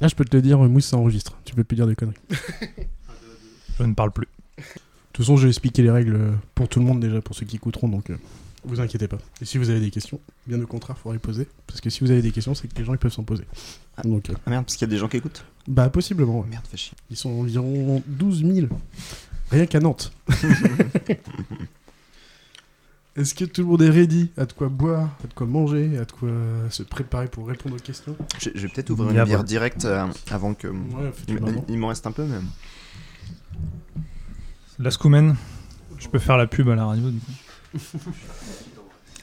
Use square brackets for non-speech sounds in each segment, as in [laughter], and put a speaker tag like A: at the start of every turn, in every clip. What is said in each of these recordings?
A: Ah, je peux te le dire, Mousse, ça enregistre. Tu peux plus dire de conneries. De
B: Je ne parle plus.
A: toute façon, je vais expliquer les règles euh, pour tout le monde déjà, pour ceux qui écouteront, donc euh, vous inquiétez pas. Et si vous avez des questions, bien au contraire, faut les poser. Parce que si vous avez des questions, c'est que les gens ils peuvent s'en poser.
C: Ah.
A: Donc, euh,
C: Ah merde, parce qu'il y a des gens qui écoutent.
A: bah, possiblement, ouais.
C: Oh merde, fais chier.
A: Ils sont environ 12 000. Rien qu'à Nantes. Est-ce que tout le monde est ready À de quoi boire, à de quoi manger, à de quoi se préparer pour répondre aux questions
C: Je, je vais peut-être ouvrir
B: Il y a
C: une bière
B: vol.
C: directe euh, avant que.
A: Ouais, faites-le
C: Il,
A: maintenant.
C: il m'en reste un peu, mais.
B: La Scoumen, je peux faire la pub à la radio. du coup.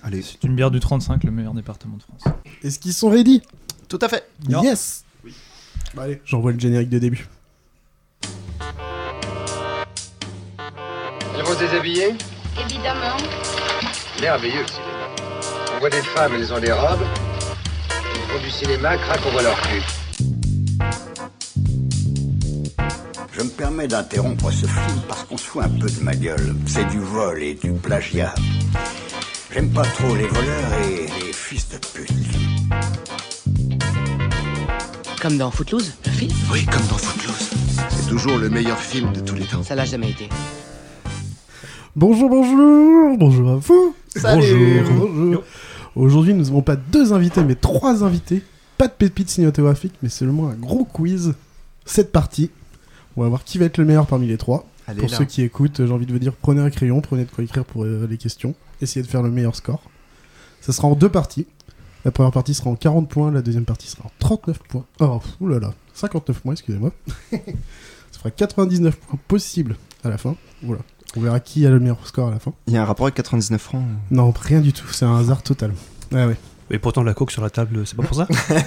C: Allez.
B: C'est une bière du 35, le meilleur département de France.
A: Est-ce qu'ils sont ready
C: Tout à fait
B: Non.
A: Yes Bah, allez, j'envoie le générique de début.
D: Elles vont se déshabiller
E: Évidemment.
D: Merveilleux le cinéma. On voit des femmes, elles ont des robes. Ils font du cinéma, crac, on voit leur cul.
F: Je me permets d'interrompre ce film parce qu'on se fout un peu de ma gueule. C'est du vol et du plagiat. J'aime pas trop les voleurs et les fils de pute.
G: Comme dans Footloose, le film,
H: Oui, comme dans Footloose. C'est toujours le meilleur film de tous les temps.
G: ça l'a jamais été.
A: Bonjour, bonjour Bonjour à vous
C: Salut.
A: Bonjour, bonjour.
B: Yo.
A: Aujourd'hui, nous n'avons pas deux invités, mais trois invités. Pas de pépites cinématographiques, mais seulement un gros quiz. Cette partie, on va voir qui va être le meilleur parmi les trois.
C: Allez,
A: Pour
C: là.
A: ceux qui écoutent, j'ai envie de vous dire prenez un crayon, prenez de quoi écrire pour euh, les questions, essayez de faire le meilleur score. Ça sera en deux parties. La première partie sera en 40 points, la deuxième partie sera en 39 points. Oh, pff, oulala, 59 points, excusez-moi. [laughs] Ça fera 99 points possibles à la fin. Voilà. On verra qui a le meilleur score à la fin.
C: Il y a un rapport avec 99 francs.
A: Non, rien du tout, c'est un hasard total. Ah Ouais,
C: [laughs]
A: ouais.
I: Et pourtant, la coke sur la table, c'est pas pour ça
A: ouais,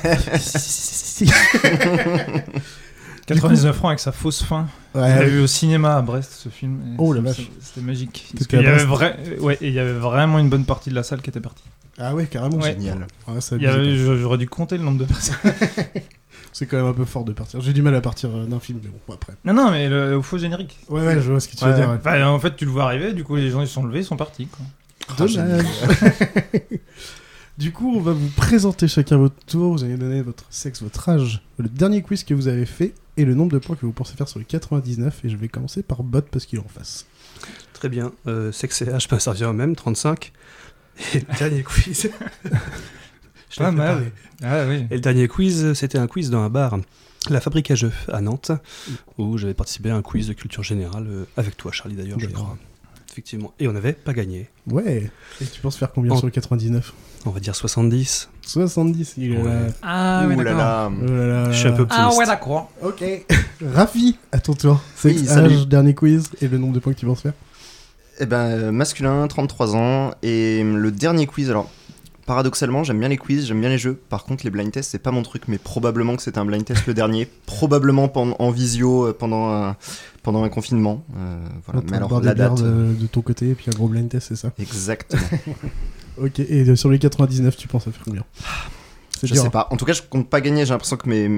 B: 99 francs avec sa fausse fin. Je l'ai
A: ouais.
B: vu au cinéma à Brest ce film. et
A: Oh la
B: c'est-
A: vache.
B: c'est- C'était magique.
A: T'étais
B: Parce qu'il
A: à
B: y avait
A: Brest
B: vrai- ouais, et il y avait vraiment une bonne partie de la salle qui était partie.
A: Ah ouais, carrément.
B: Ouais.
C: Génial.
A: c'est- ouais, ça
B: Il y avait-
A: abuse.
B: je- J'aurais dû compter le nombre de personnes.
A: C'est quand même un peu fort de partir. J'ai du mal à partir euh, d'un film, mais bon, après.
B: Non, non, mais le, au faux générique.
A: Ouais, ouais, je vois ce que tu
B: Ouais.
A: veux dire. ouais.
B: Enfin, en fait, tu le vois arriver, du coup, les gens ils se sont levés, ils sont partis. quoi.
A: Dommage. [laughs] du coup, on va vous présenter chacun votre tour. Vous allez donner votre sexe, votre âge, le dernier quiz que vous avez fait et le nombre de points que vous pensez faire sur les 99. Et je vais commencer par Bot parce qu'il est en face.
I: Très bien. Euh, sexe et âge peuvent servir au même, 35. Et le dernier quiz. Je l'ai
B: [laughs] Pas
I: préparé.
B: mal. Ah oui.
I: Et le dernier quiz, c'était un quiz dans un bar, la Fabrique à Jeux, à Nantes, où j'avais participé à un quiz de culture générale, euh, avec toi, Charlie d'ailleurs, je
A: D'accord.
I: crois. Effectivement. Et on n'avait pas gagné.
A: Ouais. Et tu penses faire combien
I: En-
A: sur le 99
I: On va dire 70.
A: 70. Il est
I: Ouais.
A: là.
B: Ah
C: Ouh là là.
A: Oh là là.
I: Je suis un peu
B: Ah
I: optimiste.
B: ouais, d'accord.
A: Ok. Rafi, à ton tour. Sexe,
C: Oui, salut.
A: âge, dernier quiz et le nombre de points que tu penses faire.
C: Eh ben, euh, masculin, 33 ans. Et mm, le dernier quiz, alors. Paradoxalement, j'aime bien les quiz, j'aime bien les jeux. Par contre, les blind tests, c'est pas mon truc, mais probablement que c'était un blind test
A: [laughs]
C: le dernier. Probablement pen- en visio euh, pendant un, pendant un confinement. Euh, voilà.
A: En train
C: Mais
A: de
C: alors,
A: boire des
C: la
A: bières
C: date.
A: de, de ton côté et puis un gros blind test, c'est ça
C: Exactement.
A: Ok. Et euh, sur les 99, tu penses à faire combien C'est
C: Ah, Je
A: dur,
C: sais
A: hein.
C: pas. En tout cas, je compte pas gagner. J'ai l'impression que mes,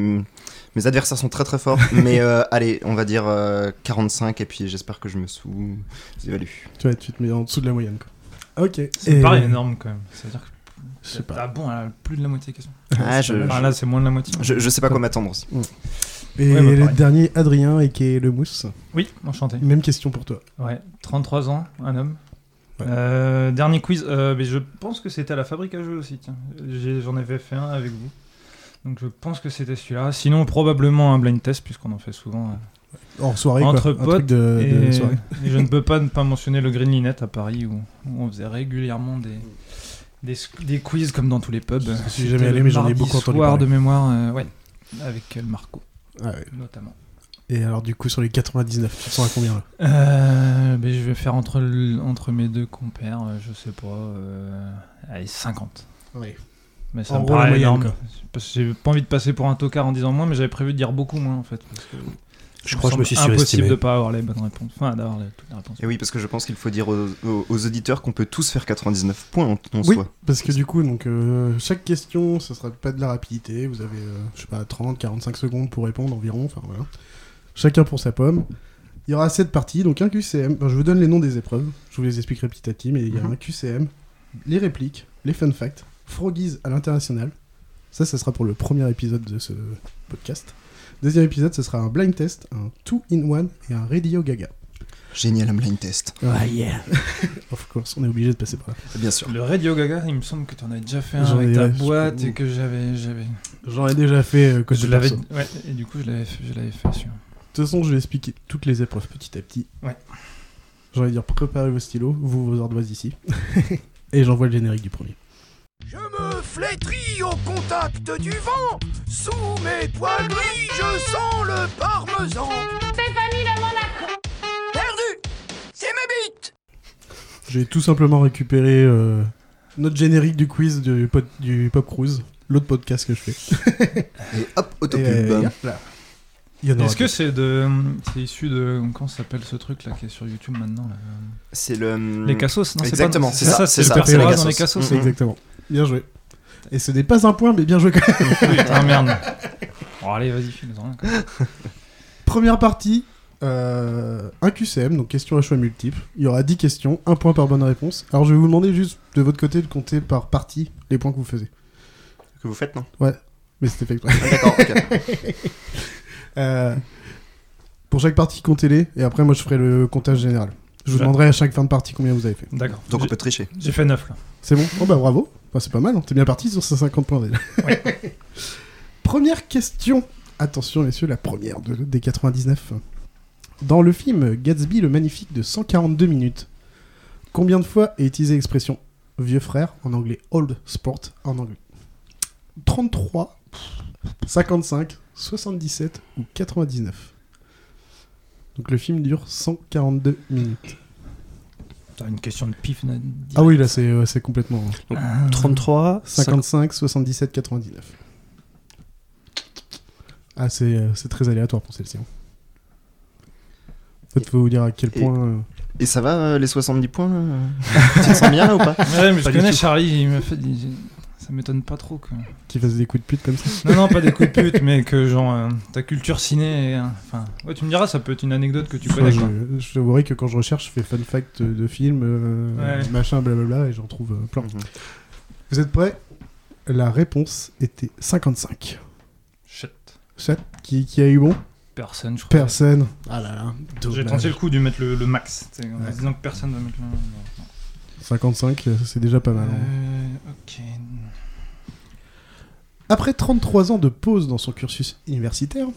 C: mes adversaires sont très très forts. [laughs] mais euh, allez, on va dire euh, 45 et puis j'espère que je me sous-évalue.
A: Tu vois, tu te mets en dessous de la moyenne, quoi. Ok.
B: C'est
A: Et-
B: pareil, énorme quand même. C'est-à-dire que
A: Je sais pas.
B: t'as bon à plus de la moitié question.
C: Ah, je,
B: Enfin, là, c'est moins de la moitié.
C: je, je sais pas quoi m'attendre aussi.
A: Mm. Et
B: Ouais, bah,
A: le
B: pareil.
A: dernier, Adrien, et qui est le mousse.
B: Oui, enchanté.
A: Même question pour toi.
B: Ouais, 33 ans, un homme.
A: Ouais.
B: Euh, dernier quiz, euh, mais je pense que c'était à la fabrique à jeux aussi. Tiens, J'ai- j'en avais fait un avec vous. Donc je pense que c'était celui-là. Sinon, probablement un blind test, puisqu'on en fait souvent. euh,
A: En soirée, quoi.
B: Entre
A: Un
B: potes
A: truc de, Euh, de
B: et,
A: soirée.
B: et [laughs] je ne peux pas ne pas mentionner le Green Linette à Paris, où, où on faisait régulièrement des, des, sc- des quiz comme dans tous les pubs.
A: Je suis
B: C'était
A: jamais allé,
B: le
A: mais j'en ai
B: mardi
A: beaucoup entendu
B: soir
A: parler.
B: de mémoire, euh, ouais, avec euh, Marco,
A: Ah ouais.
B: notamment.
A: Et alors, du coup, sur les 99, tu te sens à combien là
B: Euh, ben, je vais faire entre, l- entre mes deux compères, euh, je sais pas, euh, allez, 50.
A: Ouais.
B: Mais ça
A: En
B: me
A: gros, la
B: paraît
A: moyenne,
B: énorme.
A: quoi.
B: Parce que j'ai pas envie de passer pour un tocard en disant moins, mais j'avais prévu de dire beaucoup moins en fait. parce que
I: Je
B: ça
I: crois que je me suis
B: semble Impossible
I: surestimé.
B: de pas avoir les bonnes réponses. Enfin, d'avoir les- toutes les réponses.
C: Et oui, parce que je pense qu'il faut dire aux, aux- aux auditeurs qu'on peut tous faire 99 points en, en
A: Oui,
C: soi.
A: parce que du coup, donc, euh, chaque question, ça sera pas de la rapidité. Vous avez, euh, je sais pas, 30, 45 secondes pour répondre environ. Enfin, voilà. Chacun pour sa pomme. Il y aura 7 parties, donc un QCM. Enfin, je vous donne les noms des épreuves. Je vous les expliquerai petit Mhm. à petit, mais il y a un QCM, les répliques, les fun facts, Froggies à l'international, Ça, ça sera pour le premier épisode de ce podcast. Deuxième épisode, ce sera un blind test, un two in one et un radio gaga.
C: Génial, un blind test.
A: Ah yeah. [laughs] of course, on est obligé de passer par là.
C: Bien sûr.
B: Le Radio Gaga, il me semble que tu en as déjà fait un
A: J'en ai-
B: avec ta
A: ouais, je-
B: boîte et que j'avais. j'avais...
A: J'en ai déjà fait euh, côté
B: je l'avais.
A: perso. De
B: Ouais, et du coup, je l'avais fait, je l'avais fait celui-là.
A: toute façon, je vais expliquer toutes les épreuves petit à petit.
B: Ouais.
A: J'ai envie de dire préparez vos stylos, vous vos ardoises ici. et j'envoie le générique du premier.
F: Je me flétris au contact du vent. Sous mes poils gris, je sens le parmesan. Stéphanie de Monaco. Perdu C'est ma bite
A: J'ai tout simplement récupéré euh, notre générique du quiz du, pod- du Pop Cruise, l'autre podcast que je fais.
C: Et hop,
A: Et,
C: autopub.
A: euh, hop là. Il y en aura
B: Est-ce que
A: d'autres.
B: c'est de. C'est issu de. Comment ça s'appelle ce truc là qui est sur YouTube maintenant là
C: C'est le.
B: Les Cassos, non
C: Exactement,
B: c'est, pas...
C: c'est ça,
B: c'est,
C: c'est
B: le
A: ça, c'est Hmm. la
B: personnage dans hein, les
C: Cassos.
B: Cassos.
A: C'est exactement. Bien joué. Et ce n'est pas un point, mais bien joué quand même. [laughs]
B: Putain, Ah, merde. Bon, allez, vas-y, file-en un, quoi.
A: Première partie, euh, un QCM, donc question à choix multiple. Il y aura 10 questions, un point par bonne réponse. Alors je vais vous demander juste de votre côté de compter par partie les points que vous faisiez.
C: Que vous faites, non
A: Mais c'était fait exprès. [laughs]
C: Ah, D'accord, ok.
A: Euh, pour chaque partie, comptez-les, et après, moi, je ferai le comptage général. Je vous
B: Ouais.
A: demanderai à chaque fin de partie combien vous avez fait.
B: D'accord.
C: Donc on
B: J'ai-
C: peut tricher.
B: J'ai fait 9 là.
A: C'est bon Oh bah bravo Enfin, C'est pas mal, hein. t'es bien parti sur ces 50 points déjà. [laughs] première question Attention, messieurs, la première de- des 99. Dans le film Gatsby le Magnifique de 142 minutes, combien de fois est utilisée l'expression vieux frère en anglais, old sport en anglais 33, 55, 77 ou 99 donc le film dure 142 minutes.
B: T'as une question de pif.
A: Ah oui, là c'est euh, c'est complètement...
I: 33, 50.
A: 55, 77, 99. Ah, c'est euh, c'est très aléatoire pour celle-ci. hein. En fait, faut vous dire à quel
C: Et-
A: point. euh,
C: Et ça va, euh, les 70 points là
A: [laughs]
C: Tu te sens bien là ou pas
B: Ouais, mais je
C: Pas du
B: connais
C: tout.
B: Charlie, il m'a fait. des- Ça m'étonne pas trop que.
A: Qu'il fasse des coups de pute comme ça.
B: Non, non, pas des coups de pute, mais que genre euh, ta culture ciné. et, euh, Enfin, ouais, tu me diras, ça peut être une anecdote que tu
A: Enfin,
B: connais.
A: je
B: quoi.
A: je t'avouerai que quand je recherche, je fais fun fact euh, de film, euh,
B: Ouais.
A: machin, blablabla, et j'en trouve euh, plein.
C: Mhm.
A: Vous êtes prêts La réponse était 55.
B: Shit.
A: Chat, qui, qui a eu bon
B: Personne, je crois.
A: Personne. Ah là là,
B: J'ai
A: dommage.
B: tenté le coup de mettre le, le max, tu sais, en
A: Ouais.
B: se disant que personne ne va mettre le. non, non.
A: 55, euh, c'est déjà pas mal. hein.
B: Euh, ok.
A: Après 33 ans de pause dans son cursus universitaire,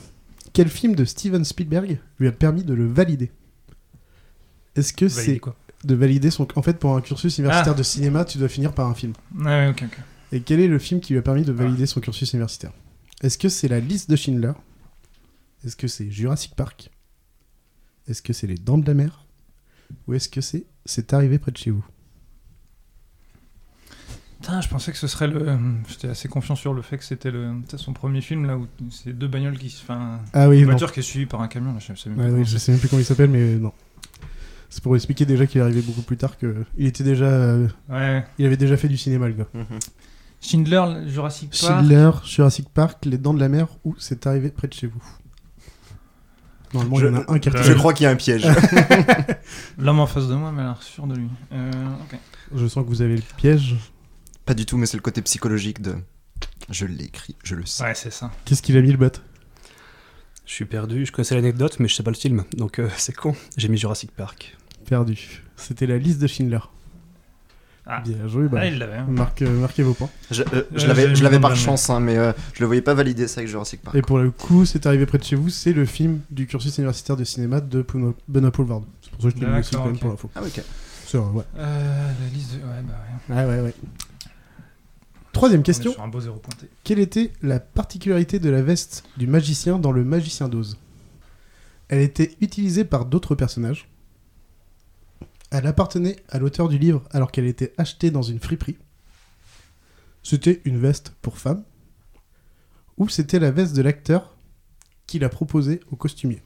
A: quel film de Steven Spielberg lui a permis de le valider Est-ce que
B: Valider
A: c'est
B: quoi
A: de valider son... En fait, pour un cursus universitaire
B: Ah.
A: de cinéma, tu dois finir par un film.
B: Ouais, ouais, ok, ok.
A: Et quel est le film qui lui a permis de valider son cursus universitaire Est-ce que c'est La liste de Schindler Est-ce que c'est Jurassic Park Est-ce que c'est Les Dents de la Mer Ou est-ce que c'est C'est arrivé près de chez vous
B: Putain, je pensais que ce serait le. euh, J'étais assez confiant sur le fait que c'était le... tu sais, son premier film là où c'est deux bagnoles qui se. Enfin,
A: Ah oui,
B: une
A: non.
B: voiture qui est suivie par un camion, là, je sais même
A: Ouais,
B: pas
A: oui,
B: comment
A: je
B: c'est.
A: sais même plus comment il s'appelle, mais euh, non. C'est pour expliquer déjà qu'il est arrivé beaucoup plus tard que. Il était déjà. euh,
B: Ouais.
A: Il avait déjà fait du cinéma, le gars.
C: Mhm.
B: Schindler, le Jurassic Park.
A: Schindler, Jurassic Park, Les Dents de la Mer, ou C'est arrivé près de chez vous. Normalement, il y en a un qui est
C: Je
A: retenu.
C: crois qu'il y a un piège.
B: L'homme en face de moi m'a l'air sûr de lui. Euh, ok.
A: Je sens que vous avez le piège.
C: pas du tout, mais c'est le côté psychologique de. Je l'ai écrit, je le sais.
B: Ouais, c'est ça.
A: Qu'est-ce qu'il a mis, le bot
I: Je suis perdu, je connaissais l'anecdote, mais je sais pas le film, donc euh, c'est con. J'ai mis Jurassic Park.
A: Perdu. C'était la liste de Schindler.
B: Ah.
A: Bien joué, bah.
B: Ah, il l'avait. hein.
A: marque- euh, marquez vos points.
C: Je, euh, je
B: Ouais, j'ai
C: l'avais,
B: mis
C: je l'avais
B: dans
C: par
B: le
C: chance, hein, mais euh, je le voyais pas valider ça avec Jurassic Park.
A: Et pour le coup, C'est arrivé près de chez vous, c'est le film du cursus universitaire de cinéma de Puno- Benoît Poulvard. C'est pour ça que je te le mets aussi
B: D'accord,
A: quand même
B: ok.
A: pour l'info.
C: Ah, ok.
A: C'est vrai, ouais.
B: Euh, la liste de... Ouais, bah ouais.
A: Ouais, ouais, ouais. Troisième
B: On est
A: question.
B: sur un beau zéro pointé.
A: Quelle était la particularité de la veste du magicien dans le Magicien d'Oz Elle était utilisée par d'autres personnages. Elle appartenait à l'auteur du livre alors qu'elle était achetée dans une friperie. C'était une veste pour femme. Ou c'était la veste de l'acteur qui l'a proposée au costumier.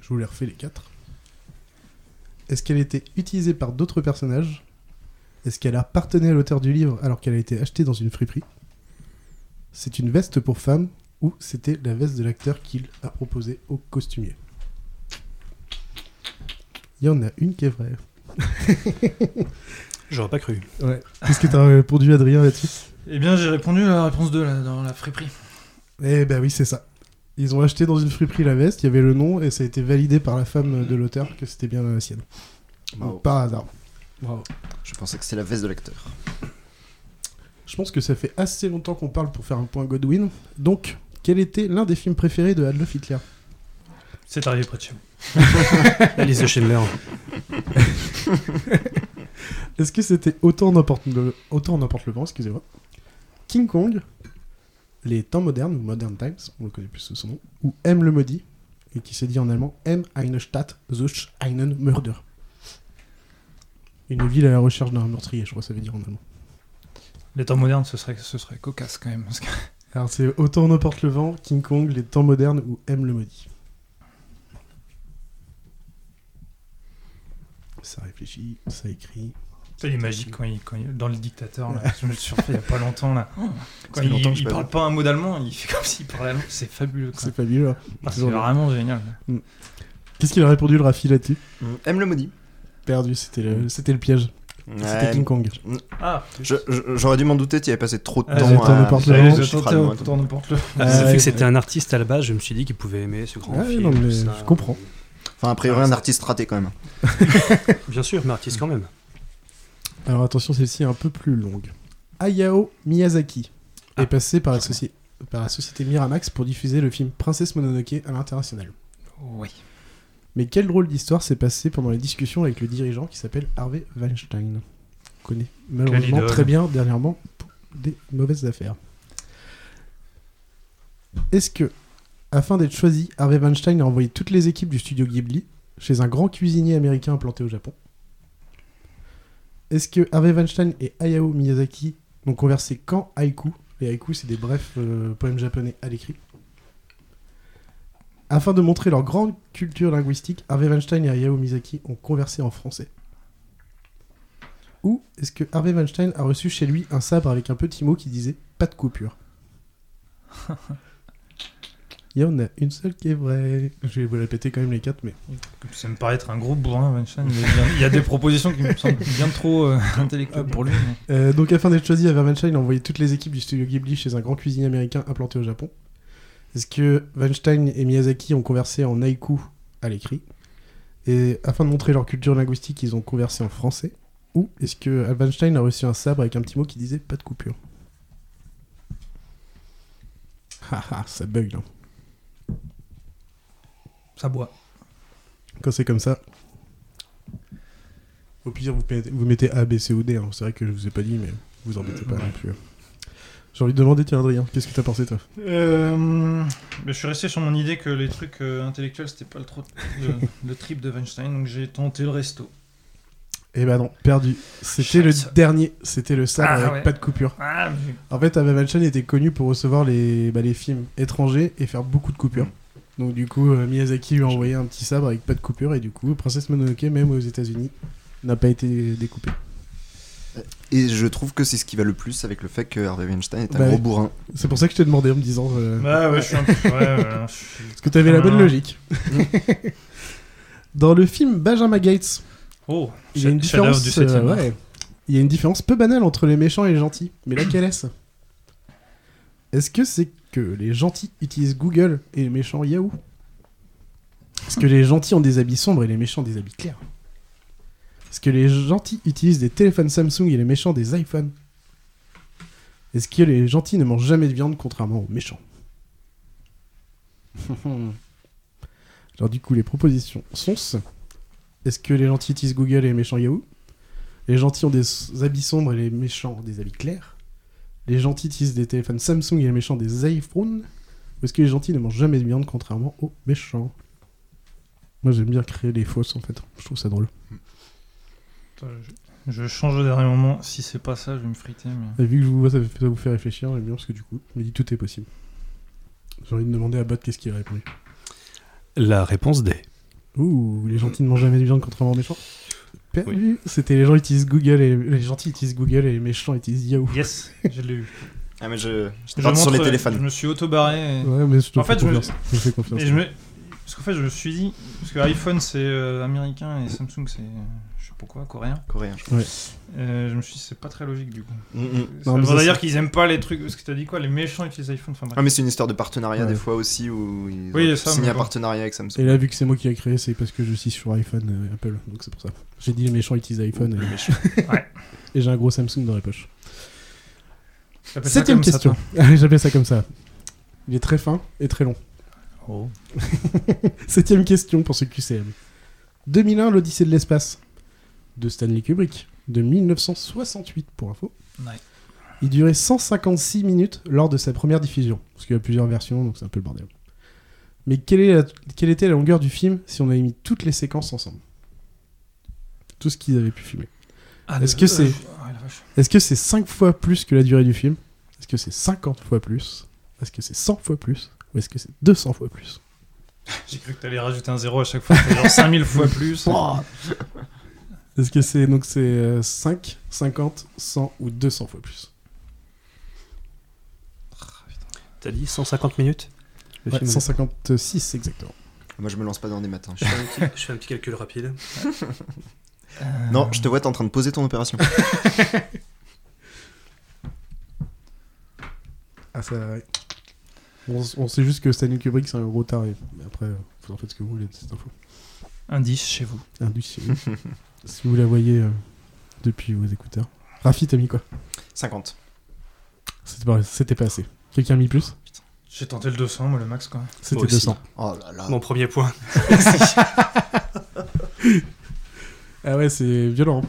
A: Je vous les refais les quatre. Est-ce qu'elle était utilisée par d'autres personnages est-ce qu'elle appartenait à l'auteur du livre alors qu'elle a été achetée dans une friperie C'est une veste pour femme ou c'était la veste de l'acteur qu'il a proposée au costumier Il y en a une qui est vraie.
I: J'aurais pas cru.
A: Ouais. Qu'est-ce que t'as répondu, Adrien, là-dessus
B: Eh bien, j'ai répondu à la réponse 2 là, dans la friperie.
A: Eh ben oui, c'est ça. Ils ont acheté dans une friperie la veste, il y avait le nom et ça a été validé par la femme de l'auteur que c'était bien la sienne.
C: Bravo.
A: Par hasard. Bravo.
C: Je pensais que c'était la veste de l'acteur.
A: Je pense que ça fait assez longtemps qu'on parle pour faire un point Godwin. Donc, quel était l'un des films préférés de Adolf Hitler
B: C'est arrivé près de chez vous.
I: La liste de Schindler.
A: Est-ce que c'était autant n'importe le autant n'importe le vent, excusez-moi. King Kong, les temps modernes ou Modern Times, on le connaît plus sous son nom, ou M le maudit et qui s'est dit en allemand M eine Stadt durch einen Mörder. Une ville à la recherche d'un meurtrier, je crois que ça veut dire en allemand.
B: Les temps modernes, ce serait, ce serait cocasse quand même. parce que-
A: Alors c'est autant n'importe le vent, King Kong, les temps modernes ou M le maudit. Ça réfléchit, ça écrit.
B: Ça, il est magique quand il, quand il- dans le dictateur. Là, je me le suis refait il y a pas longtemps là. Quand
C: Ça fait
B: il,
C: longtemps que je
B: il
C: l'ai
B: parle pas un mot d'allemand, il fait comme s'il parlait allemand. C'est fabuleux. quoi.
A: C'est fabuleux. hein.
B: Ah, C'est
A: toujours-
B: vraiment génial.
A: Qu'est-ce qu'il a répondu le Rafi là-dessus
B: Mm.
C: M le maudit.
A: Perdu, c'était le, c'était le piège. C'était
C: Ouais.
A: King Kong.
B: Ah,
C: Je- je- J'aurais dû m'en douter, tu y avais passé trop de
B: Ah,
C: temps euh,
B: j'ai
A: autant
C: à-
A: de porte-
C: à-
B: j'allais
A: le
B: les
C: chiffrer
B: tenter
C: le mot.
B: autant de porte le.
A: Euh,
I: vu
A: ouais.
I: Ah, que c'était un artiste à la base, je me suis dit qu'il pouvait aimer ce grand
A: Ouais,
I: film.
A: non, mais
I: tout ça.
A: je comprends.
C: Enfin, a
B: Ah,
C: priori, un artiste raté quand même.
I: Bien sûr, mais artiste quand même.
A: Alors attention, celle-ci est un peu plus longue. Hayao Miyazaki est passé par la, soci- par la société Miramax pour diffuser le film Princesse Mononoke à l'international.
B: Oui.
A: Mais quelle drôle d'histoire s'est passée pendant les discussions avec le dirigeant qui s'appelle Harvey Weinstein. On connaît malheureusement
B: idole.
A: très bien dernièrement pour des mauvaises affaires. Est-ce que, afin d'être choisi, Harvey Weinstein a envoyé toutes les équipes du studio Ghibli chez un grand cuisinier américain implanté au Japon Est-ce que Harvey Weinstein et Hayao Miyazaki n'ont conversé qu'en haïku Les haïkus, c'est des brefs euh, poèmes japonais à l'écrit. Afin de montrer leur grande culture linguistique, Harvey Weinstein et Hayao Miyazaki ont conversé en français. Ou est-ce que Harvey Weinstein a reçu chez lui un sabre avec un petit mot qui disait pas de coupure Il y en a une seule qui est vraie. Je vais vous la péter quand même les quatre, mais.
B: Ça me paraît être un gros bourrin, Weinstein. mais bien- Il y a des propositions qui me semblent bien trop euh, intellectuelles pour lui. mais-
A: Euh, donc, afin d'être choisi, Harvey Weinstein a envoyé toutes les équipes du studio Ghibli chez un grand cuisinier américain implanté au Japon. Est-ce que Weinstein et Miyazaki ont conversé en haïku à l'écrit Et afin de montrer leur culture linguistique, ils ont conversé en français Ou est-ce que Weinstein a reçu un sabre avec un petit mot qui disait pas de coupure [laughs] Haha, Ah, ça bug là.
B: Ça boit.
A: Quand c'est comme ça. Au pire, vous mettez, vous mettez A, B, C ou D. hein. C'est vrai que je vous ai pas dit, mais vous embêtez pas non plus. J'ai envie de demander, tiens, Adrien, qu'est-ce que t'as pensé, toi
B: Euh, mais je suis resté sur mon idée que les trucs euh, intellectuels, c'était pas le, trop, le, le trip de Weinstein, donc j'ai tenté le resto.
A: Eh ben non, perdu. C'était
B: Shit.
A: le dernier, c'était le sabre
B: Ah,
A: avec
B: ouais.
A: pas de coupure.
B: Ah, mais-
A: En fait, Avalanche était connu pour recevoir les, bah, les films étrangers et faire beaucoup de
B: Mm.
A: coupures. Donc du coup, euh, Miyazaki lui a envoyé un petit sabre avec pas de coupure et du coup, Princesse Mononoke, même aux États-Unis, n'a pas été découpée.
C: Et je trouve que c'est ce qui va le plus avec le fait que Harvey Weinstein est un
A: Bah
C: gros
A: oui.
C: bourrin.
A: C'est pour ça que je t'ai demandé en me disant. euh,
B: Bah ouais, je suis un peu. Ouais, ouais, je suis-
A: Parce que t'avais la bonne
B: Ah.
A: logique. [laughs] Dans le film Benjamin Gates,
B: Oh,
A: il y a une
B: chef- chef-d'œuvre
A: différence.
B: du 7
A: euh, ouais. Il y a une différence peu banale entre les méchants et les gentils. Mais laquelle est-ce Est-ce que c'est que les gentils utilisent Google et les méchants Yahoo Est-ce que les gentils ont des habits sombres et les méchants des habits clairs Est-ce que les gentils utilisent des téléphones Samsung et les méchants des iPhones Est-ce que les gentils ne mangent jamais de viande contrairement aux méchants Alors du coup, les propositions sont ce. Est-ce que les gentils utilisent Google et les méchants Yahoo Les gentils ont des s- habits sombres et les méchants ont des habits clairs Les gentils utilisent des téléphones Samsung et les méchants des iPhones Ou est-ce que les gentils ne mangent jamais de viande contrairement aux méchants Moi j'aime bien créer les fausses en fait, je trouve ça drôle.
B: Attends, je- Je change au dernier moment. Si c'est pas ça, je vais me friter. Mais...
A: Et vu que je vous vois, ça, fait- ça vous fait réfléchir, j'aime bien parce que du coup, je me dis tout est possible. J'ai envie de demander à Bot qu'est-ce qu'il a répondu.
I: La réponse D.
A: Ouh, les gentils ne mangent jamais de viande contrairement aux méchants Perdu C'était les gens utilisent Google et les gentils utilisent Google et les méchants utilisent Yahoo.
B: Yes, je l'ai eu.
C: Ah, mais je, je te
B: Je
C: parle sur
B: montre- euh,
C: les
B: Je
C: téléphones.
B: me suis auto-barré. et-
A: Ouais, mais je te
B: En
A: fais
B: fait, je me-
A: confiance. Je te fais confiance.
B: Et je me... Parce qu'en fait, je me suis dit, parce que iPhone c'est euh, américain et Samsung c'est, euh, je sais pas quoi, coréen.
C: Coréen.
B: Euh, je me suis dit, c'est pas très logique du coup.
C: Mm,
B: Ça
A: Non, mais
B: veut
A: ça,
B: dire
A: c'est-
B: qu'ils aiment pas les trucs. Parce que t'as dit quoi Les méchants utilisent iPhone. Enfin bref.
C: Ah, mais c'est une histoire de partenariat
A: Ouais.
C: des fois aussi où ils
B: Oui,
C: ont
B: ça,
C: signé
B: mais
C: un
B: bon.
C: partenariat avec Samsung.
A: Et là, vu que c'est moi qui l'ai créé, c'est parce que je suis sur iPhone euh, Apple, donc c'est pour ça. J'ai dit les méchants utilisent iPhone. et-
B: Ouais.
A: [laughs] Et j'ai un gros Samsung dans la poche.
B: T'appelles ça
A: Ah, Septième
B: comme ça,
A: question. [laughs]
B: toi
A: Allez, J'appelle ça comme ça. Il est très fin et très long.
B: Oh.
A: [laughs] Septième question pour ce QCM. 2001, l'Odyssée de l'espace de Stanley Kubrick, de 1968 pour info.
B: Ouais.
A: Il durait 156 minutes lors de sa première diffusion, parce qu'il y a plusieurs versions, donc c'est un peu le bordel. Mais quelle, est la- quelle était la longueur du film si on avait mis toutes les séquences ensemble Tout ce qu'ils avaient pu filmer.
B: Ah,
A: Est-ce
B: la
A: que
B: vache.
A: c'est-
B: Ah, la vache.
A: Est-ce que c'est 5 fois plus que la durée du film Est-ce que c'est 50 fois plus Est-ce que c'est 100 fois plus Ou est-ce que c'est 200 fois plus
B: J'ai cru que t'allais rajouter un zéro à chaque fois. Genre 5000
A: [laughs]
B: fois plus.
A: Est-ce que c'est donc c'est euh, 5, 50, 100 ou 200 fois plus
I: T'as dit 150 minutes Le
A: Ouais,
I: film,
A: 156 exactement.
C: Moi, je me lance pas dans des matins.
I: Je fais, un petit, je fais un petit calcul rapide.
B: Euh.
C: Non, je te vois, t'es en train de poser ton opération.
A: Ah ça on, s- on sait juste que Stanley Kubrick c'est un gros taré. Mais après, euh, vous en faites ce que vous voulez de cette info.
B: Indice chez vous.
A: Indus, euh,
I: [laughs]
A: si vous la voyez euh, depuis vos écouteurs. Rafi, t'as mis quoi
C: 50.
A: C'était pas, c'était pas assez. Quelqu'un a mis plus
B: J'ai tenté le 200, moi le max quoi.
A: C'était
I: Moi aussi.
A: 200.
C: Oh là là.
I: Mon premier point.
A: Ah ouais, c'est violent.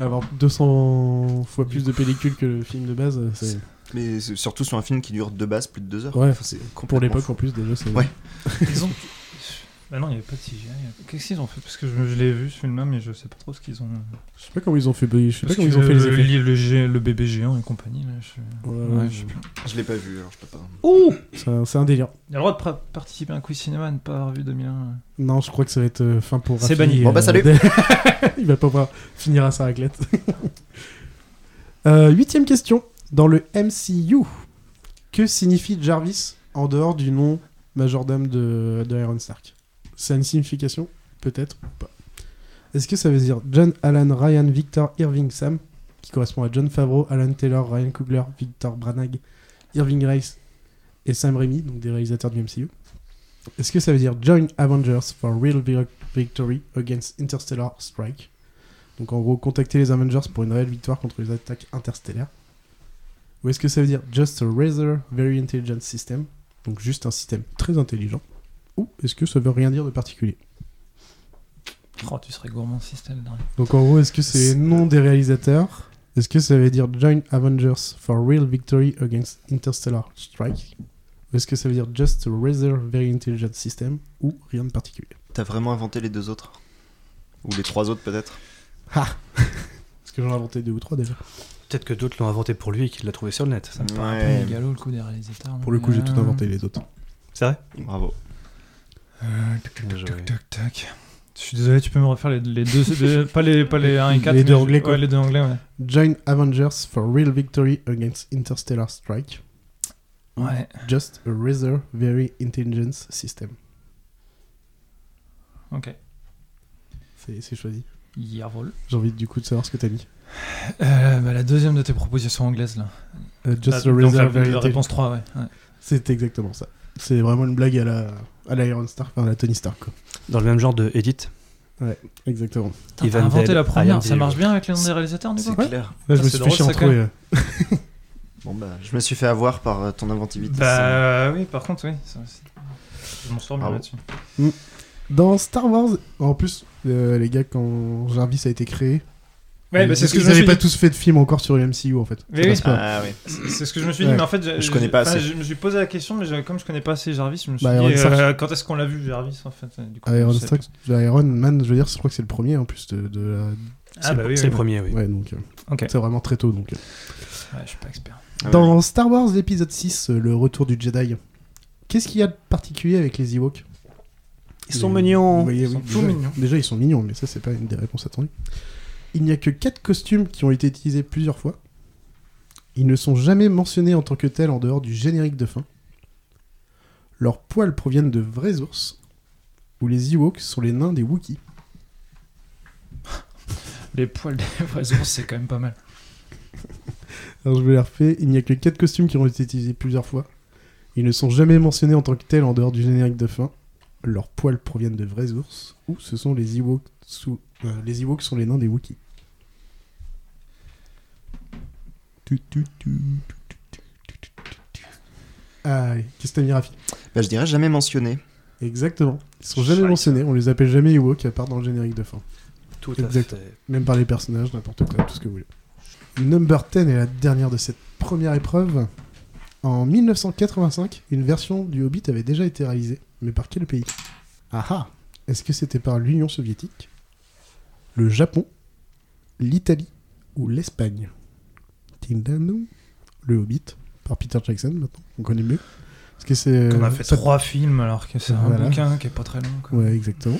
A: Avoir 200 fois plus de pellicule que le film de base, euh, c'est...
C: Mais c'est surtout sur un film qui dure de base plus de deux heures.
A: Ouais.
C: Enfin, c'est
A: pour
C: complètement
A: l'époque
C: fou.
A: en plus déjà, c'est...
C: Ouais.
B: Ils ont. [laughs] Bah non, il n'y avait pas de CGI. Qu'est-ce qu'ils ont fait Parce que je, je l'ai vu ce film-là, mais je sais pas trop ce qu'ils ont.
A: Je sais pas comment ils ont fait, je sais pas
B: Parce
A: comment
B: que
A: ils ont fait les
B: le,
A: effets. Bah
B: le, G- le bébé géant et compagnie. Là, je...
A: Ouais,
B: Ouais,
A: ouais,
B: je sais plus.
C: Je l'ai pas vu, alors je peux pas.
A: c'est, un, c'est un délire.
B: Il a le droit de pra- participer à un quiz cinéma et ne pas avoir vu 2001.
A: Non, je crois que ça va être euh, fin pour
B: C'est
A: Rafi,
B: banni.
A: euh,
C: Bon, bah, salut.
A: [laughs] Il va pas pouvoir finir à sa raclette. [laughs] Euh, huitième question. Dans le MCU, que signifie Jarvis en dehors du nom majordome de, de Iron Stark C'est une signification Peut-être ou pas. Est-ce que ça veut dire John Alan Ryan Victor Irving Sam, qui correspond à John Favreau, Alan Taylor, Ryan Coogler, Victor Branagh, Irving Rice et Sam Raimi, donc des réalisateurs du MCU Est-ce que ça veut dire Join Avengers for Real Vic- Victory Against Interstellar Strike donc en gros, contacter les Avengers pour une réelle victoire contre les attaques interstellaires. Ou est-ce que ça veut dire Just a Razor Very Intelligent System Donc juste un système très intelligent. Ou est-ce que ça veut rien dire de particulier
B: Oh, tu serais gourmand si c'était le dernier.
A: Donc en gros, est-ce que c'est nom des réalisateurs Est-ce que ça veut dire Join Avengers for Real Victory Against Interstellar Strike Ou est-ce que ça veut dire Just a Razor Very Intelligent System Ou rien de particulier
C: T'as vraiment inventé les deux autres Ou les trois autres peut-être
A: Parce que j'en ai inventé deux ou trois déjà.
I: Peut-être que d'autres l'ont inventé pour lui et qu'il l'a trouvé sur le net. ça.
C: Ouais,
B: Mégalo, le coup des réalisateurs.
A: Pour le coup, j'ai tout
B: Euh,
A: inventé les autres.
I: C'est vrai
C: bravo.
B: euh, tac, tac,
I: Bien joué.
B: tac, tac, tac. Je suis désolé, tu peux me refaire les, les deux. les- pas les 1 pas les, un et 4.
A: Les deux anglais, quoi.
B: Ouais, les deux anglais, ouais.
A: Join Avengers for Real Victory Against Interstellar Strike.
B: Ouais.
A: Just a Razor Very Intelligence System.
B: Ok.
A: C'est c'est choisi.
B: Yarvol.
A: J'ai envie du coup de savoir ce que t'as mis.
B: Euh, bah, la deuxième de tes propositions anglaises, là.
A: Euh, just
B: Ah,
A: a
B: donc, la-
A: Razor
B: la,
A: Very Intelligent.
B: réponse 3, ouais. ouais.
A: C'est exactement ça. C'est vraiment une blague à la, à la Iron Star, enfin à la Tony Stark. Quoi.
I: Dans le même genre de Edith.
A: Exactement.
B: Putain,
I: Ivan
B: t'as inventé
I: Dead,
B: la
I: I am
B: première. Ça
I: Dead.
B: marche bien avec les noms des réalisateurs, du coup
C: C'est clair.
A: Là, je
B: Ah,
A: me
B: c'est
A: suis fiché
B: drôle,
A: en
B: ça,
A: trouver. euh.
C: Bon bah, je me suis fait avoir par euh, ton inventivité.
B: Bah oui, par contre, oui. ça, c'est- je m'en sors bien
C: Bravo.
B: là-dessus.
A: Dans Star Wars, en plus, euh, les gars, quand Jarvis a été créé,
B: Ouais,
A: ils-
B: bah, c'est ce que
A: ils
B: je me
A: n'avaient
B: suis
A: pas
B: dit.
A: tous fait de film encore sur le MCU en fait. Ça
B: Oui, oui.
A: passe pas.
C: Ah oui.
B: C'est ce que je me suis dit,
A: Ouais.
B: mais en fait, j'ai-
C: Je connais pas
B: enfin,
C: assez.
B: Je me suis posé la question, mais j'ai- comme je connais pas assez Jarvis, je me suis
A: Bah, Ah,
B: dit
A: Iron Stark.
B: euh, quand est-ce qu'on l'a vu Jarvis en fait euh, du coup,
A: Iron,
B: je sais
A: Stark- Iron Man, je veux dire, je crois que c'est le premier en plus de, de la-
B: pas.
I: c'est
B: Ah bah
I: le,
B: oui,
I: c'est
B: oui.
I: le premier, oui.
A: Ouais, donc. euh,
B: Ok.
A: C'est vraiment très tôt donc. euh.
B: Ouais, je suis pas expert.
C: Ah ouais.
A: Dans Star Wars épisode 6, euh, le retour du Jedi, qu'est-ce qu'il y a de particulier avec les Ewoks
I: Ils sont
A: Les-
I: mignons.
A: vous voyez,
B: Ils
A: oui,
B: sont
A: déjà,
B: tout mignons.
A: Déjà, ils sont mignons, mais ça, c'est pas une des réponses attendues. Il n'y a que 4 costumes qui ont été utilisés plusieurs fois. Ils ne sont jamais mentionnés en tant que tels en dehors du générique de fin. Leurs poils proviennent de vrais ours. où les Ewoks sont les nains des Wookiees.
B: Les poils des [laughs] vrais ours, c'est quand même pas mal.
A: Alors je vous les refais. Il n'y a que quatre costumes qui ont été utilisés plusieurs fois. Ils ne sont jamais mentionnés en tant que tels en dehors du générique de fin. Leurs poils proviennent de vrais ours, ou ce sont les Ewoks sous... euh, les Ewoks sont les nains des Wookiees. Tu, tu, tu, tu, tu, tu, tu, tu, tu, tu. Ah, qu'est-ce que t'as mis, Rafi
C: Bah, je dirais jamais mentionné.
A: Exactement. Ils sont jamais
B: Shite.
A: mentionnés, on les appelle jamais Ewoks à part dans le générique de fin.
I: Tout
A: à Exact. Même par les personnages, n'importe quoi, tout ce que vous voulez. Number 10 est la dernière de cette première épreuve. En 1985, une version du Hobbit avait déjà été réalisée, mais par quel pays Ah ah Est-ce que c'était par l'Union soviétique Le Japon L'Italie Ou l'Espagne Tindano Le Hobbit, par Peter Jackson maintenant, on connaît mieux. Est-ce que c'est.
B: On a fait
A: ça-
B: trois films alors que c'est un
A: Euh, Voilà.
B: bouquin qui est pas très long. quoi.
A: Ouais, exactement.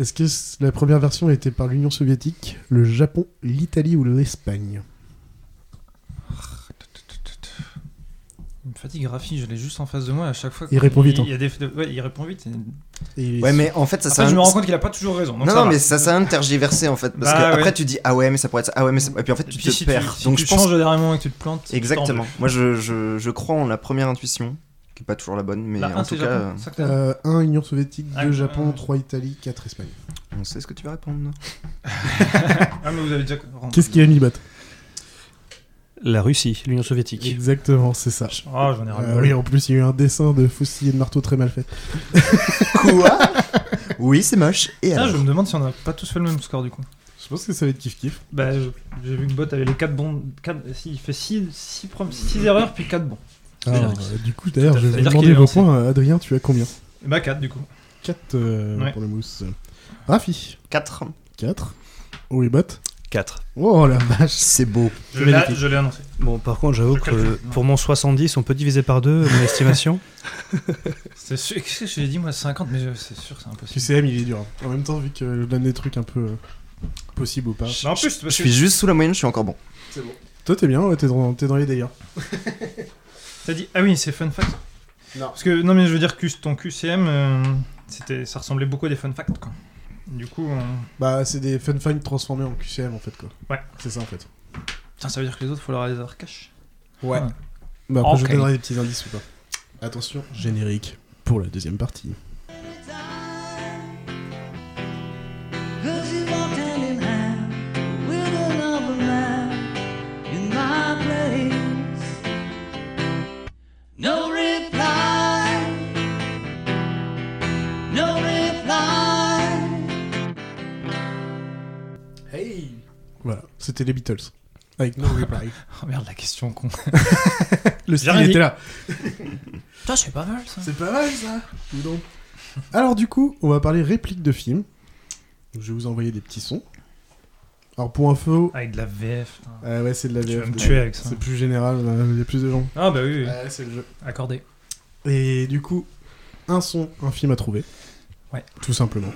A: Est-ce que c- la première version était par l'Union soviétique, le Japon, l'Italie ou l'Espagne
B: Il me fatigue Rafi, je l'ai juste en face de moi à chaque fois.
A: Il répond vite, hein.
B: Il, y a des... ouais, il répond vite. et-
A: Et-
C: Ouais, mais en fait, ça
B: Après,
C: sert-
B: je me rends compte qu'il a pas toujours raison. donc
C: non,
B: ça
C: non,
B: va.
C: mais ça sert à rien de tergiverser en fait. Parce
B: Bah,
C: que
B: ouais.
C: après, tu dis ah ouais, mais ça pourrait être ça. Ah ouais, mais ça... Et puis en fait, tu
B: Puis
C: te
B: si
C: perds.
B: Tu, si
C: Donc
B: tu
C: je pense.
B: changes au dernier moment et que tu te plantes. tu te
C: Exactement.
B: tombes.
C: Moi, je, je, je crois en la première intuition, qui est pas toujours la bonne, mais
B: La
C: en
B: 1, c'est
C: tout cas,
B: Japon. C'est ça que t'as dit.
A: Euh, 1 Union soviétique, 2
B: Ah,
A: Japon,
B: euh.
A: 3 Italie, 4 Espagne.
C: euh, on sait ce que tu vas répondre.
B: Ah, mais vous avez déjà.
A: Qu'est-ce qu'il y a mis, Bat
I: La Russie, l'Union soviétique.
A: Exactement, c'est ça.
B: Ah, j'en ai ras le
A: Euh,
B: bol.
A: oui, en plus, il y a eu un dessin de faucilles et de marteau très mal fait.
C: Quoi [laughs] Oui, c'est moche. Et
B: Tiens,
C: alors
B: je me demande si on a pas tous fait le même score du coup.
A: Je pense que ça va être kiff-kiff.
B: Bah, je- j'ai vu que Bot avait les 4 bons. quatre- Si, il fait 6 six, prom- six erreurs puis 4 bons.
A: Alors,
B: C'est-à-dire
A: euh, du coup, d'ailleurs, je vais vous
B: c'est-à-dire
A: demander
B: qu'il est
A: vos
B: lancé.
A: points. Euh, Adrien, tu as combien
B: Et bah, 4 du coup.
A: 4
B: Ouais.
A: pour le mousse. Rafi
C: 4.
A: 4. Oui, Bat
I: 4.
A: Oh la vache
C: C'est beau.
B: Je l'ai je l'ai annoncé.
I: Bon, par contre, j'avoue
B: Je
I: que
B: calcule.
I: euh, pour mon 70, on peut diviser par deux, mon estimation.
B: C'est sûr. Qu'est-ce que j'ai dit moi 50, mais je- c'est sûr que c'est impossible.
A: QCM, il est dur. En même temps, vu que je donne des trucs un peu euh, possibles ou pas.
B: Mais en plus,
C: Je
B: parce que
C: suis juste sous la moyenne, je suis encore bon.
A: Toi, t'es bien, ouais, t'es dans, t'es dans les délires.
B: t'as dit. Ah oui, c'est fun fact.
A: Non.
B: Parce que, non, mais je veux dire que ton QCM, euh, c'était, ça ressemblait beaucoup à des fun facts quoi. Du coup, on-
A: Bah, c'est des fun finds transformés en QCM en fait, quoi.
B: Ouais.
A: C'est ça en fait.
B: Putain, ça veut dire que les autres, faut leur les avoir cash.
A: Ouais.
B: Ah.
A: Bah, après,
B: Ok.
A: je donnerai des petits indices ou pas. Attention, générique pour la deuxième partie.
E: Cause you walked hand in hand with another man in my place. No reply. No reply.
A: Voilà, c'était les Beatles. [laughs] Avec No Reply.
B: Oh merde, la question con.
A: Le
B: rien
A: style
B: dit.
A: était là.
B: Putain, c'est pas mal ça.
A: C'est pas mal ça Dis donc. Alors, du coup, on va parler réplique de film. Je vais vous envoyer des petits sons. Alors, pour info.
B: Ah, Avec de la VF. putain.
A: euh, ouais, c'est de la
B: Tu vas
A: VF.
B: me tuer avec ça.
A: C'est plus général, euh, il y a plus de gens.
B: Ah bah oui, oui.
A: Ouais, c'est le jeu.
B: accordé.
A: Et du coup, un son, un film à trouver.
B: Ouais.
A: Tout simplement.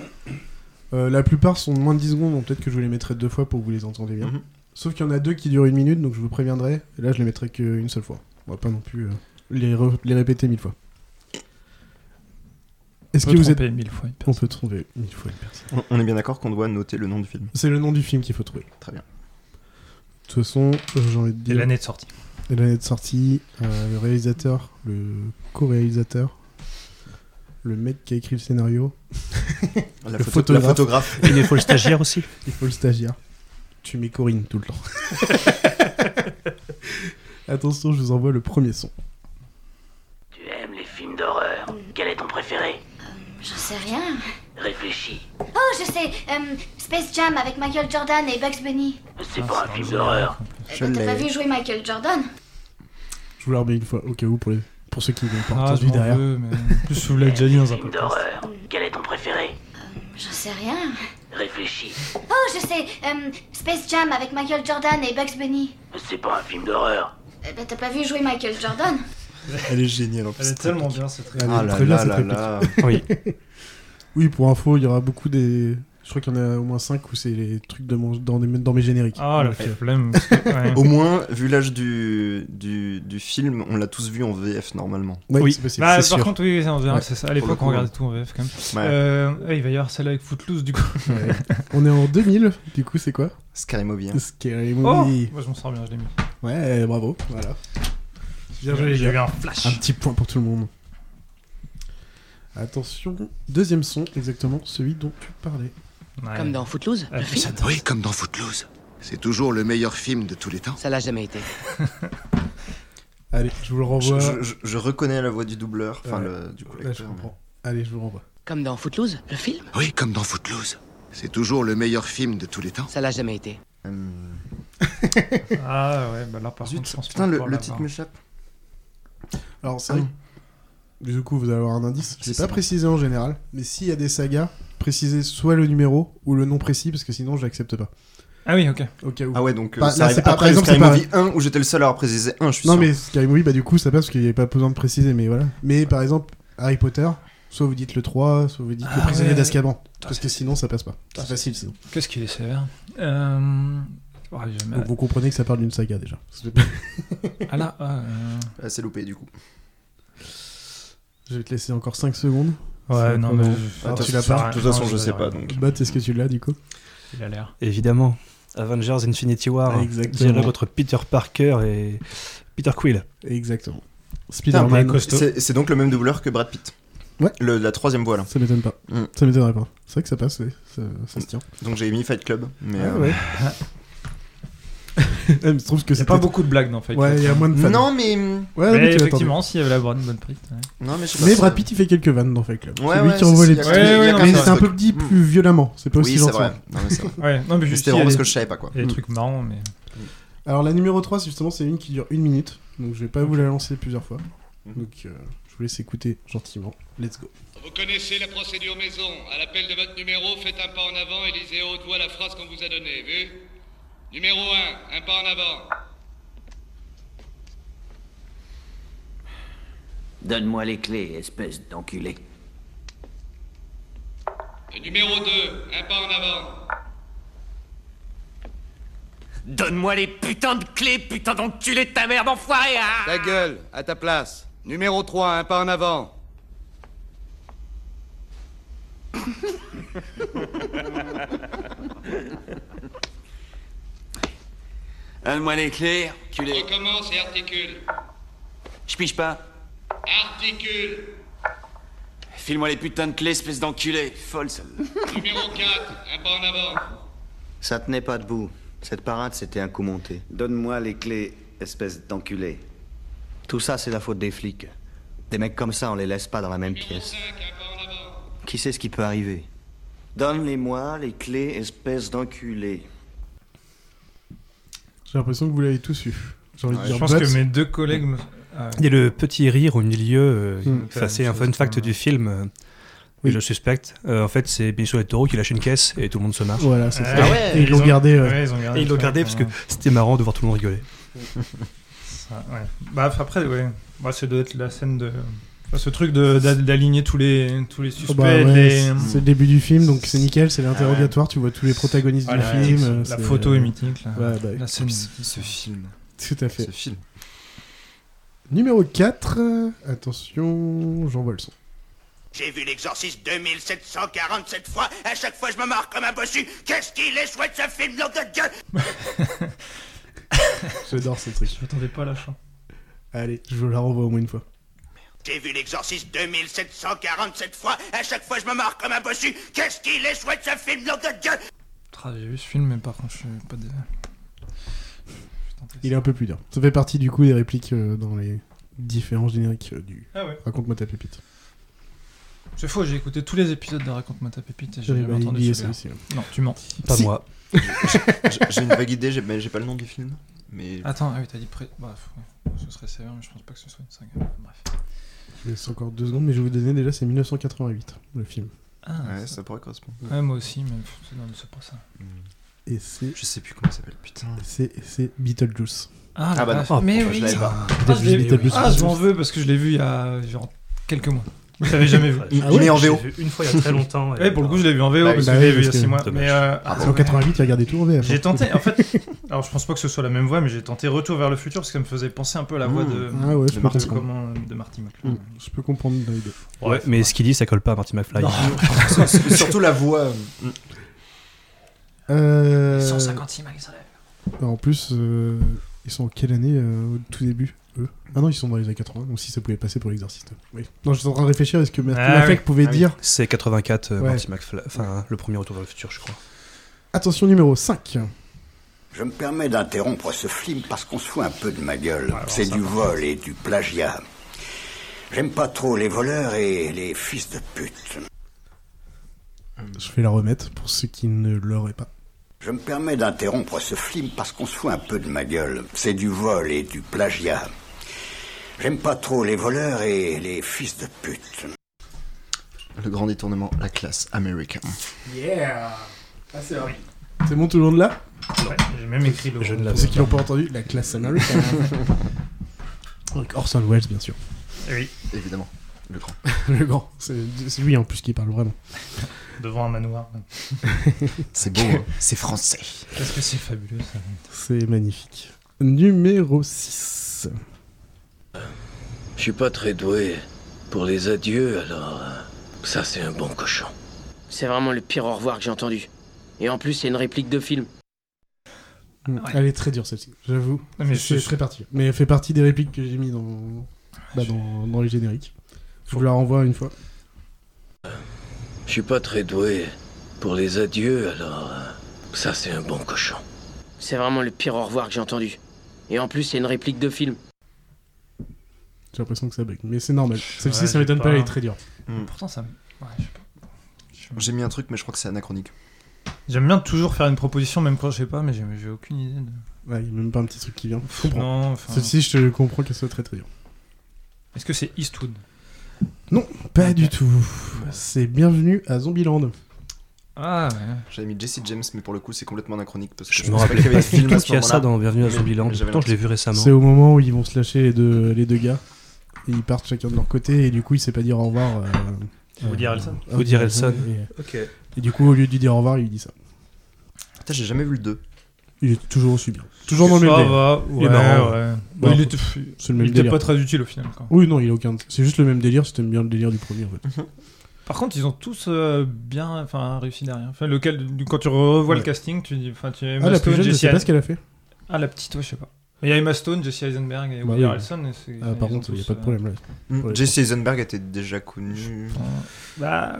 A: Euh, la plupart sont de moins de 10 secondes, donc peut-être que je vous les mettrai deux fois pour que vous les entendez bien.
C: Mhm.
A: Sauf qu'il y en a deux qui durent une minute, donc je vous préviendrai. Et là, je les mettrai qu'une seule fois. On va pas non plus euh, les, re- les répéter mille fois. Est-ce que vous êtes.
B: mille fois une
A: On
B: personne.
A: peut tromper mille fois une personne.
C: On- On est bien d'accord qu'on doit noter le nom du film.
A: C'est le nom du film qu'il faut trouver.
C: Très bien.
A: De toute façon, euh, j'ai envie de
B: Et
A: dire.
B: l'année de sortie.
A: Et l'année de sortie, euh, le réalisateur, le co-réalisateur, le mec qui a écrit le scénario,
C: La,
A: Le
C: photo- la
A: photographe.
C: photographe.
I: Il est faut le stagiaire aussi.
A: Il faut le stagiaire. Tu mets Corinne tout le temps.
B: [laughs]
A: Attention, je vous envoie le premier son.
G: Tu aimes les films d'horreur. Quel est ton préféré
E: J'en sais rien.
G: Réfléchis.
E: Oh, je sais. euh, Space Jam avec Michael Jordan et Bugs Bunny.
G: C'est
B: Ah,
G: pas un
B: c'est
G: film
B: un
G: d'horreur.
A: Eh,
E: Euh,
C: Je
E: T'as pas
C: l'ai.
E: vu jouer Michael Jordan
A: Je vous la remets une fois, au cas où, pour, les... pour ceux qui n'ont pas
B: Ah, je
A: entendu
B: m'en
A: derrière.
B: veux, mais... [laughs] En plus, je vous l'avez déjà dit dans un
G: Film
B: podcast.
G: d'horreur. Quel est ton préféré
E: J'en sais rien.
G: Réfléchis.
E: Oh, je sais. euh, Space Jam avec Michael Jordan et Bugs Bunny.
G: C'est pas un film d'horreur.
E: Euh, bah, T'as pas vu jouer Michael Jordan
C: Elle est géniale en
B: Elle est tellement bien cette
A: Ah,
B: réplique.
C: Ah
A: Elle est
C: là
A: très bien,
C: là
A: cette
C: là là.
I: Oui.
A: Oui, pour info, il y aura beaucoup des... Je crois qu'il y en a au moins 5 où c'est les trucs de mon- dans, des- dans mes génériques.
B: Ah, la
A: Donc, euh,
B: flemme. parce que-
C: [laughs]
B: ouais.
C: Au moins, vu l'âge du, du, du film, on l'a tous vu en VF normalement.
A: euh, ouais,
I: Oui.
A: c'est possible.
B: Bah, par
I: c'est sûr.
B: contre, oui, oui, en VF,
A: Ouais.
B: c'est ça. À
C: le
B: l'époque,
C: coup,
B: on regardait tout en VF quand même.
C: Ouais.
B: Euh, ouais, il va y avoir celle avec Footloose du coup.
A: Ouais. On est en 2000, du coup, c'est quoi
C: Scary Movie, hein.
A: Scary
B: Oh
A: Movie.
B: Moi, je m'en sors bien, je l'ai mis.
C: Oh
A: Ouais, bravo. Voilà. Bien joué, les
B: J'ai
A: gars.
B: eu un flash.
A: Un petit point pour tout le monde. Attention, deuxième son, exactement celui dont tu parlais.
B: Ouais.
G: Comme dans Footloose,
B: Ah,
G: le film.
H: Oui, comme dans Footloose. C'est toujours le meilleur film de tous les temps.
G: Ça l'a jamais été.
A: Allez, je vous le
C: Je,
A: renvoie.
C: je- je- je reconnais la voix du doubleur, enfin
A: Ouais.
C: le- du coup
A: Là, je
C: l'acteur, mais-
A: comprends. Allez, je vous le renvoie.
G: Comme dans Footloose, le film.
H: Oui, comme dans Footloose. C'est toujours le meilleur film de tous les temps.
G: Ça l'a jamais été.
C: Hum,
B: Ah ouais, bah là par
C: zut,
B: contre, je pense
C: putain,
B: pas
C: le,
B: pouvoir
C: le
B: l'avoir.
C: titre m'échappe.
A: Alors, c'est vrai. que Hum. Du coup, vous allez avoir un indice. Je
C: C'est
A: l'ai pas
C: ça.
A: précisé en général, mais s'il y a des sagas, précisez soit le numéro ou le nom précis, parce que sinon, je l'accepte pas.
B: Ah oui, ok.
A: Au cas où.
C: Ah ouais, donc euh,
A: Bah,
C: ça
A: là,
C: arrive
A: c'est pas- par
C: après le
A: exemple,
C: Scary
A: c'est pas-
C: Movie 1 où j'étais le seul à avoir précisé 1, je suis
A: non,
C: sûr.
A: mais Scary Movie, bah, du coup, ça passe parce qu'il n'y avait pas besoin de préciser, mais voilà. Mais par exemple, Harry Potter, soit vous dites le 3, soit vous dites le
B: Ah
A: prisonnier
B: ouais.
A: d'Azkaban. Parce
B: c'est- Ah,
A: que sinon, ça passe pas.
B: Putain,
A: C'est
B: c'est-
A: facile, sinon.
B: Qu'est-ce qu'il est sévère euh... ouais, je mets-
A: Donc, vous comprenez que ça parle d'une saga déjà.
B: Ah là, ah, euh,
C: Ah, c'est loupé du coup.
A: Je vais te laisser encore 5 secondes.
B: Ouais,
A: C'est
B: non,
A: pas
B: mais.
A: bon.
B: je-
A: Ah,
B: je-
A: tu l'as
B: je-
A: pas
C: De toute façon,
B: non,
C: je sais
B: l'ai
C: pas donc.
A: Bot, est-ce que tu l'as du coup
B: Il a l'air.
I: [laughs] Évidemment. Avengers Infinity War.
A: Exactement.
I: Dialogue entre Peter Parker et Peter Quill.
A: Exactement.
C: Putain,
A: Spider-Man.
B: mais- Costaud.
C: C'est c'est donc le même doubleur que Brad Pitt.
A: Ouais.
C: Le- la troisième voix là.
A: Ça m'étonne pas.
C: Mm.
A: Ça m'étonnerait pas. C'est vrai que ça passe, ouais. ça, ça se tient.
C: Donc j'ai mis Fight Club. Mais,
A: Ah
C: euh,
A: [laughs] Il se trouve que
B: Il Ah y a
A: c'est
B: pas beaucoup de blagues dans Fight
A: Ouais, il y a moins de fans.
C: Non mais hum,
A: ouais, mais
B: Mais
A: tu l'attendais.
B: effectivement, s'il y avait la bonne, bonne prise. ouais.
C: non mais je sais pas
A: Mais
C: si-
A: Brad Pitt, il fait quelques vannes dans Fight Club.
C: Ouais,
A: c'est lui
C: ouais,
A: qui envoie
C: c'est-
A: les
C: il y a-
A: petits.
B: Ouais,
C: il y a
B: ouais,
C: quand
B: non,
C: même
A: mais
B: c'est
A: c'est un peu
C: truc.
A: dit
C: Mm.
A: plus violemment. C'est pas aussi
C: Oui, c'est
A: gentil.
C: vrai. Non, mais
B: [laughs]
C: c'est vrai.
B: Ouais, non, mais
C: Mais
B: juste.
C: C'était
B: il y a
C: vraiment ce
B: des-
C: que je savais pas quoi.
B: Il y a des trucs marrants, mais.
A: Alors la numéro 3, c'est justement, c'est une qui dure une minute. Donc je vais pas vous la lancer plusieurs fois.
C: Mm.
A: Donc euh, je vous laisse écouter gentiment. Let's go.
J: Vous connaissez la procédure maison. À l'appel de votre numéro, faites un pas en avant et lisez à haute voix la phrase qu'on vous a donnée, vu Numéro 1, un pas en avant.
G: Donne-moi les clés, espèce d'enculé.
J: Et numéro 2, un pas en avant.
G: Donne-moi les putains de clés, putain d'enculé de ta mère d'enfoiré, hein
J: Ta gueule, à ta place. Numéro 3, un pas en avant.
G: Donne-moi les clés, culé.
J: Recommence et articule.
G: Je pige pas.
J: Articule.
G: File-moi les putains de clés, espèce d'enculé. Folle, celle-là.
J: Numéro 4, un pas en avant.
F: Ça tenait pas debout. Cette parade, c'était un coup monté. Donne-moi les clés, espèce d'enculé. Tout ça, c'est la faute des flics. Des mecs comme ça, on les laisse pas dans la même
J: Numéro
F: pièce.
J: 5, un pas en avant.
F: Qui sait ce qui peut arriver Donne-les-moi les clés, espèce d'enculé.
A: J'ai l'impression que vous l'avez tous eu. J'ai envie de
B: Je
A: dire
B: pense
A: Bot.
B: que mes deux collègues. me- Ah ouais.
I: Il y a le petit rire au milieu. euh,
A: Hmm.
I: enfin, c'est un fun fact du film. euh,
A: Oui.
I: Je le suspecte. Euh, en fait, c'est Benicio del Toro qui lâche une caisse et tout le monde se marre.
A: Voilà, c'est
B: Ah
A: ça.
B: ouais,
A: Et ils l'ont
B: ont-
A: gardé. euh, ouais.
B: ouais, ils ont gardé.
I: Et ils l'ont
B: le truc,
I: gardé parce que
B: ouais.
I: c'était marrant de voir tout le monde rigoler.
B: Ah, ouais. Bah enfin, après, ouais. Bah, ça doit être la scène de. enfin, ce truc de- d'a- d'aligner tous les, tous les
A: Oh
B: suspects.
A: bah ouais,
B: les...
A: C'est le début du film, donc c'est nickel,
C: Ah
A: c'est l'interrogatoire, tu vois tous les protagonistes
B: Ah,
A: du
B: la,
A: film. euh,
B: la
A: c'est-
B: photo est mythique. Là.
A: Ouais, bah,
B: la
C: Ce
B: scène.
C: ce film.
A: tout à fait.
C: Ce film.
A: Numéro 4, attention, j'envoie le son.
J: J'ai vu l'exorciste 2747 fois, à chaque fois je me marre comme un bossu. Qu'est-ce qu'il est chouette ce film, nom de Dieu
A: J'adore ce truc.
B: Je m'attendais pas à la fin.
A: Allez, je vous la renvoie au moins une fois.
J: J'ai vu l'exorciste 2747 fois, à chaque fois je me marre comme un bossu. Qu'est-ce qu'il est chouette ce film, nom de Dieu
B: Tra, J'ai vu ce film, mais par contre, je suis pas dé- Je suis tenté.
A: Il est un peu plus dur. Ça fait partie du coup des répliques euh, dans les différents génériques euh, du
B: Ah ouais.
A: Raconte-moi ta pépite.
B: C'est faux, j'ai écouté tous les épisodes de Raconte-moi ta pépite et j'ai
A: J'avais
B: jamais entendu
A: oublié ça
B: celui-là.
A: aussi. ouais.
B: Non, tu mens.
I: Pas
A: Si.
I: moi.
C: J'ai- J'ai une vague idée, j'ai mais j'ai pas le nom du film. Mais
B: Attends, ah oui, t'as dit pré... Bah, faut- ce serait sévère, mais je pense pas que ce soit une saga. Bref.
A: Je laisse encore deux secondes, mais je vais vous donner déjà, c'est 1988, le film.
B: Ah,
C: ouais,
B: ça-
C: ça pourrait correspondre.
B: ouais, moi aussi, mais pff, c'est- non, mais c'est pas ça.
A: Et c'est.
C: Je sais plus comment il s'appelle, putain.
A: C'est c'est Beetlejuice.
B: Ah,
C: Ah
B: la
C: bah non.
B: vache. mais
C: Enfin,
B: oui.
C: je l'avais pas.
B: Ah, je l'ai-
A: Beetlejuice,
B: ah, je m'en
A: Beetlejuice.
B: veux parce que je l'ai vu il y a genre quelques mois. Vous l'avez jamais vu
K: Enfin, je- Ah ouais, je l'ai en je l'ai VO. vu une fois il y a très longtemps,
B: [laughs]
K: et
B: Ouais, pour le coup, je l'ai vu en VO
K: Bah,
B: parce
A: bah
B: que je
A: oui,
B: l'ai vu il y a
A: parce
B: 6
A: que-
B: mois.
A: dommage.
B: Mais euh,
A: Ah, c'est en 88, il a regardé tout en hein. VF.
B: J'ai tenté, en fait, [laughs] alors je pense pas que ce soit la même voix, mais j'ai tenté Retour vers le futur parce qu'elle me faisait penser un peu à la voix de,
A: Ah ouais, je
B: de
A: peux
B: Marty,
A: comprendre.
B: comment- de Marty McFly.
A: Mm, Je peux comprendre l'idée.
I: Ouais, mais ce qu'il dit, ça colle pas à Marty McFly.
A: Non.
C: [laughs]
K: Ah
C: Surtout la voix.
A: Euh...
B: 156 Max
A: En plus, euh, ils sont en quelle année euh, au tout début eux Ah non, ils sont dans les années 80, donc si ça pouvait passer pour l'exercice. Oui. Non, je suis en train de réfléchir est ce que Matthew Affleck pouvait
K: Ah
A: dire.
I: C'est 84, euh,
A: Ouais.
I: Marty McFly. Enfin, le premier retour vers le futur, je crois.
A: Attention numéro 5.
F: Je me permets d'interrompre ce film parce qu'on se fout un peu de ma gueule. C'est du vol et du plagiat. J'aime pas trop les voleurs et les fils de pute.
A: Je vais la remettre pour ceux qui ne l'auraient pas.
F: Je me permets d'interrompre ce film parce qu'on se fout un peu de ma gueule. C'est du vol et du plagiat. J'aime pas trop les voleurs et les fils de pute.
C: Le grand détournement, la classe américaine.
A: Yeah Ah, c'est vrai. C'est bon, tout le monde là
B: Ouais, j'ai même écrit le.
A: Je
B: ne
A: Ceux qui l'ont pas entendu, la classe américaine. [laughs] Avec Orson Welles, bien sûr. [laughs]
B: Oui.
C: Évidemment, le grand.
A: Le grand. C'est c'est lui en plus qui parle vraiment.
B: Devant un manoir.
C: C'est beau, hein. c'est français.
B: Qu'est-ce que c'est fabuleux ça.
A: C'est magnifique. Numéro 6.
L: Je suis pas très doué pour les adieux, alors euh, ça c'est un bon cochon.
M: C'est vraiment le pire au revoir que j'ai entendu. Et en plus, c'est une réplique de film.
A: Mm. Elle est très dure celle-ci, j'avoue.
B: Non, mais
A: C'est
B: je-
A: très parti. Mais elle fait partie des répliques que j'ai mis dans... bah, dans, dans les génériques. Je vous la renvoie une fois.
L: Je suis pas très doué pour les adieux, alors euh, ça c'est un bon cochon.
M: C'est vraiment le pire au revoir que j'ai entendu. Et en plus, c'est une réplique de film.
A: J'ai l'impression que ça bug. Mais c'est normal. Celle-ci,
B: Ouais,
A: ça m'étonne
B: j'ai
A: pas,
B: pas-
A: elle est très dure.
B: Pourtant, ça. me- Ouais, je sais pas.
C: J'ai mis un truc, mais je crois que c'est anachronique.
B: J'aime bien toujours faire une proposition, même quand je sais pas, mais j'ai j'ai aucune idée. De...
A: Ouais, il y a même pas un petit truc qui vient. Je comprends.
B: non, enfin-
A: Celle-ci, je te comprends qu'elle soit très très dure.
B: Est-ce que c'est Eastwood
A: Non, pas du tout. C'est bienvenue à Zombieland.
B: Ah ouais.
C: J'avais mis Jesse James, mais pour le coup, c'est complètement anachronique parce que
I: Je me
C: savais pas
I: rappelais
C: qu'il y
I: pas
C: avait
I: du
C: film à
I: tout
C: ce
I: qu'il y a ça
C: moment-là.
I: dans Bienvenue à
C: Mais-
I: Zombieland.
C: mais j'avais
I: Pourtant, je l'ai vu
C: l'impression-
I: récemment.
A: C'est au moment où ils vont se lâcher les deux, les deux gars. Et ils partent chacun de leur côté. Et du coup, il sait pas dire au revoir. euh,
K: Woody
A: euh,
K: Harrelson.
I: Woody Harrelson.
A: Et,
K: Ok.
A: et du coup, au lieu de lui dire au revoir, il lui dit ça.
C: Putain, j'ai jamais vu le 2.
A: Il est toujours aussi bien. Toujours dans le
B: Ça
A: même délire.
B: va,
A: il est
B: ouais,
A: marrant.
B: ouais.
A: Bah,
B: Ouais, il était-
A: c'est le même
B: il était
A: délire.
B: pas très utile au final, quoi.
A: Oui, non, il a aucun. C'est juste le même délire. C'était bien le délire du premier. En fait. Ah,
B: Par contre, ils ont tous euh, bien enfin, réussi derrière. Enfin, lequel, du- quand tu revois le
A: Ouais.
B: casting, tu dis. Enfin, tu
A: Ah,
B: as Emma
A: la
B: Stone,
A: plus jeune, je
B: Jesse
A: sais pas
B: Eisen-
A: ce qu'elle a fait.
B: Ah, la petite, ouais, je sais pas. Il y a Emma Stone, Jesse Eisenberg et
A: Bah
B: Woody
A: oui.
B: Harrelson. et c'est-
A: Ah, par
B: ils ont
A: contre, il y a
B: tous,
A: pas de
B: euh,
A: problème là.
C: Mm.
A: Ouais.
C: Jesse Eisenberg était déjà connu.
B: Bah,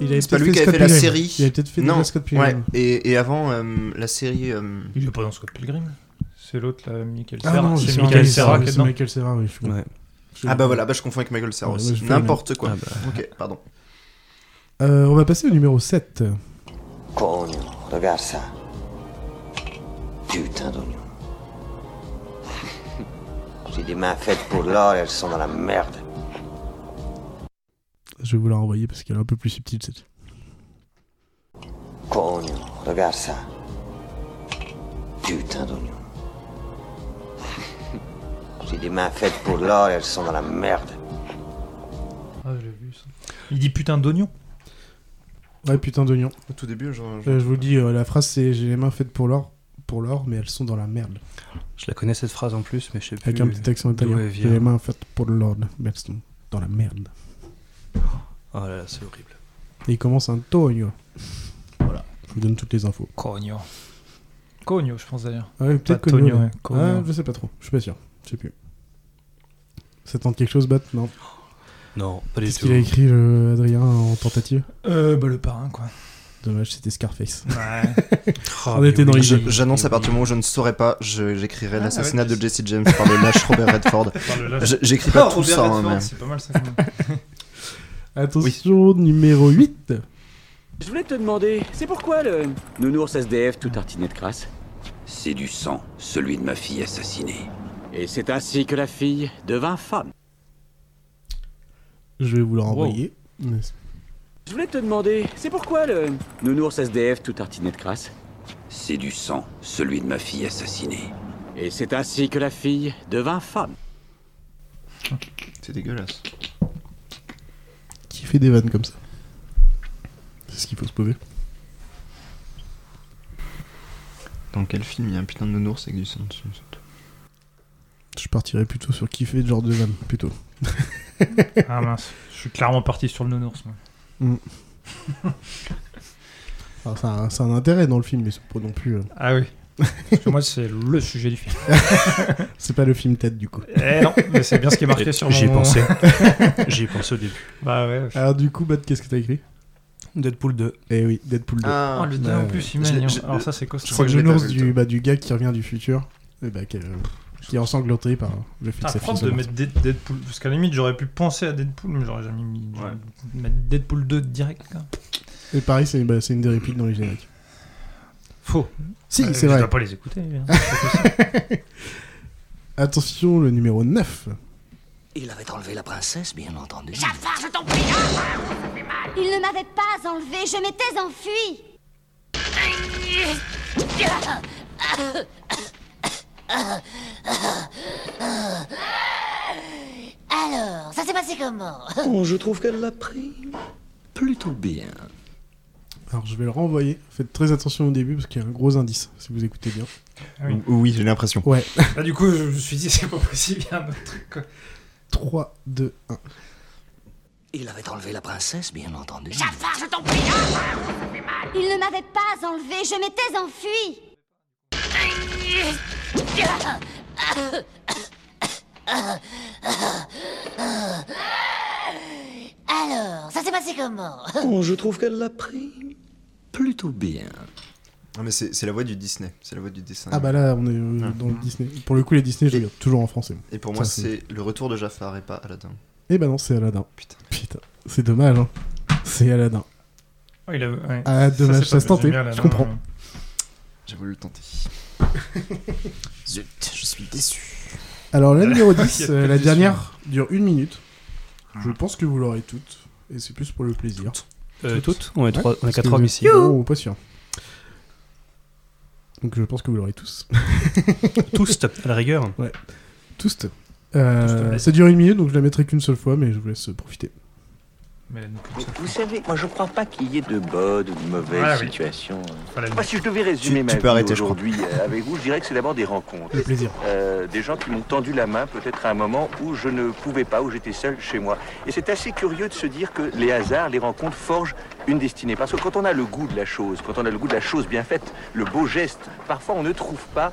A: Il avait
C: C'est pas
A: peut-être
C: lui qui
A: fait
C: avait fait la
A: Scott Pilgrim.
C: série.
A: Il avait peut-être fait
C: non.
A: déjà Scott Pilgrim.
C: Ouais. Et, et avant euh, la série. euh,
B: Il est pas dans Scott Pilgrim. C'est l'autre, là, Michael
A: Ah
B: Serra.
A: non,
B: c'est
A: c'est
B: Michael
A: Michael
B: Serra
A: Cera,
B: qui est
A: c'est
B: dedans.
A: Michael Cera, oui, je suis-
I: Ouais.
A: Je-
C: Ah bah voilà, bah je confonds avec Michael Serra
A: Ouais,
C: aussi.
A: moi, je fais le
C: N'importe
A: même.
C: quoi.
A: Ah bah.
C: Ok, pardon.
A: Euh, on va passer au numéro 7.
F: Cognon, regarde ça. Putain d'oignon. J'ai des mains faites pour l'or, elles sont dans la merde.
A: Je vais vous la renvoyer parce qu'elle est un peu plus subtile cette.
F: Cognon, regarde ça. Putain d'oignon. J'ai des mains faites pour l'or, elles sont dans la merde.
B: Ah, je l'ai vu, ça. Il dit putain d'oignon.
A: Ouais, putain d'oignon.
C: Au tout début, je,
A: Euh, je vous le dis, euh, la phrase c'est j'ai les mains faites pour l'or, pour l'or, mais elles sont dans la merde.
I: Je la connais cette phrase en plus, mais je sais plus.
A: Avec un petit accent
I: d'où
A: italien.
I: elle
A: J'ai les
I: vient.
A: mains faites pour l'or, mais elles sont dans la merde.
I: Oh là là, c'est horrible.
A: Et il commence un togno. Voilà. Je vous donne toutes les infos.
B: Cogno. Cogno, je pense d'ailleurs.
A: Ah ouais, peut-être
B: Pas
A: Cogno,
B: Tonio, hein,
A: ouais.
B: ouais, Cogno.
A: Ah, je sais pas trop. Je suis pas sûr. Je sais plus. Ça tente quelque chose, Bat Non.
I: Non, pas du
A: Qu'est-ce
I: tout.
A: qu'il a écrit, le Adrien, en tentative
B: Euh, bah, le parrain, quoi.
A: Dommage, c'était Scarface.
B: Ouais.
I: Ah,
A: On était dans
C: Je-
A: les
C: J'annonce à partir du moment où je ne saurais pas, je- j'écrirai
B: Ah,
C: l'assassinat
B: ouais,
C: de Jesse James par le lâche Robert [laughs] Redford.
B: Par le lâche.
C: Je- J'écris pas
B: Ah,
C: tout
B: Robert
C: ça. hein,
B: Redford,
C: mais-
B: C'est pas mal ça. quand même.
A: Attention, numéro 8.
N: Je voulais te demander, c'est pourquoi le nounours SDF tout tartiné de crasse
L: C'est du sang, celui de ma fille assassinée.
N: Et c'est ainsi que la fille devint femme.
A: Je vais vous la
N: Wow.
A: renvoyer. Mais-
N: Je voulais te demander, c'est pourquoi le nounours SDF tout tartiné de crasse
L: C'est du sang, celui de ma fille assassinée.
N: Et c'est ainsi que la fille devint femme.
C: C'est dégueulasse.
A: fait des vannes comme ça. C'est ce qu'il faut se poser.
C: Dans quel film il y a un putain de nounours avec du sang dessus surtout
A: Je partirais plutôt sur qui fait ce genre de vannes, plutôt.
B: Ah mince, je suis clairement parti sur le nounours. moi.
A: Mm. Alors, ça, a un, ça a un intérêt dans le film, mais c'est pas non plus. euh,
B: Ah oui. Parce que moi, c'est le sujet du film.
A: c'est pas le film tête du coup.
B: Eh non, mais c'est bien ce qui est marqué sur
I: J'y ai
B: mon-
I: pensé. J'y ai pensé au début.
B: Bah ouais.
A: Alors du coup, Bad, qu'est-ce que t'as écrit
I: Deadpool 2.
A: Eh oui, Deadpool 2.
C: Ah,
B: Oh, le dé-
A: Ouais,
B: en
A: ouais.
B: plus, il m'a
C: Je l'ai-
B: mis en-
C: je-
B: Alors ça, c'est costaud.
A: C'est le
C: je l'ai pas
A: nounours
C: vu,
A: du, bah, du gars qui revient du futur, et bah, qui, euh, qui est ensanglanté par euh, le fils
B: Ah,
A: de sa
B: propre
A: fille.
B: de mettre Dead- Deadpool. Parce qu'à la limite, j'aurais pu penser à Deadpool, mais j'aurais jamais mis. j'aurais dû Mettre Deadpool 2 direct. quoi.
A: Et pareil, c'est bah, c'est une des répliques dans les génériques.
B: Faux.
A: Si,
B: Euh,
A: c'est
B: Je
A: vrai. Ah.
B: dois pas les écouter. hein, c'est pas possible.
A: Attention, le numéro 9.
O: Il avait enlevé la princesse, bien entendu.
E: Jafar, je t'en prie
O: hein.
E: Il ne m'avait pas enlevé, je m'étais enfuie
O: [coughs] Alors, ça s'est passé comment
F: je trouve qu'elle l'a pris plutôt bien.
A: Alors je vais le renvoyer. Faites très attention au début parce qu'il y a un gros indice si vous écoutez bien.
B: Ah oui.
C: Oui, j'ai l'impression.
A: Ouais.
B: Là, Bah, du coup, je me suis dit, [laughs] c'est pas possible, il y a un autre truc. quoi.
A: 3, 2, 1.
O: Il avait enlevé la princesse, bien entendu.
E: Jafar, je t'en prie
O: hein.
E: Il ne m'avait pas enlevé, je m'étais enfuie
O: Alors, ça s'est passé comment
F: je trouve qu'elle l'a pris plutôt bien.
C: Ah, mais c'est c'est la voix du Disney. C'est la voix du dessin.
A: Ah bah là on est euh, dans le Disney. Pour le coup les Disney je regarde toujours en français.
C: Et pour
A: Ça,
C: moi, c'est le retour de Jafar et pas Aladdin.
A: Eh bah non c'est Aladdin. Putain. C'est dommage hein. C'est Aladdin.
B: Oh, il a... ouais.
A: Ah dommage,
B: c'est pas
A: ça
B: hein.
A: se
B: bien,
A: tentait,
B: j'aime bien,
A: je
B: là,
A: comprends.
B: non.
C: J'ai voulu le tenter. Zut, je suis déçu.
A: Alors [laughs] la numéro 10,
C: Il y a
A: euh,
C: pas
A: la
C: de
A: dernière dure une minute. Je pense que vous l'aurez toutes. Et c'est plus pour le plaisir.
I: Euh, toutes On est trois- on est
A: parce
I: quatre
A: que vous
I: hommes
A: êtes-
I: ici.
A: Non, pas sûr. Donc je pense que vous l'aurez tous. [laughs]
I: Tous, à la rigueur.
A: Ouais. Tous. Euh,
I: Tous.
A: ça dure une minute, donc je la mettrai qu'une seule fois, mais je vous laisse profiter.
N: Vous savez, moi je crois pas qu'il y ait de bonnes ou de mauvaises
F: Ah oui.
N: situations. hein.
F: Fallait le
N: Moi,
F: dire.
N: si je devais résumer
F: Tu-
N: ma
F: tu peux
N: vie
F: arrêter, je crois.
N: aujourd'hui euh, avec vous, je dirais que c'est d'abord des rencontres.
A: Le plaisir.
N: Euh, des gens qui m'ont tendu la main peut-être à un moment où je ne pouvais pas, où j'étais seul chez moi. Et c'est assez curieux de se dire que les hasards, les rencontres forgent une destinée. Parce que quand on a le goût de la chose, quand on a le goût de la chose bien faite, le beau geste, parfois on ne trouve pas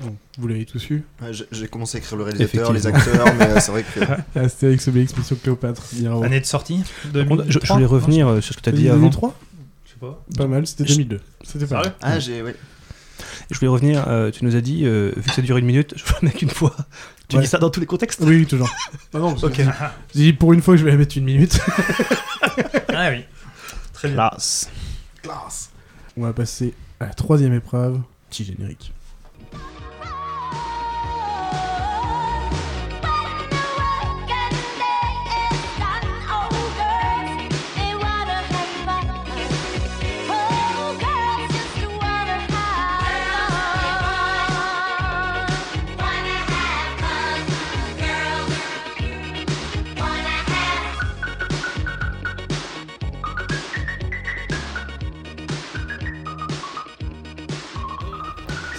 A: Bon, vous l'avez tous eu
C: Ouais, j'ai- J'ai commencé à écrire le réalisateur, les
A: Effectivement.
C: acteurs, mais euh, c'est vrai que.
A: Astérix, Obélix, Mission Cléopâtre. Miro.
B: Année de sortie
I: Par contre, je, je
B: 2003,
I: voulais
B: non,
I: revenir euh, sur ce que tu as
A: T'as
I: dit
A: dit
I: avant.
A: 2003
B: Je sais pas.
A: Pas mal, c'était 2002. C'était pas mal.
C: Ah, j'ai. Ouais.
I: Je voulais revenir, euh, tu nous as dit, euh, vu que ça dure une minute, je vous le mets qu'une fois. Tu
A: Ouais.
I: dis ça dans tous les contextes
A: Oui, toujours. [laughs] Ah non, parce que
I: Ok.
A: j'ai dit- j'ai dit pour une fois que je vais la mettre une minute. [laughs]
B: Ah oui. Très bien.
I: Classe.
A: Classe. On va passer à la troisième épreuve, petit générique.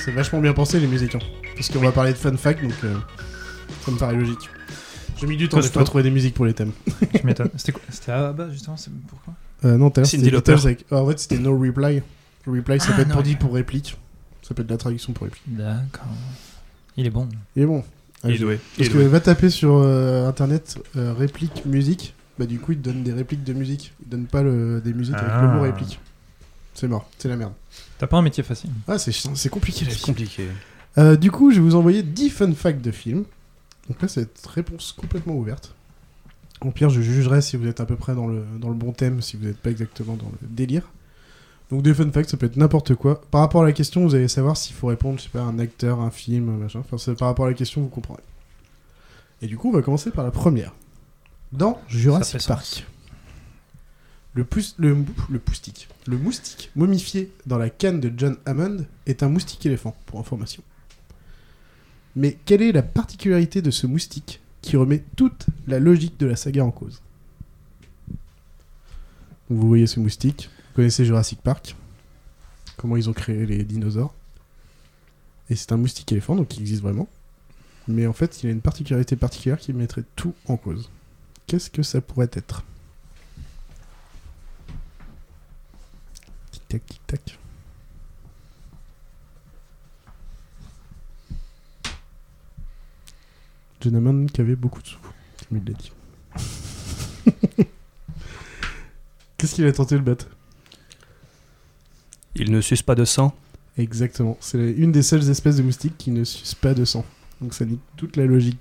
A: C'est vachement bien pensé les musiques, hein. parce qu'on va parler de fun fact, donc euh, ça me paraît logique. J'ai mis du temps des
B: Costaud.
A: fois à trouver des musiques pour les thèmes.
B: Je m'étonne. C'était quoi C'était à bas, justement, c'est pourquoi
A: Euh, non, tout à l'heure,
I: Cyndi
A: c'était
I: Lauper.
A: Beatles avec- ah, en fait, c'était No Reply. Reply, ça
B: Ah,
A: peut être
B: No
A: pour dit pour réplique. Ça peut être de la traduction pour réplique.
B: D'accord. Il est bon.
A: Et bon.
I: Il est doué. Il est
A: Parce que
I: doué.
A: va taper sur euh, internet euh, réplique musique, bah du coup, il te donne des répliques de musique. Il donne pas le- des musiques avec
B: Ah.
A: le mot réplique. C'est mort, c'est la merde.
B: T'as pas un métier facile.
A: Ah, c'est chiant, c'est compliqué la
I: C'est
A: vie.
I: compliqué.
A: Euh, du coup, je vais vous envoyer 10 fun facts de films. Donc là, c'est réponse complètement ouverte. Au pire, je jugerai si vous êtes à peu près dans le, dans le bon thème, si vous n'êtes pas exactement dans le délire. Donc des fun facts, ça peut être n'importe quoi. Par rapport à la question, vous allez savoir s'il faut répondre, je sais pas, un acteur, un film, machin. Enfin, c'est par rapport à la question, vous comprendrez. Et du coup, on va commencer par la première. Dans Jurassic Park, le, pous- le, mou- le poustique, le moustique momifié dans la canne de John Hammond est un moustique éléphant, pour information. Mais quelle est la particularité de ce moustique qui remet toute la logique de la saga en cause Donc, Vous voyez ce moustique, vous connaissez Jurassic Park, comment ils ont créé les dinosaures. Et c'est un moustique éléphant, donc il existe vraiment. Mais en fait, il a une particularité particulière qui mettrait tout en cause. Qu'est-ce que ça pourrait être Tic-tac, tic-tac. John Hammond qui avait beaucoup de sous, comme il l'a dit. [laughs] Qu'est-ce qu'il a tenté le battre
I: Il ne suce pas de sang.
A: Exactement. C'est une des seules espèces de moustiques qui ne suce pas de sang. Donc ça nique toute la logique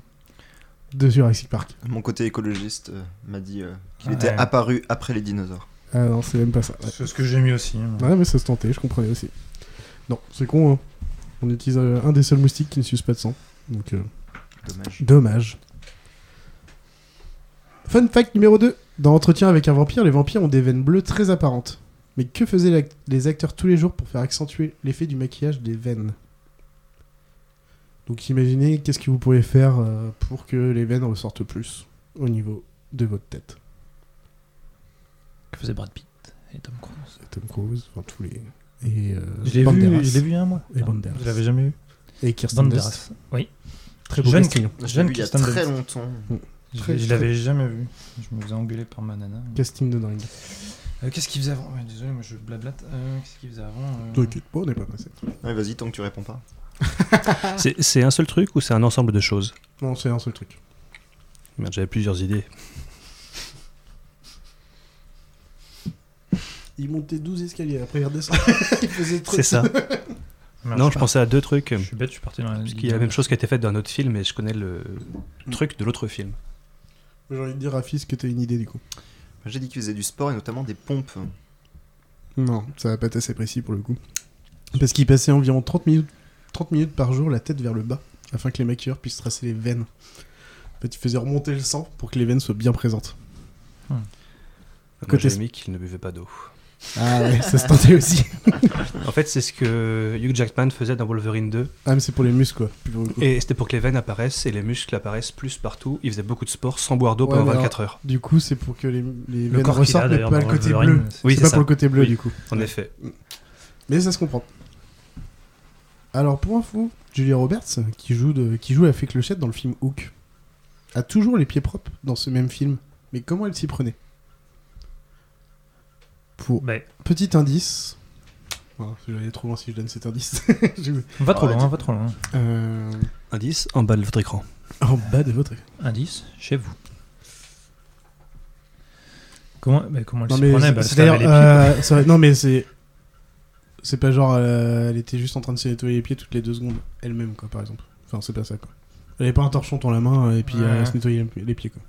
A: de Jurassic Park.
C: Mon côté écologiste euh, m'a dit euh, qu'il
B: Ah
C: était
B: ouais.
C: apparu après les dinosaures.
A: Ah non, c'est même pas ça. ouais.
B: C'est ce que j'ai mis aussi. hein.
A: Ouais, mais ça se tentait, je comprenais aussi. Non, c'est con, hein. On utilise euh, un des seuls moustiques qui ne suce pas de sang. Donc, euh,
C: Dommage.
A: dommage. Fun fact numéro 2. Dans Entretien avec un vampire, les vampires ont des veines bleues très apparentes. Mais que faisaient l'ac- les acteurs tous les jours pour faire accentuer l'effet du maquillage des veines Donc imaginez qu'est-ce que vous pourriez faire euh, pour que les veines ressortent plus au niveau de votre tête.
P: Que faisait Brad Pitt et Tom Cruise
A: Tom Cruise, enfin tous les. Et, euh,
B: Je l'ai vu,
A: Banderas.
B: je l'ai vu un mois.
A: Et Banderas.
B: Je l'avais jamais vu.
A: Et Kirsten
B: Banderas,
A: Dunst.
B: Oui.
A: Très beau
B: jeune,
A: casting.
C: Je l'ai
B: Jeune
C: vu il y a
B: Kirsten
C: très
B: Dunst.
C: longtemps.
B: Mm. Je-
A: Très,
B: je
A: très-
B: l'avais jamais vu. Je me faisais engueuler par ma nana.
A: Casting de dingue.
B: Euh, Qu'est-ce qu'il faisait avant Ouais, Désolé, moi je blablate. Euh, Qu'est-ce qu'il faisait avant Euh,
A: T'inquiète pas, on n'est pas passé.
C: Ouais, vas-y, tant que tu réponds pas.
I: C'est c'est un seul truc ou c'est un ensemble de choses
A: Non, c'est un seul truc.
I: Merde, j'avais plusieurs idées.
A: Il montait 12 escaliers, après il redescend. [laughs] il faisait trop [laughs]
I: C'est ça.
B: Merde,
I: non,
B: Bah, je
I: je
B: suis
I: pensais à deux trucs.
B: Je suis bête, je suis parti dans la.
I: Parce qu'il y a la même chose qui a été faite dans un autre film et je connais le
A: Mm.
I: truc de l'autre film.
A: J'ai envie de dire à Fils que t'as une idée du coup.
C: J'ai dit qu'ils faisaient du sport et notamment des pompes.
A: Non, ça va pas être assez précis pour le coup. Parce qu'il passait environ 30 minutes, 30 minutes par jour la tête vers le bas, afin que les maquilleurs puissent tracer les veines. En fait, il faisait remonter le sang pour que les veines soient bien présentes.
I: Moi,
A: Côté-
I: j'avais mis qu'il ne buvait pas d'eau.
A: Ah ouais, ça se tentait aussi.
I: en fait, c'est ce que Hugh Jackman faisait dans Wolverine 2.
A: [laughs] Ah, mais c'est pour les muscles quoi. plus pour le coup.
I: Et c'était pour que les veines apparaissent et les muscles apparaissent plus partout. Il faisait beaucoup de sport sans boire d'eau
A: Ouais,
I: pendant
A: mais
I: 24
A: alors,
I: heures.
A: Du coup, c'est pour que les, les
I: Le
A: veines
I: corps qu'il a,
A: ressortent, mais
I: d'ailleurs,
A: pas le
I: dans
A: côté
I: Wolverine,
A: bleu.
I: c'est- Oui,
A: c'est
I: c'est
A: pas
I: ça.
A: pour le côté bleu
I: Oui,
A: du coup.
I: en effet.
A: Mais ça se comprend. Alors pour info, Julia Roberts, qui joue, de, qui joue la fée clochette dans le film Hook, a toujours les pieds propres dans ce même film. Mais comment elle s'y prenait Pour
B: Bah,
A: petit indice. Voilà, je vais aller trop loin si je donne cet indice. [laughs] Je-
B: Va trop
A: Arrête.
B: loin, va trop loin.
A: Euh,
I: Indice en bas de votre écran.
A: En bas de votre.
B: Indice, chez vous. Comment, bah, comment elle
A: Non
B: s'y
A: mais,
B: prenait
A: c'est-
B: bah,
A: c'est
B: elle se lavait
A: d'ailleurs,
B: les pieds.
A: euh, c'est- non mais c'est c'est pas genre euh, elle était juste en train de se nettoyer les pieds toutes les deux secondes elle-même quoi par exemple. Enfin c'est pas ça quoi. Elle avait pas un torchon dans la main euh, et puis
B: Ouais.
A: elle se nettoyait les- les pieds quoi.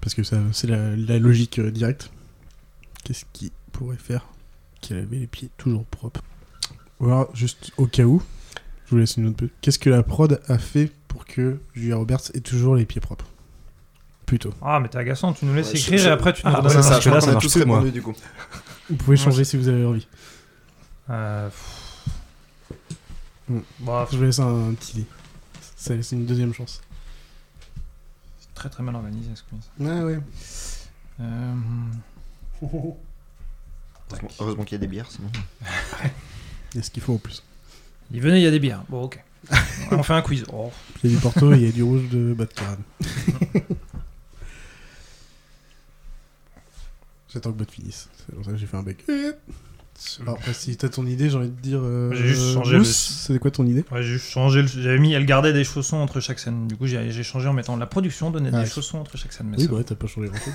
A: Parce que ça c'est la, la logique euh, directe. Qu'est-ce qui pourrait faire qu'elle avait les pieds toujours propres Ou alors juste au cas où, je vous laisse une autre petite. Qu'est-ce que la prod a fait pour que Julia Roberts ait toujours les pieds propres Plutôt.
B: Ah, mais t'es agaçant, tu nous laisses
C: Ouais, je-
B: écrire
C: je-
B: et après tu nous
C: Ah,
B: redonnes
C: ouais,
B: un
C: ça,
B: truc.
C: je crois qu'on a tous répondu, du coup.
A: Vous pouvez changer si vous avez envie.
B: Euh, pff, Bah,
A: Mm. Je vais laisser un, un petit lit. C'est c'est une deuxième chance.
B: c'est très très mal organisé ce quiz.
A: Ouais, ouais.
B: Euh,
C: Heureusement, heureusement qu'il y a des bières, sinon.
A: Il y a ce qu'il faut en plus.
B: Il venait, il y a des bières. Bon, ok. On fait un quiz. Oh.
A: Il y a du Porto et il y a du rouge de bas de carême. J'attends que Bot finisse. C'est pour ça que j'ai fait un bec. Alors, après, si t'as ton idée, j'ai envie de dire. euh,
B: J'ai juste changé
A: Mousse,
B: le-
A: C'est quoi ton idée
B: Ouais, j'ai changé. le- J'avais mis, elle gardait des chaussons entre chaque scène. Du coup, j'ai j'ai changé en mettant la production donnait
A: Ah,
B: des
A: ok.
B: chaussons entre chaque scène. mais
A: Oui,
B: ça-
A: bah ouais, t'as pas changé grand chose.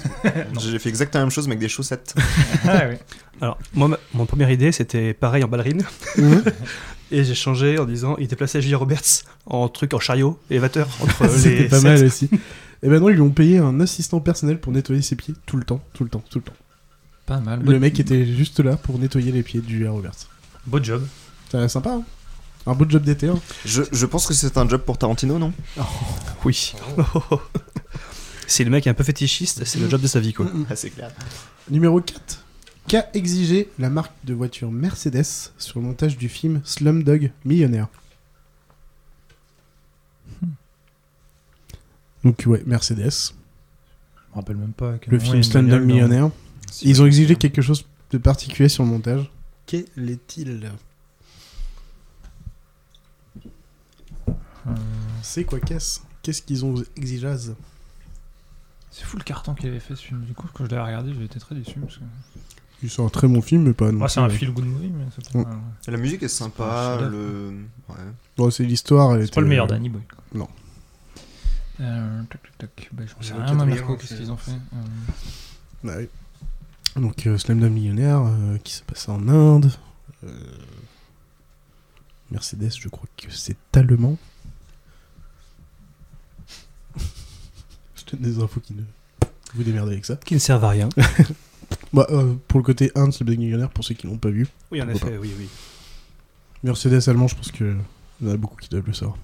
B: Non.
C: J'ai fait exactement la même chose, mais avec des chaussettes.
A: bah.
B: [laughs] Ah, oui.
I: Alors, moi, ma- mon première idée, c'était pareil en ballerine.
A: Mm.
I: [laughs] et j'ai changé en disant il déplaçait Julia Roberts en truc, en chariot, élévateur entre
A: [laughs] C'était
I: les.
A: pas
I: sets.
A: mal aussi. Et ben non, ils lui ont payé un assistant personnel pour nettoyer ses pieds tout le temps, tout le temps, tout le temps.
B: Pas mal.
A: Le
B: Bon-
A: mec était juste là pour nettoyer les pieds du Roberts.
B: Beau job.
A: C'est sympa, hein Un beau job d'été, hein
C: Je, je pense que c'est un job pour Tarantino, non
I: Oui. si le mec est un peu fétichiste, c'est le job de sa vie, quoi.
C: Ah, c'est clair.
A: Numéro 4. Qu'a exigé la marque de voiture Mercedes sur le montage du film Slumdog Millionnaire Hmm. Donc ouais, Mercedes.
B: Je me rappelle même pas. à quel hein.
A: Le
B: moment il y
A: film
B: a une
A: Slumdog
B: bagnole dans-
A: Millionnaire. Ils ont exigé quelque chose de particulier sur le montage. Quel est-il
B: hein.
A: C'est quoi qu'est-ce Qu'est-ce qu'ils ont exigé
B: C'est fou le carton qu'il avait fait ce film. Du coup, quand je l'ai regardé, j'ai été très déçu. Parce que...
A: Ils sont un très bon film, mais pas non
B: Ah, c'est
A: plus,
B: un
A: ouais.
B: feel good movie, mais c'est pas.
A: Ouais.
B: un-
C: La musique est sympa, le. Ouais.
A: Bon, c'est l'histoire.
B: C'est pas le meilleur d'Annie Boy.
A: Non.
B: Euh, tac, tac, tac. Bah, j'en sais
A: Le
B: rien, moi,
A: quatrième,
B: Marco,
A: hein,
B: qu'est-ce
A: c'est-
B: qu'ils ont fait Euh,
A: Bah oui. Donc euh, Slam Dunk Millionnaire euh, qui se passe en Inde. Euh, Mercedes, je crois que c'est allemand. [laughs] je te donne des infos qui ne. Vous démerdez avec ça.
I: Qui ne servent à rien.
A: bah, euh, pour le côté Inde, Slam Dunk Millionnaire, pour ceux qui l'ont pas vu.
I: Oui, en
A: pourquoi
I: effet,
A: pas.
I: oui, oui.
A: Mercedes allemand, je pense que il y en a beaucoup qui doivent le savoir.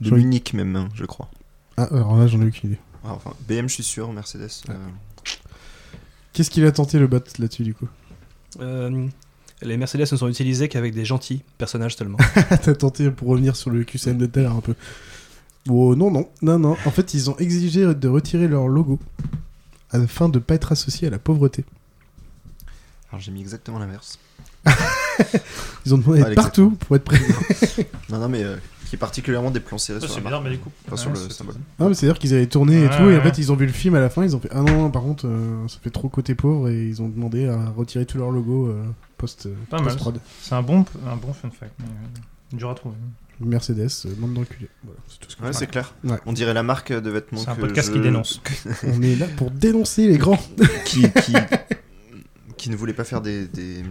C: De
A: Jean-
C: Munich, même, hein, je crois.
A: Ah, alors là, j'en ai aucune idée.
C: Ah, Enfin, BM, je suis sûr, Mercedes. euh,
A: Qu'est-ce qu'il a tenté le bot là-dessus du coup
I: Euh, les Mercedes ne sont utilisés qu'avec des gentils personnages [laughs] seulement.
A: T'as tenté pour revenir sur le QCM de tout à l'heure un peu. Bon, non, non, non, non. En fait, ils ont exigé de retirer leur logo afin de pas être associés à la pauvreté.
C: Alors, j'ai mis exactement l'inverse.
A: Ils ont demandé
C: Pas
A: d'être partout pour être présents.
C: non, non, mais euh, qui est particulièrement des plans serrés
B: Ça,
C: sur
B: c'est
C: la
B: bizarre,
C: marque.
B: mais du coup-
C: Enfin, sur
B: Ouais,
C: le
B: c'est-
C: symbole.
A: Ah, mais c'est-à-dire qu'ils avaient tourné et
B: Ouais,
A: tout, et en
B: ouais.
A: fait, ils ont vu le film à la fin, ils ont fait Ah non, non, par contre, euh, ça fait trop côté pauvre, et ils ont demandé à retirer tout leur logo euh, post,
B: Pas mal.
A: prod
B: C'est un bon, un bon fun fact. Mais, euh, dur à trouver.
A: Mercedes, euh, bande d'enculés. Voilà, c'est tout ce que
C: Ouais,
A: je-
C: c'est clair.
A: Ouais.
C: On dirait la marque de vêtements.
B: C'est un
C: que
B: podcast
C: je-
B: qui dénonce.
A: On est là pour dénoncer les grands.
C: qui, qui, qui ne voulait pas faire des. des-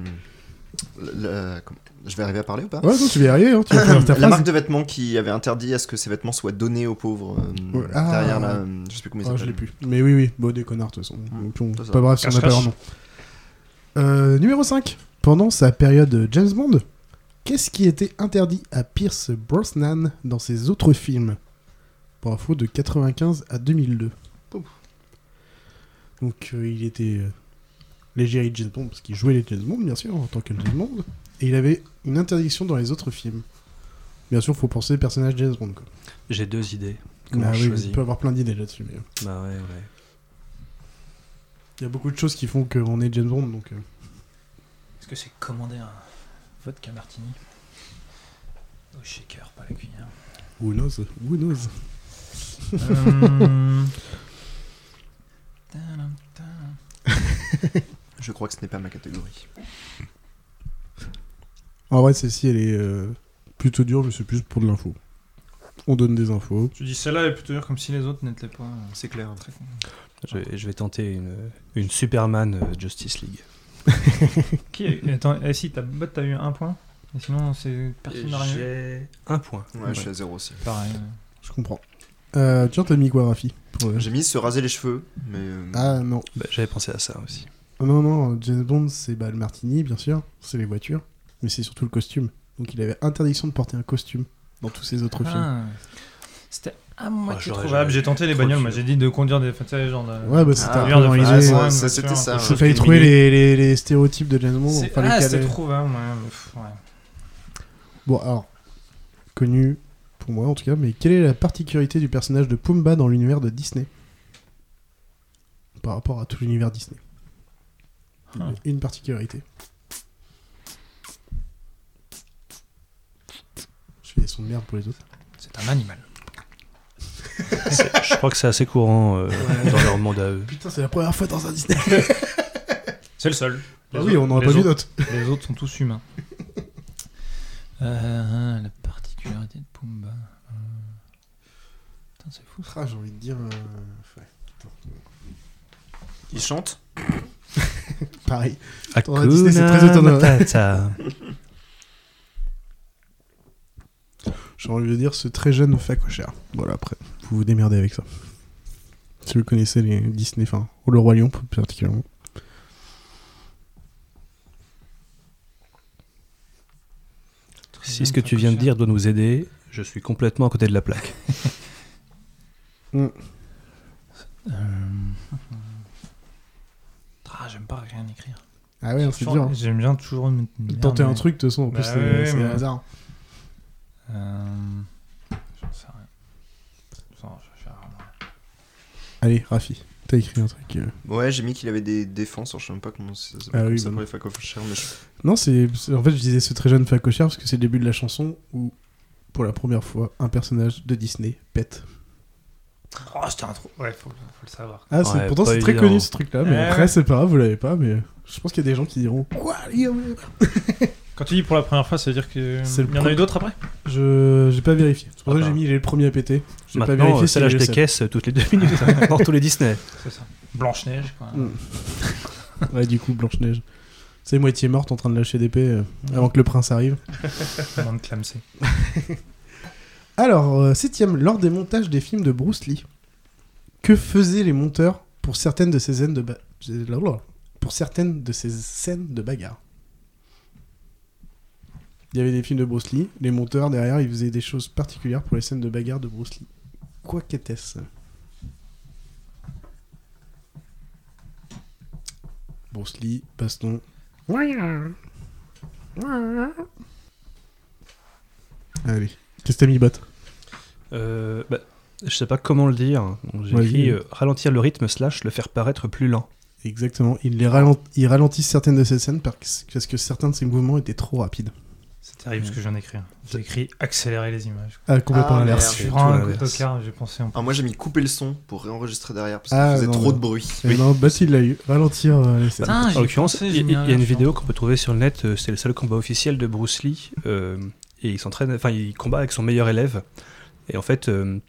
C: la- la- comment- je vais arriver à
B: [coughs]
C: parler ou pas
A: Ouais, non, tu vas y arriver, hein, tu vas faire ta
C: la
A: phrase.
C: marque de vêtements qui avait interdit à ce que ces vêtements soient donnés aux pauvres euh,
A: Ouais, ah.
C: derrière la. euh, Je sais plus comment ils
A: Ah, je
C: s'appellent.
A: l'ai plus. Mais oui, oui, bon, des connards, de toute façon. Donc, on-
C: c'est ça.
A: Pas grave si on n'a pas
C: Cache-cache.
A: leur nom. Euh, numéro 5. Pendant sa période James Bond, qu'est-ce qui était interdit à Pierce Brosnan dans ses autres films Pour info, de 95 à 2002. Donc, euh, il était euh, léger à James Bond, parce qu'il jouait les James Bond, bien sûr, en tant que James Bond. Et il avait une interdiction dans les autres films. Bien sûr, faut penser personnage James Bond. Quoi.
I: J'ai deux idées. Comment
A: Bah
I: je
A: oui,
I: choisis
A: il peut avoir plein d'idées là-dessus. mais- euh,
I: Bah ouais, ouais.
A: Il y a beaucoup de choses qui font qu'on est James Bond, donc... euh,
B: Est-ce que c'est commander un vodka martini au shaker, pas la cuillère
A: Who knows Who knows
B: [laughs] Euh,
C: Je crois que ce n'est pas ma catégorie.
A: En vrai, celle-ci, elle est euh, plutôt dure, mais c'est plus pour de l'info. On donne des infos.
B: Tu dis celle-là est plutôt dure comme si les autres n'étaient pas. C'est clair. Très con.
I: Je, je vais tenter une, une Superman euh, Justice League.
B: Qui est- Attends, eh, si, t'as bot, t'as eu un point. Et sinon, c'est personne n'a rien. eu.
I: J'ai un point.
C: Ouais, je suis à zéro aussi.
B: Pareil.
A: Je comprends. Euh, tiens, t'as mis quoi, Rafi pour, euh,
C: J'ai mis se raser les cheveux, mais. euh,
A: Ah non.
I: Bah, J'avais pensé à ça aussi.
A: Ah, Non, non, James Bond, c'est bah, le martini, bien sûr. C'est les voitures. Mais c'est surtout le costume. Donc il avait interdiction de porter un costume dans tous ses autres films.
B: Ah, C'était à moitié
I: j'aurais
B: trouvable.
I: jamais
B: J'ai tenté les
I: trop
B: bagnoles,
I: su.
B: moi j'ai dit de conduire des. Enfin, tu sais, genre. De...
A: Ouais, bah, c'était un
B: conduire
A: peu
B: de
A: dans
B: façon
A: l'idée.
B: à
A: Ouais,
B: une
C: ça,
B: voiture,
C: c'était ça,
B: un peu
A: Il fallait
B: chemin
A: trouver
B: illuminé.
A: les, les- les stéréotypes de James Bond.
B: C'est-
A: fallait
B: Ah,
A: caler.
B: c'était trouvable, ouais. mais pff, ouais.
A: Bon, alors, connu pour moi en tout cas, mais quelle est la particularité du personnage de Pumba dans l'univers de Disney Par rapport à tout l'univers Disney. Il y a
B: Ah.
A: Une particularité. Je fais des sons de merde pour les autres.
B: C'est un animal.
I: C'est- je crois que c'est assez courant euh, dans leur monde à eux.
A: Putain, c'est la première fois dans un Disney.
B: C'est le seul.
A: Bah
B: Les
A: oui, on en a
B: les
A: pas vu
B: autres- Les autres sont
A: [laughs]
B: tous humains. Euh, la particularité de Pumba. euh, Putain, c'est fou.
A: Ah, j'ai envie de dire. euh, ouais, putain.
C: Il chante
A: Pareil. Dans un
I: Hakuna
A: Disney, c'est très étonnant.
I: [laughs] Matata.
A: J'ai envie de dire ce très jeune facochère. Voilà, après, vous vous vous démerdez avec ça. Si vous connaissez les Disney, enfin, ou le Royaume plus particulièrement.
I: Si ce que tu viens de dire doit nous aider, je suis complètement à côté de la plaque.
A: Mm.
B: Euh, [laughs] Ah, j'aime pas rien écrire.
A: Ah ouais, c'est
B: Toujours-
A: dur. hein.
B: J'aime bien toujours me- me
A: Tenter
B: dire,
A: un
B: mais-
A: truc, de toute façon, en
B: Bah
A: plus, c'est
B: ouais,
A: c'est
B: mais-
A: un hasard.
B: Euh, J'en sais rien. J'en- j'en sais rien.
A: Allez, Rafi, t'as écrit un truc. euh.
C: Ouais, j'ai mis qu'il avait des défenses, alors je sais même pas comment ça s'appelle
A: Ah
C: comme
A: oui,
C: ça
A: bah
C: pour
A: non.
C: les facochères, mais je-
A: Non, c'est c'est- en fait je disais ce très jeune facochère parce que c'est le début de la chanson où pour la première fois un personnage de Disney pète.
B: Oh, c'était un trou. Ouais, faut, faut le savoir.
A: Ah, c'est-
I: Ouais,
A: pourtant
I: pas
A: c'est très
I: évident.
A: connu ce truc là, mais
B: Eh
A: après
B: ouais.
A: c'est pas grave, vous l'avez pas, mais je pense qu'il y a des gens qui diront quoi
B: Quand tu dis pour la première fois, ça veut dire que.
A: C'est le
B: Il y en a
A: premier-
B: eu d'autres après
A: Je j'ai pas vérifié. C'est pour
I: Ah
A: ça que j'ai
I: bah.
A: mis j'ai le premier à péter. J'ai pas
I: Maintenant,
A: vérifié
I: euh,
A: si
I: ça lâche
A: j'ai
I: des
A: le
I: caisses euh, toutes les deux minutes [laughs] dans tous les Disney.
B: C'est ça. Blanche-Neige, quoi.
A: Mm. ouais, du coup, Blanche-Neige. C'est moitié morte en train de lâcher des paix euh, avant que le prince arrive.
B: Avant de clamser.
A: Alors, euh, septième, lors des montages des films de Bruce Lee, que faisaient les monteurs pour certaines de ces scènes de, ba- pour certaines de, ces scènes de bagarre Il y avait des films de Bruce Lee, les monteurs derrière, ils faisaient des choses particulières pour les scènes de bagarre de Bruce Lee. Quoi qu'était-ce Bruce Lee, baston. Allez, qu'est-ce que t'as mis, Bat
I: Euh, bah, je sais pas comment le dire. Donc, J'ai
A: Vas-y.
I: écrit euh, ralentir le rythme slash le faire paraître plus lent.
A: Exactement, ils, les ralent- ils ralentissent certaines de ces scènes parce parce que certains de ces mouvements étaient trop rapides.
B: C'est terrible ce que je viens d'écrire. J'ai écrit accélérer les images.
A: Ah, complètement
C: Ah,
A: à l'air.
C: merde.
B: Je
C: C'est
B: prends
C: tout
B: un coup de
C: l'inverse.
B: tocard, j'ai pensé en
C: Ah, moi j'ai mis couper le son pour réenregistrer derrière parce qu'il
A: Ah,
C: faisait
A: non,
C: trop
A: non.
C: de bruit.
A: [laughs] Mais non, Bat il l'a eu. Ralentir euh, les scènes.
B: Putain,
I: en
B: j'y
I: l'occurrence,
B: pensais,
I: il
B: j'ai
I: y,
B: mis
I: il y
B: un
I: a une
B: lien,
I: vidéo qu'on peut trouver sur le net. euh, C'est le seul combat officiel de Bruce Lee. euh, et il s'entraîne, enfin, il combat avec son meilleur élève. Et en fait, euh,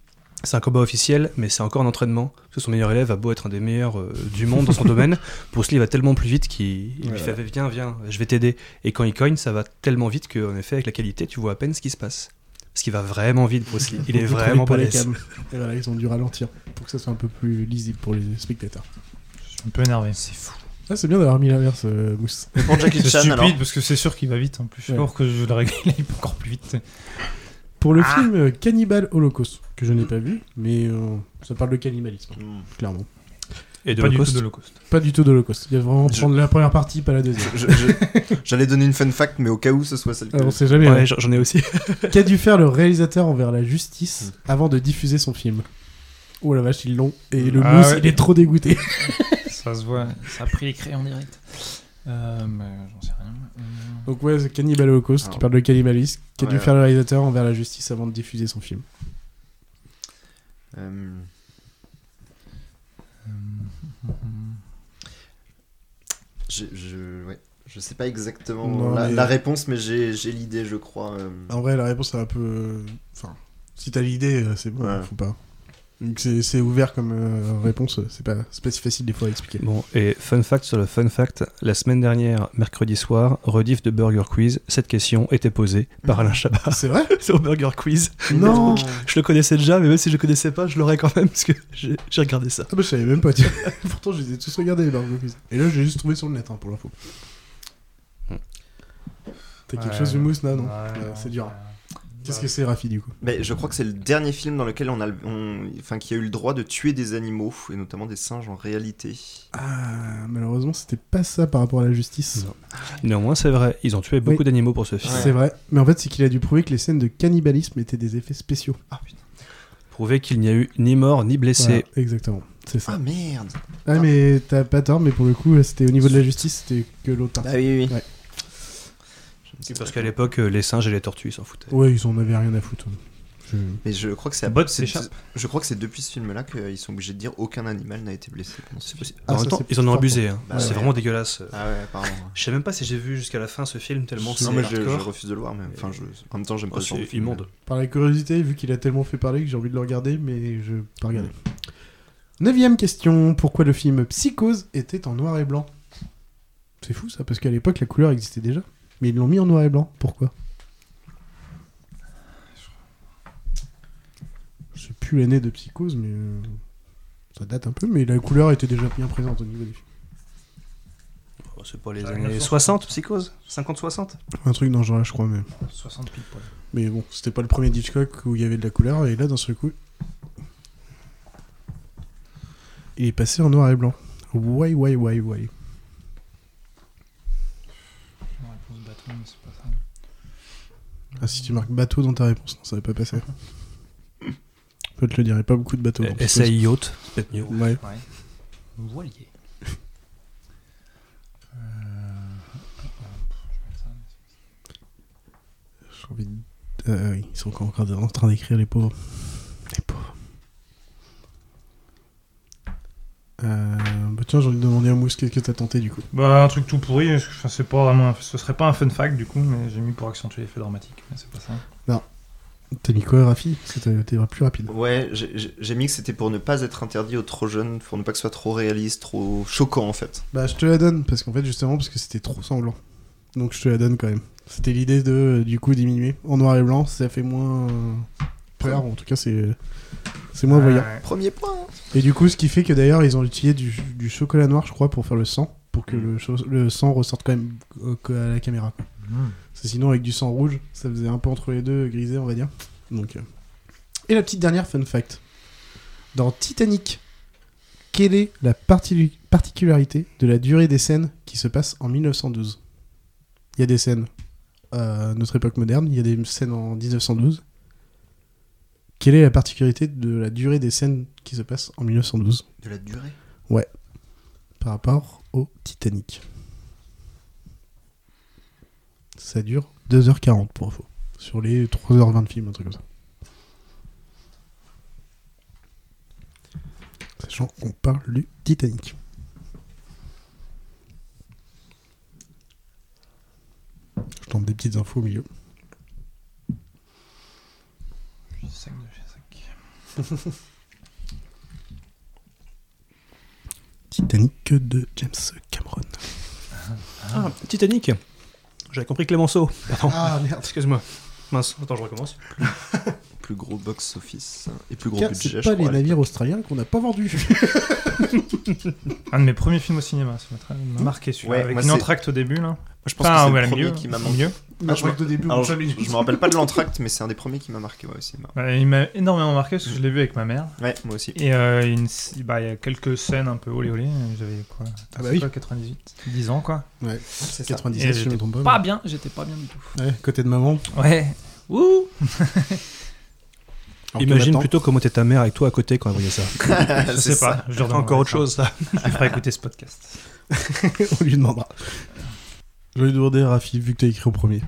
I: c'est un combat officiel, mais c'est encore un entraînement. Parce que son meilleur élève a beau être un des meilleurs euh, du monde dans son [laughs] domaine, Bruce Lee va tellement plus vite qu'il il lui
A: Ouais.
I: fait viens, viens, je vais t'aider. Et quand il cogne, ça va tellement vite qu'en effet, avec la qualité, tu vois à peine ce qui se passe. Parce qu'il va vraiment vite, Bruce Lee.
A: [laughs]
I: Il est
A: Beaucoup trop
I: vraiment
A: vite pour
I: pas
A: les câbles. Et voilà, ils ont dû ralentir pour que ça soit un peu plus lisible pour les spectateurs.
B: suis un peu énervé. C'est fou.
A: Ah, c'est bien d'avoir mis l'inverse, euh, Mousse.
B: [laughs] C'est stupide parce que c'est sûr qu'il va vite en plus. Je suis
A: Ouais.
B: sûr que je le régler encore plus vite.
A: Pour le
C: Ah.
A: film euh, Cannibal Holocaust, que je n'ai pas vu, mais euh, ça parle de cannibalisme,
C: Hmm.
A: clairement.
I: Et de
B: Pas du tout
I: l'Holocauste.
B: de l'Holocauste.
A: Pas du tout d'Holocauste. Il y a vraiment prendre la première partie, pas la deuxième.
C: Je- je- J'allais donner une fun fact, mais au cas où ce soit celle que.
A: Ah, on sait jamais.
I: Ouais,
A: hein.
I: j'en- j'en ai aussi.
A: Qu'a dû faire le réalisateur envers la justice avant de diffuser son film Oh la vache, ils l'ont. Et le
B: Ah
A: mousse,
B: ouais.
A: il est trop dégoûté.
B: ça se voit. Ça a pris les crayons direct. Euh, mais j'en sais rien. Euh,
A: [laughs] Donc ouais, c'est Cannibal Holocaust
B: Ah.
A: qui parle de cannibalisme. Qu'a dû
C: Ouais.
A: faire le réalisateur envers la justice avant de diffuser son film
C: Euh, Je, je, ouais. je sais pas exactement
A: Non,
C: la,
A: mais-
C: la réponse, mais j'ai j'ai l'idée, je crois. euh.
A: En vrai, la réponse est un peu... euh, Enfin, si t'as l'idée, euh, c'est bon, faut pas... Donc c'est c'est ouvert comme euh, réponse, c'est pas, c'est pas si facile des fois à expliquer.
I: Bon, et fun fact sur le fun fact, la semaine dernière, mercredi soir, rediff de Burger Quiz, cette question était posée par Alain Chabat. [laughs]
A: C'est vrai
I: C'est au Burger Quiz.
A: Non.
I: Je le connaissais déjà, mais même si je le connaissais pas, je l'aurais quand même, parce que j'ai j'ai regardé ça.
A: Ah bah je savais même pas, tiens. [laughs] Pourtant je les ai tous regardés les Barbie Quiz. Et là je l'ai juste trouvé sur le net hein, pour l'info. Hmm. T'as quelque
B: Ouais. Ah.
A: chose de mousse là, non
B: Ouais,
A: Ouais,
B: non,
A: C'est dur.
B: ouais.
A: Qu'est-ce que c'est Rafi du coup
C: Mais je crois que c'est le dernier film dans lequel on a, le- on- enfin, qui a eu le droit de tuer des animaux et notamment des singes en réalité.
A: Ah, malheureusement c'était pas ça par rapport à la justice.
I: Néanmoins, c'est vrai, ils ont tué beaucoup
A: Oui.
I: d'animaux pour ce film.
A: C'est vrai, mais en fait c'est qu'il a dû prouver que les scènes de cannibalisme étaient des effets spéciaux. Ah putain.
I: Prouver qu'il n'y a eu ni mort ni blessé.
A: exactement, c'est ça.
C: Ah merde.
A: Ah, mais t'as pas tort, mais pour le coup c'était au niveau de la justice, c'était que l'autre.
C: Ah oui, oui. oui.
A: Ouais.
I: Parce qu'à l'époque, euh, les singes et les tortues, ils s'en foutaient.
A: Ouais, ils en avaient rien à foutre. Je-
C: Mais je crois que c'est
I: Bot
C: c'est-
I: s'échappe.
C: Je crois que c'est depuis ce film-là qu'ils sont obligés de dire aucun animal n'a été blessé. pendant ce film.
I: en même temps, ils en ont abusé, hein.
C: Bah
I: c'est
C: ouais.
I: vraiment dégueulasse.
C: Ah ouais, pardon.
I: Je sais même pas si j'ai vu jusqu'à la fin ce film, tellement c'est
C: Non, mais je, je
I: hardcore.
C: refuse de le voir, mais enfin, je- en même temps, j'aime
I: Oh,
C: pas ce
I: c'est
C: genre de film.
I: immonde.
A: Par la curiosité, vu qu'il a tellement fait parler que j'ai envie de le regarder, mais je vais pas regarder. Neuvième question, pourquoi le film Psychose était en noir et blanc C'est fou ça, parce qu'à l'époque la couleur existait déjà. Mais ils l'ont mis en noir et blanc, pourquoi Je sais plus l'année de Psychose, mais euh, ça date un peu, mais la couleur était déjà bien présente au niveau des films.
I: Bon, c'est pas les années 60, Psychose 50-60
A: Un truc dans ce genre-là, je crois, mais.
B: 60 pile poil.
A: Mais bon, c'était pas le premier Hitchcock où il y avait de la couleur, et là, d'un seul coup, il est passé en noir et blanc. Why, why, why, why
B: Ma réponse Batman, c'est pas ça.
A: Ah, si tu marques bateau dans ta réponse, non, ça va pas passer. Je peux te le dire, il y a pas beaucoup de bateaux. dans
I: Euh, SAI Yacht, c'est peut-être mieux.
A: Ouais.
B: Ouais. Voilier. Euh,
A: J'ai envie de- Euh, oui, ils sont encore encore en train d'écrire, les pauvres. Les pauvres. Euh, bah tiens, j'ai envie de demander à Mousse qu'est-ce que t'as tenté du coup.
B: Bah, un truc tout pourri, enfin, c'est pas vraiment un- ce serait pas un fun fact du coup, mais j'ai mis pour accentuer l'effet dramatique, mais c'est pas ça.
A: Non. T'as mis quoi, Rafi Parce que t'as- T'es plus rapide.
C: Ouais, j'ai- j'ai j'ai mis que c'était pour ne pas être interdit aux trop jeunes, pour ne pas que ce soit trop réaliste, trop choquant en fait.
A: Bah, je te la donne, parce qu'en fait, justement, parce que c'était trop sanglant. Donc, je te la donne quand même. C'était l'idée de, euh, du coup, diminuer. En noir et blanc, ça fait moins. euh, peur, en tout cas, c'est. C'est moins
C: Ouais,
A: voyant.
C: ouais. Premier point. hein.
A: Et du coup, ce qui fait que d'ailleurs, ils ont utilisé du, du chocolat noir, je crois, pour faire le sang, pour que le, cho- le sang ressorte quand même euh, que à la caméra. quoi.
B: Mm.
A: Parce que sinon, avec du sang rouge, ça faisait un peu entre les deux, euh, grisé, on va dire. Donc. euh. Et la petite dernière fun fact. Dans Titanic, quelle est la parti- particularité de la durée des scènes qui se passent en 1912 Il y a des scènes euh, à notre époque moderne, il y a des scènes en 1912. Quelle est la particularité de la durée des scènes qui se passent en 1912
C: De la durée
A: Ouais. Par rapport au Titanic. Ça dure 2h40 pour info. Sur les 3h20 de film, un truc comme ça. Sachant qu'on parle du Titanic. Je tente des petites infos au milieu.
B: Je suis sac de chez sac.
A: Titanic de James Cameron.
I: Ah, Titanic J'avais compris Clémenceau. Pardon.
A: Ah, merde.
I: Excuse-moi. Mince, attends, je recommence.
C: Plus gros box office hein, et plus gros
A: Car
C: budget,
A: c'est
C: je
A: pas les
C: crois.
A: navires australiens qu'on n'a pas vendus.
B: Un de mes premiers films au cinéma, ça m'a très- m'a marqué celui-là,
C: Ouais,
B: avec
C: moi,
B: une
C: c'est-
B: entracte au début là.
C: Moi, je pense
B: Enfin,
C: que c'est
B: Ah, ouais,
C: le
B: au
C: premier
B: milieu,
C: qui m'a
B: au
C: marqué.
B: milieu.
C: Ah, je, me...
A: de début,
C: alors,
A: on
C: je,
A: s'amuse.
C: je me rappelle pas de l'entracte, mais c'est un des premiers qui m'a marqué, ouais, aussi. marrant.
B: Ouais, il m'a énormément marqué parce que je l'ai vu avec ma mère.
C: Ouais, moi aussi.
B: Et euh, une- bah, il y a quelques scènes un peu olé olé. J'avais quoi
A: Ah bah oui.
B: 98, 10 ans quoi.
A: Ouais,
B: c'est
A: 97,
C: Eh,
A: si je me trompe pas.
B: Pas bien, j'étais pas bien du tout.
A: Ouais, côté de maman.
B: Ouais. Ouh
A: Alors,
I: Imagine
A: Jonathan.
I: plutôt comment était ta mère avec toi à côté quand elle voyait ça.
B: Je
C: [laughs]
B: sais pas, je leur demanderai
I: Encore autre
B: ça.
I: chose, ça.
B: Je lui ferai écouter ce podcast.
A: [laughs] on lui demandera. Je vais lui demander, Rafi, vu que t'as écrit au premier.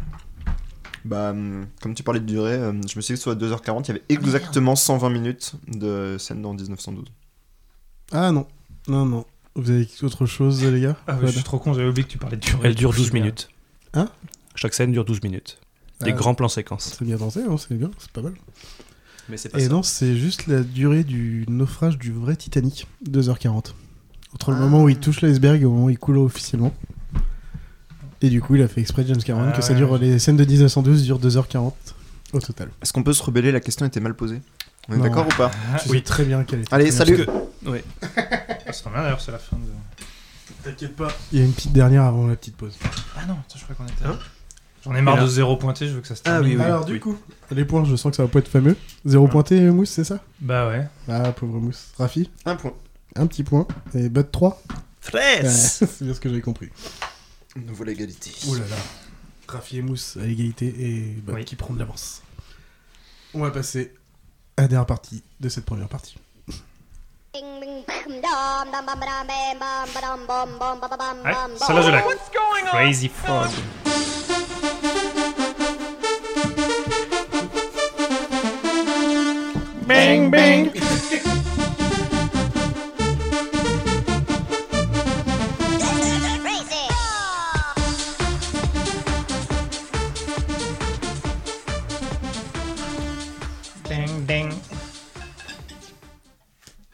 C: Bah, hum, comme tu parlais de durée, euh, je me suis dit que sur la 2h40, il y avait exactement 120 minutes de scène dans 1912.
A: Ah non, non, non. Vous avez autre chose, les gars
B: Ah, ouais, je suis trop con, j'avais oublié que tu parlais de durée.
I: Elle dure
B: Je suis
I: 12 minutes.
A: Hein
I: Chaque scène dure 12 minutes. Des
A: Ah.
I: grands plans séquences.
A: C'est bien tenté, hein, c'est bien, c'est pas mal.
I: Mais c'est
A: Et non, Ah, c'est juste la durée du naufrage du vrai Titanic, 2h40. Entre le moment où il touche l'iceberg et au moment où il coule officiellement. Et du coup, il a fait exprès de James Cameron
B: Ah
A: que ça
B: ouais,
A: dure les scènes de 1912 durent 2h40 au total.
C: Est-ce qu'on peut se rebeller La question était mal posée. On est
A: Non.
C: d'accord ou pas
A: Je sais très bien qu'elle est.
C: Allez,
A: Parce
C: salut
I: que- Ouais.
B: Ah, c'est pas mal d'ailleurs, c'est la fin de.
A: T'inquiète pas. Il y a une petite dernière avant la petite pause.
B: Ah non, attends, je crois qu'on était. J'en ai marre de zéro pointé, je veux que ça se termine.
A: Alors du coup, les points, je sens que ça va pas être fameux.
C: Ah.
A: Zéro pointé, Mousse, c'est ça
B: Bah ouais.
A: Ah, pauvre Mousse. Rafi
C: Un point.
A: Un petit point. Et Bud 3
C: Fraise
A: [laughs] C'est bien ce que j'avais compris.
C: Nous voilà égalité.
A: Oh là là. Rafi et Mousse à l'égalité et Bud qui prend de l'avance. On va passer à la dernière partie de cette première partie.
B: Ouais, celle-là je la. Crazy Frog.
G: Bang, bang
B: Ding, ding.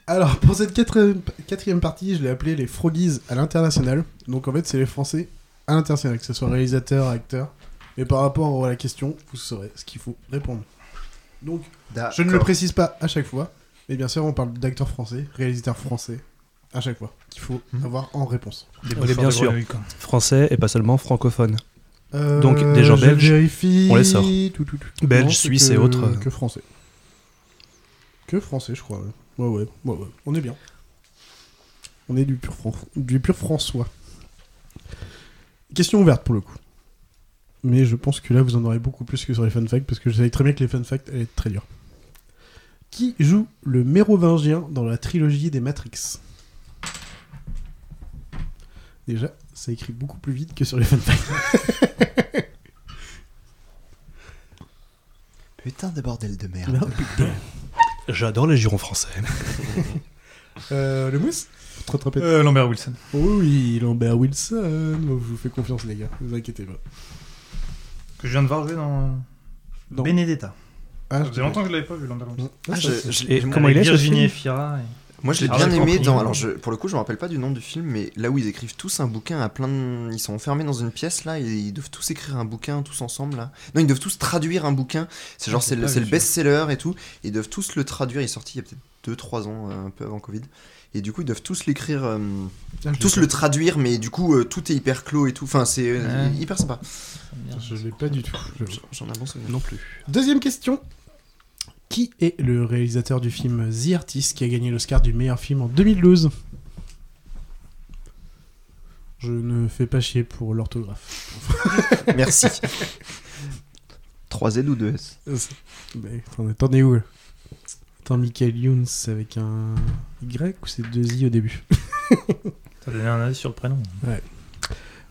A: Alors, pour cette quatrième, quatrième partie, je l'ai appelée les Froggies à l'international. Donc, en fait, c'est les Français à l'international, que ce soit réalisateur, acteur. Mais par rapport à la question, vous saurez ce qu'il faut répondre. Donc, je ne le précise pas à chaque fois, mais bien sûr, on parle d'acteurs français, réalisateurs français, à chaque fois, qu'il faut avoir en réponse.
I: Des bonnes bien sûr, français et pas seulement francophone. Donc des gens
A: Euh, je
I: belges,
A: vérifie.
I: on les sort.
A: Tout, tout, tout.
I: Belges,
A: Non, c'est
I: suisses
A: que-
I: et autres.
A: Que français. Que français, je crois. Ouais, ouais, ouais, ouais, ouais. On est bien. On est du pur, Fran- du pur François. Question ouverte pour le coup. Mais je pense que là, vous en aurez beaucoup plus que sur les fun facts, parce que je savais très bien que les fun facts allaient être très durs. Qui joue le mérovingien dans la trilogie des Matrix Déjà, ça écrit beaucoup plus vite que sur les fun facts.
C: Putain de bordel de merde.
A: Non, putain.
I: J'adore les jurons [laughs] français.
A: Euh, le mousse Faut te rattraper.
B: Euh, Lambert Wilson.
A: Oui, Lambert Wilson. Moi, je vous fais confiance, les gars. Vous inquiétez pas.
B: Que je viens de voir jouer dans.
A: Dans-
B: Benedetta.
A: Ah,
B: ça
A: je
B: faisait
A: comprends.
B: longtemps que je l'avais pas vu, Lambert Wilson.
A: Ah,
C: je- je l'ai-
B: Et
C: je-
B: comment il est Virginie Efira.
C: Moi, je l'ai bien aimé dans. Alors, je- pour le coup, je me rappelle pas du nom du film, mais là où ils écrivent tous un bouquin à plein de. Ils sont enfermés dans une pièce, là, et ils doivent tous écrire un bouquin tous ensemble, là. Non, ils doivent tous traduire un bouquin. C'est
B: Ah,
C: genre,
B: j'ai
C: c'est le,
B: pas vu
C: c'est le
B: celui-là.
C: best-seller et tout. Ils doivent tous le traduire. Il est sorti il y a peut-être 2-3 ans, euh, un peu avant Covid. Et du coup, ils doivent tous l'écrire. euh,
A: Ah, je
C: tous
A: l'ai
C: le
A: pas.
C: traduire, mais du coup, euh, tout est hyper clos et tout. Enfin, c'est euh,
A: Ouais.
C: hyper sympa.
A: Je l'ai pas du tout. je-
C: J'en ai un bon souvenir. Non plus.
A: Deuxième question. Qui est le réalisateur du film The Artist qui a gagné l'Oscar du meilleur film en 2012 Je ne fais pas chier pour l'orthographe.
C: Merci. 3Z ou 2S
A: Mais attendez, attendez où là Attends, Michael Youn, c'est avec un Y ou c'est deux I au début
B: T'as donné un indice sur le prénom.
A: Ouais.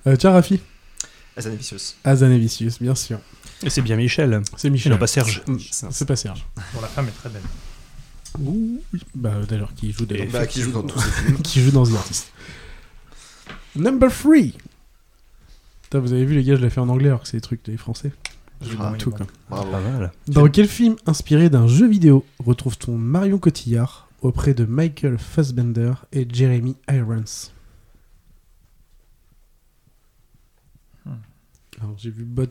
A: Euh, tiens, Rafi.
C: Azanavicius.
A: Azanavicius, bien sûr.
I: Et c'est bien Michel.
A: C'est Michel.
I: Et non pas Serge.
A: Mm, C'est pas Serge.
B: Bon, la femme est très belle.
A: Ouh, oui. Bah, d'ailleurs, qui joue d'ailleurs.
C: Bah, qui joue dans tous les films.
A: [laughs] qui joue dans The Artist. Number 3. Putain, vous avez vu, les gars, je l'ai fait en anglais alors que c'est des trucs des français. Je
C: Ah,
A: vois tout,
C: bon.
A: quoi.
C: Bravo.
A: Dans quel film inspiré d'un jeu vidéo retrouve-t-on Marion Cotillard auprès de Michael Fassbender et Jeremy Irons
I: Hmm.
A: Alors j'ai vu Bot,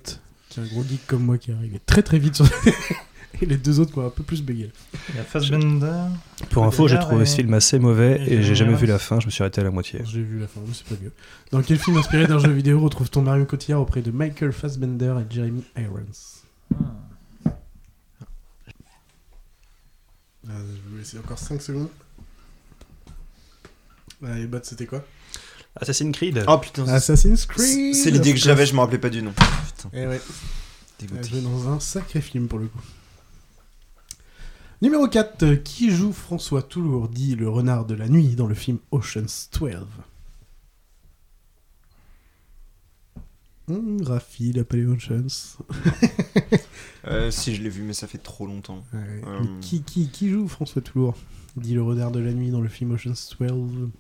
A: qui est un gros geek comme moi, qui est arrivé très très vite sur... [laughs] et les deux autres qui ont un peu plus bégayé.
B: Il y a Fassbender.
I: Pour info, j'ai
B: Fassbender
I: trouvé
B: et-
I: ce film assez mauvais
B: et
I: et j'ai jamais
B: Irons.
I: vu la fin, je me suis arrêté à la moitié.
A: J'ai vu la fin, mais c'est pas mieux. Dans quel film inspiré d'un jeu vidéo retrouve-t-on Marion Cotillard auprès de Michael Fassbender et Jeremy Irons Ah, je vous laisse encore 5 secondes. Allez, Bot, c'était quoi
I: Assassin's Creed.
C: Oh putain.
A: Ah,
C: c'est-
A: Assassin's Creed
C: C'est l'idée que
A: of
C: j'avais,
A: course.
C: je me rappelais pas du nom. Putain.
A: Eh ouais.
C: Dégoûté.
A: Elle joue dans un sacré film pour le coup. Numéro 4. Qui joue François Toulour, dit le renard de la nuit, dans le film Ocean's 12 Hmm, Raffi, il a pas les Ocean's.
C: Euh, si je l'ai vu, mais ça fait trop longtemps. Euh,
A: Mais Qui, qui, qui joue François Toulour, dit le renard de la nuit, dans le film Ocean's 12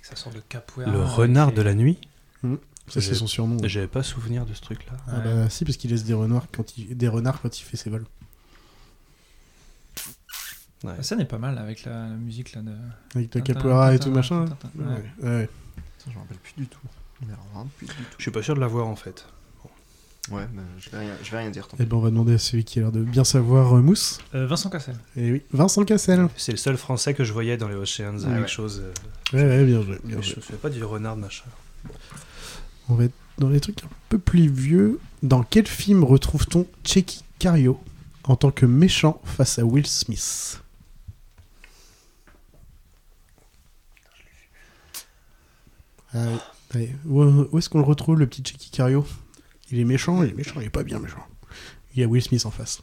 B: Ça sort de Capoeira.
I: Le renard de la nuit
A: Hmm. Ça, c'est
I: J'ai-
A: son surnom. ouais.
I: J'avais pas souvenir de ce truc-là.
A: Ah bah si, parce qu'il laisse des renards quand il, des renards quand il fait ses vols.
B: La scène est pas mal avec la, la musique là de.
A: Avec la
B: Tintin,
A: capoeira et
B: tintin,
A: tout machin.
B: tintin, tintin.
A: ouais.
B: Ouais.
A: Ouais, ouais.
C: Putain, je me rappelle plus du tout. Mais alors, vraiment plus du tout.
I: Je suis pas sûr de l'avoir en fait.
C: Ouais, bah, je, vais rien, je vais rien dire. tant
A: Et
C: pis.
A: ben on va demander à celui qui a l'air de bien savoir euh, Mousse.
B: Euh, Vincent Cassel.
A: Et oui, Vincent Cassel.
I: C'est le seul français que je voyais dans les Oceans,
A: Ah Ouais.
I: quelque chose. euh,
A: Ouais, ouais, bien joué.
I: mais
A: bien
I: je
A: joué.
I: me souviens pas du renard de machin.
A: On va être dans les trucs un peu plus vieux. Dans quel film retrouve-t-on Checky Cario en tant que méchant face à Will Smith Allez, Ah, allez. Où, où est-ce qu'on le retrouve, le petit Checky Cario Il est méchant, il est méchant, il est pas bien méchant. Il y a Will Smith en face.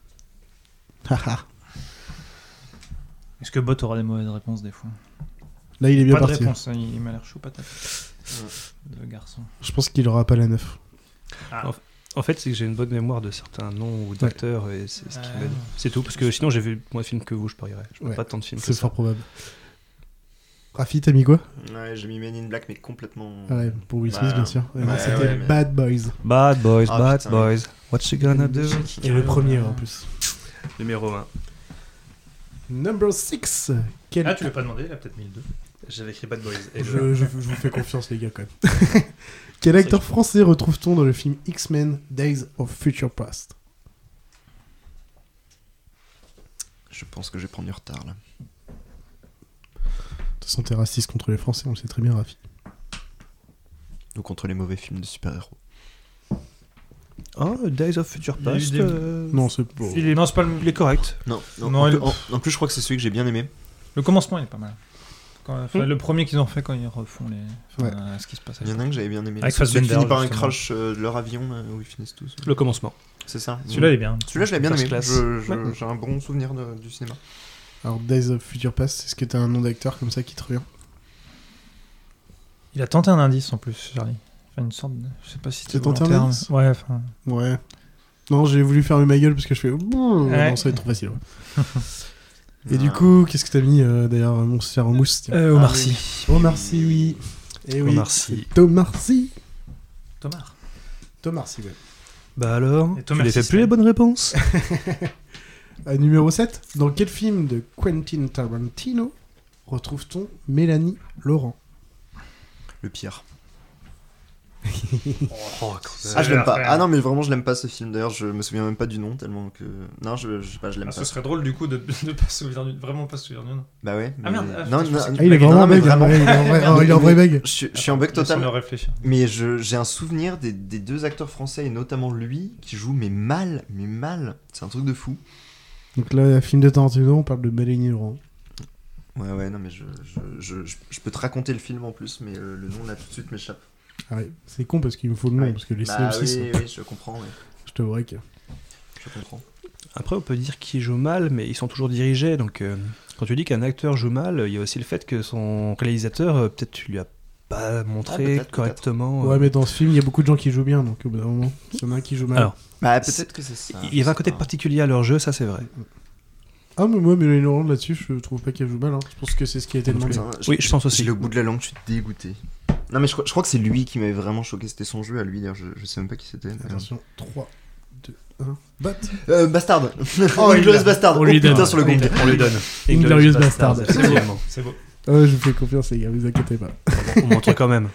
A: [laughs] Haha.
B: Est-ce que Bot aura des mauvaises réponses des fois
A: Là, il est bien
B: Pas de
A: parti.
B: réponse, hein, il il m'a l'air chaud patate. Le garçon.
A: Je pense qu'il aura pas la neuf.
B: Ah.
I: En, en fait, c'est que j'ai une bonne mémoire de certains noms ou d'acteurs et c'est
A: Ah.
I: ce qui
B: Ouais.
I: m'aide. C'est tout, parce que sinon j'ai vu moins de films que vous, je parierais. Je vois
A: Ouais,
I: pas tant de films. que
A: C'est
I: ça.
A: fort probable. Rafi, t'as mis quoi
C: Ouais, j'ai mis Men in Black, mais complètement.
A: Ouais, pour Will Smith,
C: Bah,
A: bien sûr. Et non,
C: ouais,
A: C'était
C: ouais, mais-
A: Bad Boys.
I: Bad boys,
C: Ah,
I: bad
C: putain.
I: boys. What you gonna do?
A: Et le premier en plus.
I: Numéro 1.
A: Number 6.
B: Ah, tu l'as pas demandé, il a peut-être 1002.
I: J'avais écrit Bad Boys.
A: Je, je- je vous fais confiance, les gars, quand même. Quel acteur français retrouve-t-on dans le film X-Men Days of Future Past
C: Je pense que je vais prendre du retard là.
A: De toute façon, t'es raciste contre les Français, on le sait très bien, Rafi.
C: Ou contre les mauvais films de super-héros.
I: Ah, Days of Future
B: Il y a eu
I: Past.
B: des-
I: euh,
A: Non, c'est pas.
B: Il est, non, c'est pas le.
I: Il est correct.
C: Non, non,
B: Non,
C: en,
B: il-
C: plus- en- en plus, je crois que c'est celui que j'ai bien aimé.
B: Le commencement, il est pas mal. Quand- enfin,
C: Hmm.
B: Le premier qu'ils ont fait quand ils refont les. enfin,
C: Ouais.
B: euh, ce qui se passe. à
C: Il y en a un que j'avais bien aimé.
B: Avec
C: C'est- c'est
B: Fassbender.
C: fini par un
B: justement.
C: crash euh, de leur avion là, où ils finissent tous.
I: Le commencement.
C: C'est ça.
B: Celui-là, il est bien.
C: Celui-là, je l'ai bien
I: First
C: aimé.
I: class.
C: Je- je-
I: Ouais.
C: J'ai un bon souvenir de- du cinéma.
A: Alors, Days of Future Past, est-ce que t'as un nom d'acteur comme ça qui te revient
B: Il a tenté un indice en plus, Charlie. Enfin, une sorte de... Je sais pas si
A: Tu
B: c'était
A: as tenté un
B: volontaire,
A: indice
B: mais- Ouais, enfin.
A: Ouais. Non, j'ai voulu faire ma gueule parce que je fais. Ouh,
B: Ouais.
A: Non, ça va être trop facile. ouais. Et
B: Ah.
A: du coup, qu'est-ce que t'as mis euh, d'ailleurs, mon cerf en mousse tiens
B: Euh, Omar Sy.
A: Omar Sy, oui. Et oui.
I: Omar Sy.
A: c'est Omar Sy.
B: Thomas.
A: Thomas Sy, ouais.
I: Bah alors,
A: Et
I: tu
A: Thomas
I: n'avais
A: Siskel.
I: plus les bonnes réponses.
A: Euh, numéro 7. Dans quel film de Quentin Tarantino retrouve-t-on Mélanie Laurent
C: Le pire.
I: [laughs] Oh,
C: Ah, je l'aime pas. Ah non, mais vraiment, je l'aime pas ce film. D'ailleurs, je me souviens même pas du nom tellement que. Non, je, je sais pas, je l'aime
B: Ah,
C: pas.
B: ce serait drôle du coup de ne pas se souvenir du... vraiment pas se souvenir du nom.
C: Bah ouais.
B: Ah
C: mais-
B: merde, ah, putain,
C: non,
B: je
C: non,
B: pensais
C: non,
B: qu'il
A: Ah, il est
C: non,
A: vraiment
C: mais
A: bug, hein, ouais, il est en vrai- oh, il est en vrai
C: mais
A: bug.
C: Je, suis- je suis en bug
B: Laissons-le
C: total.
B: réfléchir.
C: Mais je- j'ai un souvenir des, des deux acteurs français et notamment lui qui joue mais mal, mais mal. C'est un truc de fou.
A: Donc là, un film de Tarantino, on parle de Mélanie Laurent.
C: Ouais, ouais, non, mais je, je, je, je- je peux te raconter le film en plus, mais euh, le nom là tout de suite m'échappe.
A: Ah ouais, c'est con parce qu'il me faut le nom, parce que les
C: Bah
A: synopsis,
C: oui,
A: euh,
C: oui, je comprends, ouais.
A: je t'avouerai que.
C: je comprends.
I: Après, on peut dire qu'ils jouent mal, mais ils sont toujours dirigés. Donc, euh, quand tu dis qu'un acteur joue mal, il y a aussi le fait que son réalisateur, euh, peut-être, tu lui as pas montré correctement. euh,
A: Ouais, mais dans ce film, il y a beaucoup de gens qui jouent bien, donc au bout d'un moment, il y en a un qui joue mal.
I: Alors,
C: Bah, peut-être que c'est ça.
I: Il y avait un côté particulier à leur jeu, ça c'est vrai.
A: Ah, mais moi, Mélanie Laurent, là-dessus, je trouve pas qu'elle joue mal. hein. Je pense que c'est ce qui a été demandé.
C: Putain,
I: Oui, je pense aussi.
C: j'ai
I: [laughs]
C: Le bout de la langue, je suis dégoûté. Non, mais je, crois- je crois que c'est lui qui m'avait vraiment choqué. C'était son jeu à lui, d'ailleurs. Je, je sais même pas qui c'était.
A: Attention, 3, 2, 1. Bat
C: Euh, Bastard Oh, [laughs] Inglourious Bastard
A: On lui
C: Oh, putain,
A: donne.
C: sur le
A: On lui
C: compte.
A: donne. On lui
C: [laughs]
A: donne. Inglourious Bastard, effectivement.
B: C'est beau.
A: Euh, je vous fais confiance, les gars, vous inquiétez pas.
I: On montre quand même,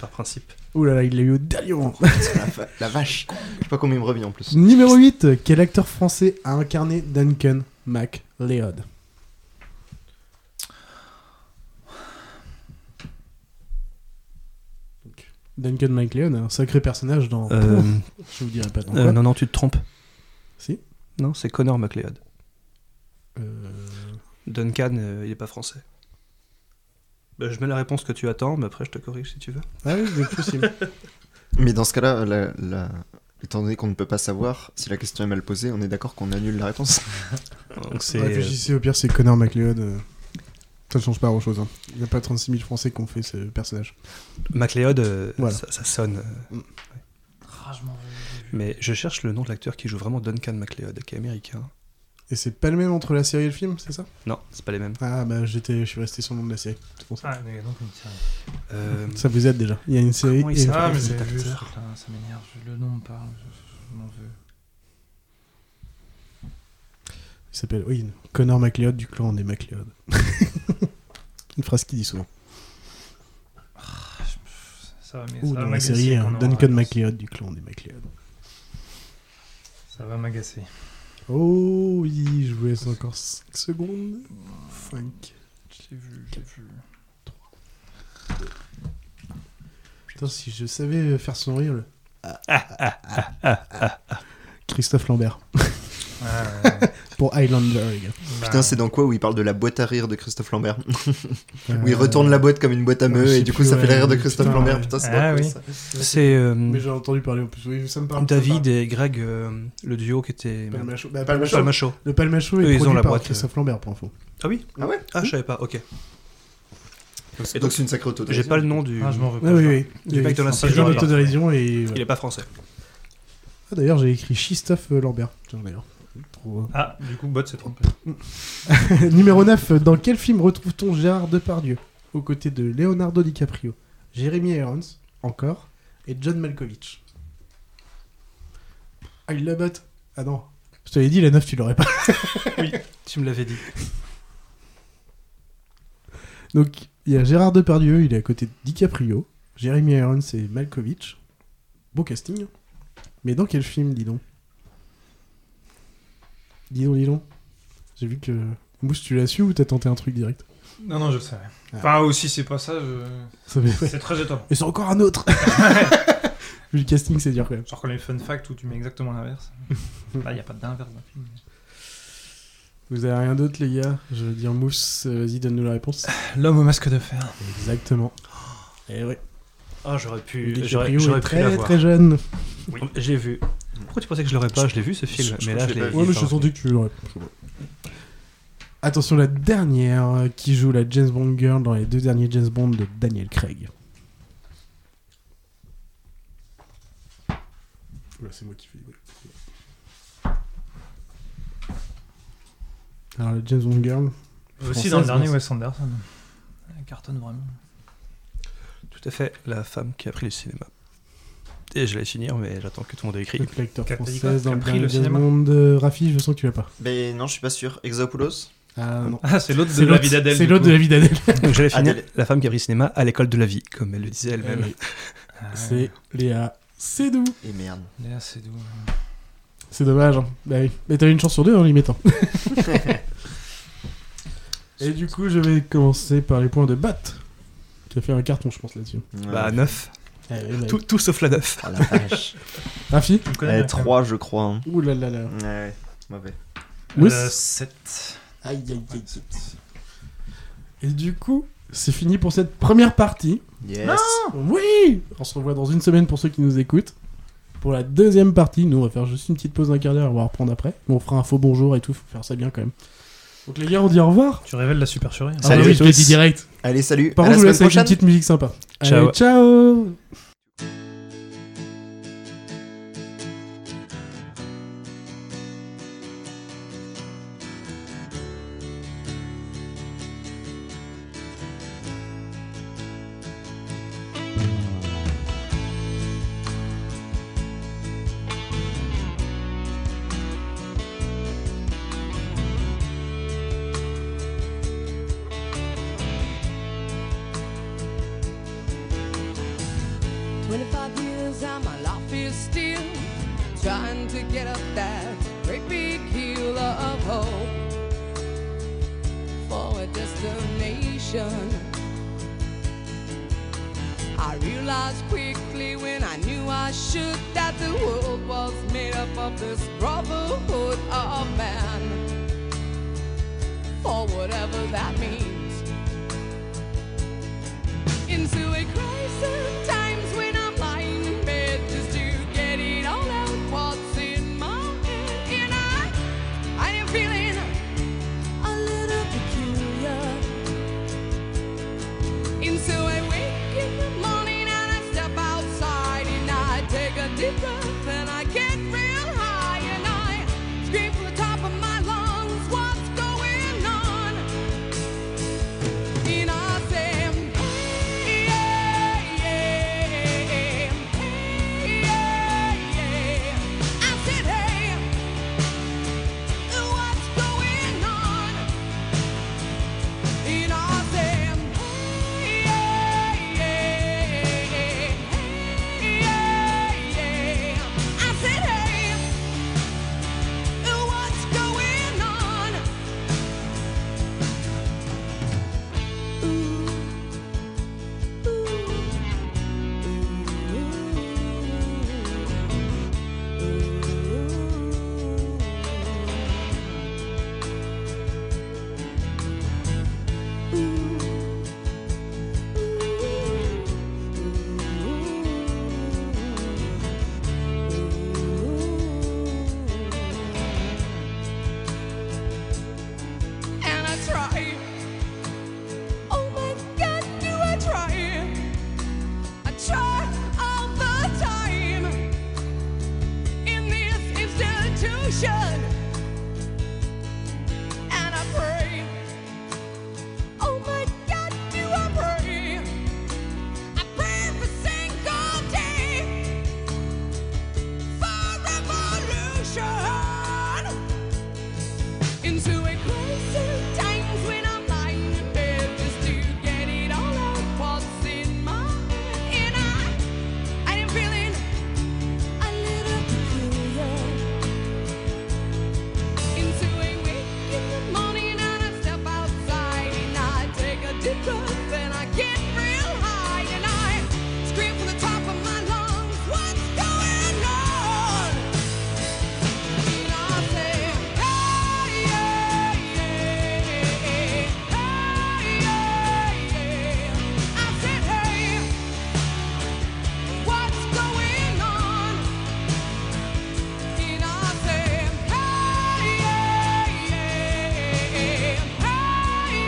I: par principe.
A: Ouh là là, il l'a eu au dernier
I: [laughs]
A: moment.
C: La, va- la vache Je sais pas combien il me revient en plus.
A: Numéro 8, quel acteur français a incarné Duncan MacLeod Donc, Duncan MacLeod, un sacré personnage dans.
I: Euh,
A: Je vous dirai pas dans
I: euh,
A: quoi.
I: non, non, tu te trompes.
A: Si
I: Non, c'est Connor McLeod.
A: Euh,
I: Duncan, euh, il est pas français. Bah, je mets la réponse que tu attends, mais après je te corrige si tu veux.
A: Ah oui, c'est possible.
C: Mais dans ce cas-là, la- la- étant donné qu'on ne peut pas savoir si la question est mal posée, on est d'accord qu'on annule la réponse.
I: [laughs]
A: Bah,
I: Donc c'est.
A: Réfléchissez, au pire, c'est Connor MacLeod. euh, Ça ne change pas grand chose. Il n'y a pas 36 000 Français qui ont fait ce personnage.
I: MacLeod, euh,
A: Voilà.
I: ça, ça sonne. euh, ouais.
A: Ah,
I: Mais je cherche le nom de l'acteur qui joue vraiment Duncan MacLeod, qui est américain.
A: Et c'est pas le même entre la série et le film, c'est ça
I: Non, c'est pas les mêmes.
A: Ah bah j'étais, je suis resté sur le nom de la série. C'est pour ça.
B: Ah, mais donc, une série.
I: Euh,
A: Ça vous aide déjà. Il y a une série.
I: Comment il
A: et-
I: s'appelle
B: Ah, mais
I: cet
B: j'ai vu ce
I: acteur
B: truc-là, ça m'énerve. Le nom me parle, je, je m'en veux.
A: Il s'appelle, oui, Connor MacLeod du clan des MacLeod. [laughs] Une phrase qu'il dit souvent.
B: Ça va, mais
A: Ou
B: ça va
A: dans la
B: m'agacer
A: série,
B: quand
A: hein,
B: on aura
A: Duncan
B: la-
A: MacLeod du clan des MacLeod.
B: Ça va m'agacer.
A: Oh oui, je vous laisse encore 5 secondes. 5.
B: J'ai vu, j'ai vu.
A: Putain, si je savais faire son rire, le...
I: Ah,
A: Christophe Lambert.
B: Ah,
A: [laughs] Pour Highlander, les gars.
C: Putain, c'est dans quoi où il parle de la boîte à rire de Christophe Lambert Où
A: Euh,
C: il retourne la boîte comme une boîte à
A: je
C: meux
A: sais
C: et du coup
A: plus,
C: ça fait
A: ouais,
C: le rire de Christophe
A: putain,
C: Lambert.
A: ouais.
C: Putain, c'est
I: Ah
C: drôle,
I: oui.
C: ça.
I: C'est euh,
A: Mm. Mais j'ai entendu parler en plus. Oui, ça me parle. ça me parle.
I: David et Greg, euh, le duo qui était. merde.
A: Palmacho. Bah, Palmacho.
I: Palmacho.
A: Le Palmacho est
I: Eux, ils ont
A: produit
I: la
A: par
I: boîte, euh.
A: Christophe Lambert, pour info.
I: Ah oui
C: Ah ouais
I: Ah, je savais pas, ok.
C: Donc,
I: Et
C: donc, c'est une sacrée autorisation.
I: J'ai pas le nom du.
B: Ah, je m'en veux
A: Oui, oui, oui.
I: Du mec de la
A: Enfin, j'ai une autorisation et...
I: Il est pas français.
A: Ah, d'ailleurs, j'ai écrit Christophe Lambert. Tiens, d'ailleurs. Pour, euh,
B: Ah, du coup, Bot s'est trompé.
A: [laughs] Numéro 9, dans quel film retrouve-t-on Gérard Depardieu aux côtés de Leonardo DiCaprio, Jeremy Irons, encore, et John Malkovich Ah, il la batte Ah non, je te l'ai dit, la 9, tu l'aurais pas. [laughs]
I: oui, tu me l'avais dit.
A: Donc, il y a Gérard Depardieu, il est à côté de DiCaprio, Jeremy Irons et Malkovich. Beau casting. Mais dans quel film, dis donc Dis donc, dis donc. J'ai vu que. Mousse, tu l'as su ou t'as tenté un truc direct
B: Non, non, je le savais. Enfin, aussi, c'est pas ça. je-
A: Ça fait-
B: C'est très étonnant.
A: Et c'est encore un
I: [laughs]
A: autre [laughs] Vu le casting, c'est dur quand même.
B: Genre quand les fun facts où tu mets exactement l'inverse. Là, il n'y a pas d'inverse dans le film.
A: Vous avez rien d'autre, les gars Je veux dire, Mousse, euh, vas-y, donne-nous la réponse.
B: L'homme au masque de fer.
A: Exactement. Et oui.
I: Ah, j'aurais pu.
A: Olivier
I: J'aurais
A: Caprio
I: j'aurais
A: est
I: pu
A: très,
I: la voir.
A: très jeune.
I: Oui. J'ai vu. Pourquoi tu pensais que je l'aurais pas Je l'ai vu ce film. mais là, je l'ai.
A: Ouais, mais je sentais que tu l'aurais. Attention, la dernière euh, qui joue la James Bond Girl dans les deux derniers James Bond de Daniel Craig. c'est moi qui fais Alors, la James Bond Girl.
B: Aussi dans le
A: française,
B: dernier
A: non,
B: Wes Anderson. Elle cartonne vraiment.
I: Tout à fait, la femme qui a pris le cinéma. Et je vais finir, mais j'attends que tout le monde
A: [laughs]
I: ait écrit.
A: c'est L'acteur
I: Qui a pris
A: française
I: quoi
A: dans le
I: Qui a
A: dernier
I: pris le
A: James Bond. euh, Rafi, je sens que tu l'as pas.
C: Mais non, je suis pas sûr. Exopoulos
A: Ah non.
B: Ah, c'est l'autre de la vie d'Adèle.
A: C'est
B: du
A: l'autre
B: coup.
A: de la vie d'Adèle.
I: Donc j'allais finir
C: Adèle.
I: la femme qui a pris le cinéma à l'école de la vie, comme elle le disait elle-même.
A: Eh oui. C'est Léa Seydoux.
C: Et Eh, merde.
B: Ah, Léa, c'est doux.
A: C'est dommage. hein. Bah oui. Mais t'avais une chance sur deux en l'y mettant. [laughs] Et du coup, je vais commencer par les points de Bat, qui a fait un carton, je pense, là-dessus.
I: Bah, 9.
A: Eh oui, bah
I: Tout,
A: oui.
I: tout sauf la 9.
C: Ah la
A: [laughs]
C: vache.
A: Rafi
B: Tu me connais
C: Elle est
B: bien,
C: 3, Eh, je crois. hein.
A: Ouh là là là.
C: Ouais, mauvais.
A: Mousse
B: Le 7.
A: Aïe aïe aïe. Et du coup, c'est fini pour cette première partie.
C: Yes.
A: Oui On se revoit dans une semaine pour ceux qui nous écoutent. Pour la deuxième partie, nous on va faire juste une petite pause d'un quart d'heure, on va reprendre après. On fera un faux bonjour et tout, faut faire ça bien quand même. Donc les gars, on dit au revoir.
B: Tu révèles la supercherie. hein.
A: Ah bah oui, je le dis direct.
C: Allez, salut.
A: Par
C: à la
A: contre, je vous
C: semaine
A: laisse avec une
C: prochaine.
A: petite musique sympa.
C: Ciao.
A: Allez, ciao
Q: 25 years and my life is still trying to get up that great big hill of hope for a destination. I realized quickly when I knew I should that the world was made up of this brotherhood of man. For whatever that means into a crisis times when I'm lying in bed just to get it all out what's in my head and I I am feeling a little peculiar and so I wake in the morning and I step outside and I take a deep breath and I get real high and I scream from the top of my lungs what's going on
G: Oh Oh oh,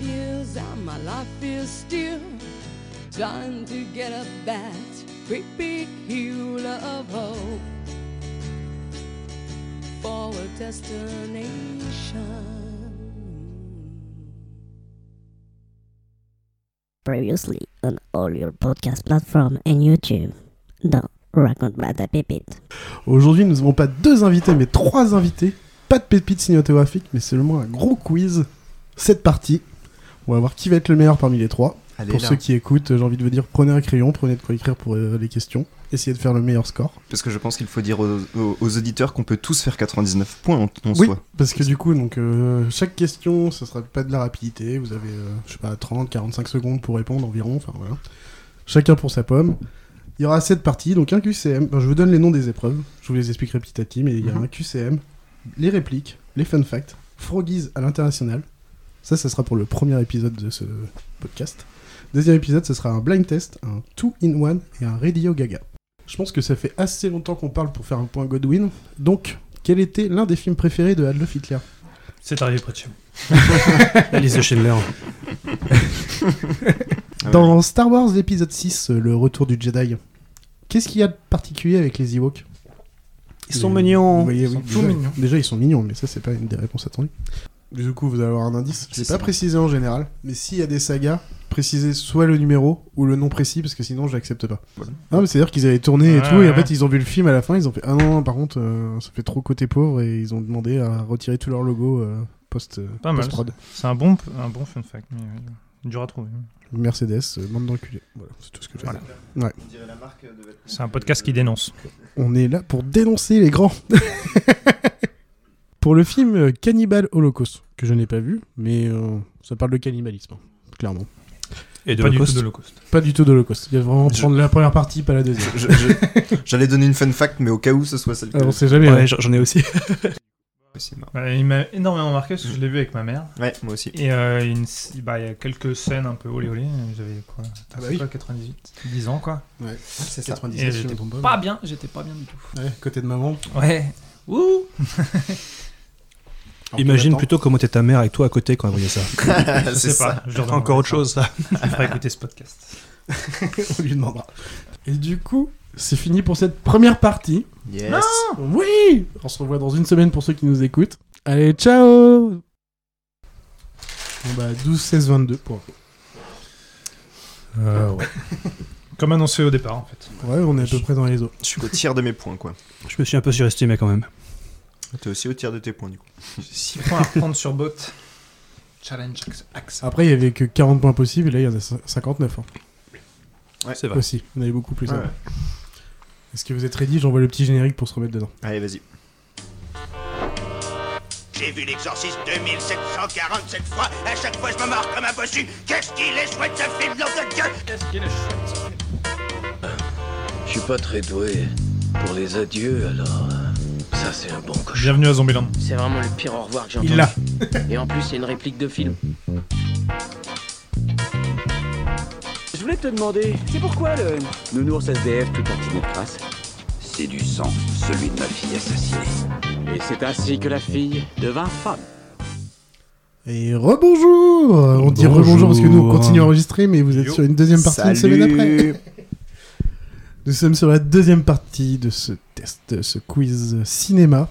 Q: Cause uh, my life is still trying to get up that great big hill of hope for a destination.
R: Previously on all your podcast platforms and YouTube. Dans Raconte-moi ta pépite.
A: Aujourd'hui, nous avons pas deux invités, mais trois invités. Pas de pépites cinématographiques, mais seulement un gros quiz. Cette partie, on va voir qui va être le meilleur parmi les trois.
C: Allez,
A: pour
C: là.
A: ceux qui écoutent, j'ai envie de vous dire prenez un crayon, prenez de quoi écrire pour euh, les questions. Essayez de faire le meilleur score.
C: Parce que je pense qu'il faut dire aux, aux- aux auditeurs qu'on peut tous faire 99 points en, en
A: oui,
C: soi.
A: parce que du coup, donc euh, chaque question, ce sera pas de la rapidité. Vous avez, euh, je sais pas, 30, 45 secondes pour répondre environ. Enfin voilà. Chacun pour sa pomme. Il y aura 7 parties, donc un QCM. Bon, je vous donne les noms des épreuves. Je vous les expliquerai petit à petit, mais il y a un QCM, les répliques, les fun facts, Froggies à l'international. Ça, ça sera pour le premier épisode de ce podcast. Deuxième épisode, ce sera un blind test, un two in one et un radio gaga. Je pense que ça fait assez longtemps qu'on parle pour faire un point Godwin. Donc, quel était l'un des films préférés de Adolf Hitler
B: C'est arrivé près de chez
I: La liste de Schindler.
A: Dans Star Wars épisode 6, euh, le retour du Jedi, qu'est-ce qu'il y a de particulier avec les Ewoks
I: Ils sont mignons.
A: Vous voyez,
I: Ils
A: oui,
I: sont
A: déjà,
I: tout mignons.
A: Déjà, ils sont mignons, mais ça, c'est pas une des réponses attendues. Du coup, vous allez avoir un indice. Je l'ai pas précisé en général, mais s'il y a des sagas, précisez soit le numéro ou le nom précis, parce que sinon, je l'accepte pas. Ah, mais c'est-à-dire qu'ils avaient tourné et
B: Ouais,
A: tout, et en
B: ouais.
A: fait, ils ont vu le film à la fin, ils ont fait Ah non, non, par contre, euh, ça fait trop côté pauvre, et ils ont demandé à retirer tout leur logo euh, post-
B: Pas mal.
A: post-prod.
B: C'est un bon, un bon fun fact, mais euh, dur à trouver.
A: Mercedes, euh, bande d'enculés. Voilà, c'est tout ce que j'ai à
B: Voilà.
A: dire. Ouais.
B: C'est un podcast qui dénonce.
A: On est là pour dénoncer les grands. [laughs] pour le film euh, Cannibal Holocaust, que je n'ai pas vu, mais euh, ça parle de cannibalisme, hein, clairement.
I: Et de
A: Pas du
I: l'Holocauste.
A: tout d'Holocauste. Pas du tout d'Holocauste. Il y a vraiment prendre la première partie, pas la deuxième.
C: Je- je- J'allais donner une fun fact, mais au cas où ce soit celle que...
A: [laughs] Ah, on sait jamais, Ouais, ouais. j'en-
I: j'en ai aussi.
B: Ouais, il m'a énormément marqué parce que je l'ai vu avec ma mère.
C: Ouais, moi aussi.
B: Et euh, il y a une- bah, il y a quelques scènes un peu olé olé. J'avais quoi
A: Ah bah
B: c'est
A: oui.
B: quoi, 98 10 ans quoi.
A: Ouais, c'est ça.
B: Et
A: 97, si je me
B: j'étais
A: trompe pas,
P: Pas bien, j'étais pas bien du tout.
A: Ouais, côté de maman.
P: Ouais. Ouh
A: Alors,
I: Imagine
A: Jonathan.
I: plutôt comment était ta mère avec toi à côté quand elle voyait ça.
C: [laughs]
B: Je sais pas. je leur
I: Encore autre chose,
B: demanderai
I: ça.
B: ça. Je ferai écouter ce podcast.
A: [laughs] On lui demandera. Et du coup, c'est fini pour cette première partie.
C: Yes.
A: Non Oui On se revoit dans une semaine pour ceux qui nous écoutent. Allez, ciao Bon bah 12, 16, 22 pour Euh,
B: ouais. Comme annoncé au départ en fait.
A: [laughs] Ouais, on est à peu près dans les eaux.
C: Je suis au tiers de mes points, quoi.
I: Je me suis un peu surestimé quand même.
C: T'es aussi au tiers de tes points, du coup.
B: 6 points à reprendre sur bot. Challenge ac- accepté.
A: Après, il y avait que 40 points possibles et là, il y en a cin- 59. hein.
C: Ouais.
I: C'est vrai.
A: Aussi, on avait beaucoup plus.
C: Ouais.
A: avant. Est-ce que vous êtes ready J'envoie le petit générique pour se remettre dedans.
C: Allez, vas-y.
S: J'ai vu l'exorciste 2747 fois, à chaque fois je me marre comme un bossu. Qu'est-ce qu'il est chouette ce film, nom de Dieu Qu'est-ce qu'il est chouette ce film
L: Je suis pas très doué pour les adieux, alors euh, ça c'est un bon cochon.
B: Bienvenue à Zombieland.
M: C'est vraiment le pire au revoir que j'ai
B: Il
M: entendu.
B: l'a.
M: Et en plus, c'est une réplique de film.
T: Je voulais te demander, c'est pourquoi le nounours SDF tout tartiné de crasse C'est du sang, celui de ma fille assassinée. Et c'est ainsi que la fille devint femme.
A: Et rebonjour On dit rebonjour parce que nous, on continue à enregistrer, mais vous êtes sur une deuxième partie une
C: Salut.
A: semaine après. Nous sommes sur la deuxième partie de ce test, ce quiz cinéma.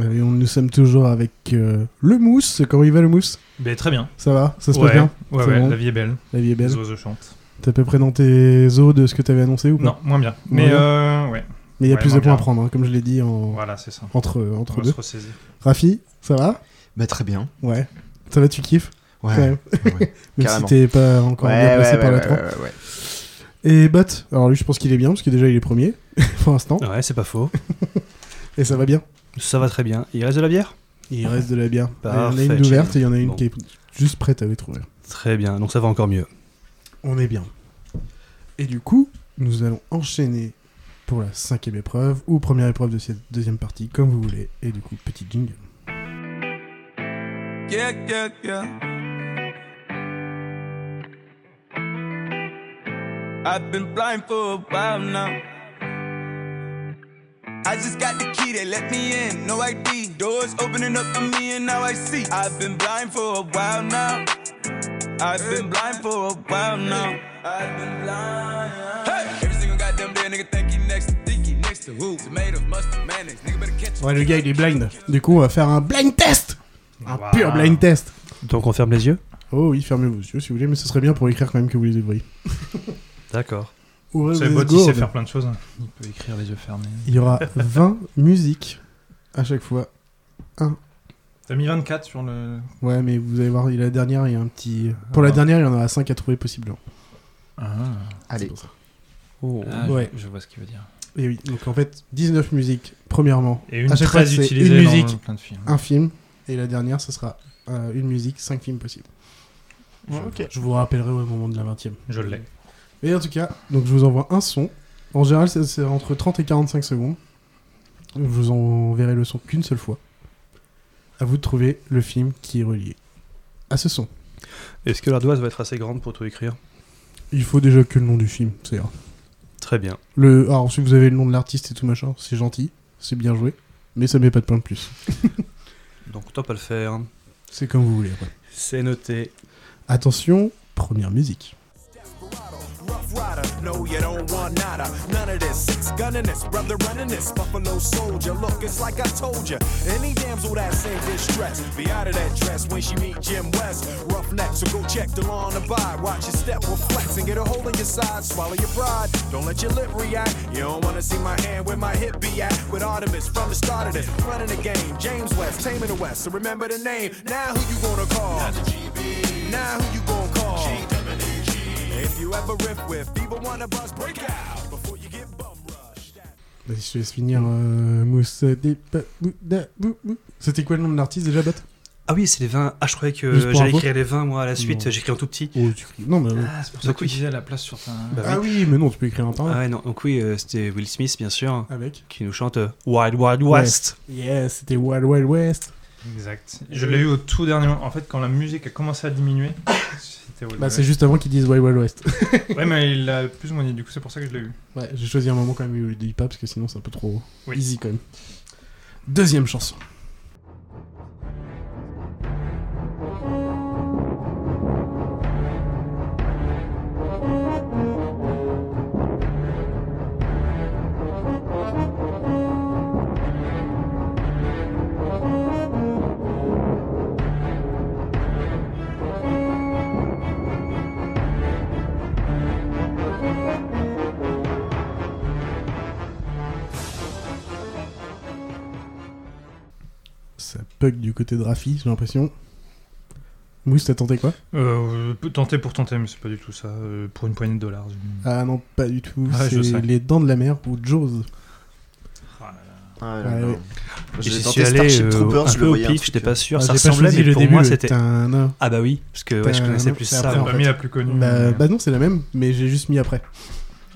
A: Et on- nous sommes toujours avec euh, le mousse. Comment il va le mousse
B: Ben, très bien.
A: Ça va Ça se
B: Ouais,
A: passe bien
B: ouais,
A: C'est
B: ouais,
A: bon
B: la vie est belle.
A: La vie est belle.
B: Les oiseaux chantent.
A: T'as à peu près dans tes os de ce que t'avais annoncé ou pas
B: Non, moins bien. Mais, euh, ouais.
A: Mais il y a
B: Ouais,
A: plus de
B: moins
A: points à
B: bien.
A: prendre, hein, comme je l'ai dit en...
B: Voilà, c'est ça.
A: entre,
B: On
A: entre
B: va
A: deux.
B: se ressaisir.
A: Rafi, ça va
C: Bah, très bien.
A: Ouais. Ça va, tu kiffes
C: Ouais,
A: Quand même.
C: ouais,
A: [laughs] Même si
C: carrément.
A: t'es pas encore
C: Ouais,
A: bien passé
C: ouais,
A: par
C: ouais,
A: la 3.
C: ouais, ouais, ouais.
A: Et Bat, alors lui, je pense qu'il est bien, parce que déjà, il est premier, [laughs] pour l'instant.
B: Ah.
I: Ouais, c'est pas faux.
A: Et ça va bien.
I: Ça va très bien. Il reste de la bière
A: Il reste de la bière. il y
I: Parfait,
A: en a une ouverte et il y en a une
I: Bon.
A: qui est juste prête à être ouverte.
I: Très bien, donc ça va encore mieux.
A: On est bien. Et du coup, nous allons enchaîner pour la cinquième épreuve, ou première épreuve de cette deuxième partie, comme vous voulez. Et du coup, petit jingle.
U: Yeah, yeah, yeah. I've been blind for a while now. I just got the key, they let me in, no ID. Doors opening up for me, and now I see. I've been blind for a while now. I've been blind for a while now. I've been blind. Hey! Every single goddamn day, nigga think he next to Dicky, next to who? Tomatoes, mustard, mayonnaise. Nigga better catch
A: Ouais, le gars, il est blind. Du coup, on va faire un blind test Un
I: Wow.
A: pur blind test
I: Donc on ferme les yeux
A: Oh oui, fermez vos yeux si vous voulez, mais ce serait bien pour écrire quand même que vous les ouvrez.
I: D'accord.
A: Ouais,
B: C'est
A: let's
B: bot,
A: go,
B: il sait
A: ouais.
B: faire plein de choses. hein. Il peut écrire les yeux fermés.
A: Il y aura 20 [laughs] musiques à chaque fois.
B: T'as mis 24 sur le.
A: Ouais, mais vous allez voir, la dernière, il y a un petit. Pour la
B: Ah.
A: dernière, il y en aura 5 à trouver possiblement.
C: Allez.
B: Ah, je-
A: Oh, Ouais.
B: je, vois ce qu'il veut dire.
A: Et oui, donc en fait, 19 musiques, premièrement.
B: Et une
A: à chaque
B: très
A: fois, c'est
B: utilisée
A: une
B: dans
A: musique,
B: plein de films.
A: un film. Et la dernière, ce sera euh, une musique, 5 films possibles.
C: Ouais, ok.
A: Je vous rappellerai au moment de la 20 e
B: Je l'ai.
A: Mais en tout cas, donc je vous envoie un son. En général, c'est- c'est entre 30 et 45 secondes. Je vous enverrai le son qu'une seule fois. À vous de trouver le film qui est relié à ce son.
I: Est-ce que l'ardoise va être assez grande pour tout écrire
A: Il faut déjà que le nom du film, c'est rare.
I: Très bien.
A: Le... Alors, si vous avez le nom de l'artiste et tout machin, c'est gentil, c'est bien joué, mais ça met pas de point de plus.
I: Donc top à le faire.
A: c'est comme vous voulez. ouais.
I: C'est noté.
A: Attention, première musique.
D: Rough rider, no, you don't want nada. None of this. Six gunning this, brother running this. Buffalo soldier, look, it's like I told you. Any damsel that's in distress, be out of that dress when she meet Jim West. Rough neck, so go check the lawn and buy. Watch your step, will flex and get a hold on your side. Swallow your pride, don't let your lip react. You don't wanna see my hand where my hip be at. With Artemis from the start of this, running the game. James West, taming the West, so remember the name. Now who you gonna call? Now who you gonna call? If you ever riff with Fever One of Us, break out before you get bum rushed.
A: Vas-y, je te laisse finir. euh, mousse des pa- mou- da- mou- mou. C'était quoi le nom de l'artiste déjà, Bat
I: Ah oui, c'est les 20. Ah, je croyais
A: Juste
I: que
A: pour
I: j'allais
A: info.
I: écrire les 20 moi à la suite.
A: Non.
I: J'écris en tout petit.
A: Oh, tu cries- Non, mais.
B: Ah, c'est pour ça que tu disais la place sur ta.
I: Bah
A: ah oui, mais non, tu peux écrire un par un.
I: Ah ouais, non. Donc oui, euh, c'était Will Smith, bien sûr.
A: Avec
I: Qui nous chante euh, Wild Wild West.
A: Yeah, c'était Wild Wild West.
B: Exact. Je l'ai eu au tout dernier moment. En fait, quand la musique a commencé à diminuer, [coughs] c'était.
A: Bah, c'est juste avant qu'ils disent Wild Wild [laughs] West.
B: Ouais, mais il l'a plus ou moins dit. Du coup, c'est pour ça que je l'ai eu.
A: ouais, j'ai choisi un moment quand même où il dit pas parce que sinon c'est un peu trop
B: Oui.
A: easy quand même. Deuxième chanson. Ça bug du côté de Rafi, j'ai l'impression. Mousse, t'as tenté quoi
B: Euh, tenter pour tenter, mais c'est pas du tout ça. Euh, pour une poignée de dollars. je-
A: Ah non, pas du tout.
B: Ah, je
A: c'est
B: sais.
A: Les Dents de la Mer ou Jaws.
C: Ah,
A: Ouais,
C: là, là.
A: ouais.
C: J'ai
I: J'y
C: tenté
I: suis allé
C: Starship
I: euh,
C: Troopers,
I: un
C: je le
I: peu au
C: voyais. un
I: pif,
C: truc,
I: j'étais pas
C: euh,
I: sûr.
A: Ah,
I: ça
A: j'ai pas
I: ressemblait,
A: choisi
I: mais
A: le
I: pour
A: début,
I: moi
A: le
I: c'était.
A: tin-na.
I: Ah bah oui, parce que ouais, je
A: Tin-na.
I: connaissais plus
A: C'est
I: ça.
A: après,
I: moi.
A: en
B: T'as
A: fait.
B: mis la plus connue.
A: Bah,
B: mais-
A: bah non, c'est la même, mais j'ai juste mis après.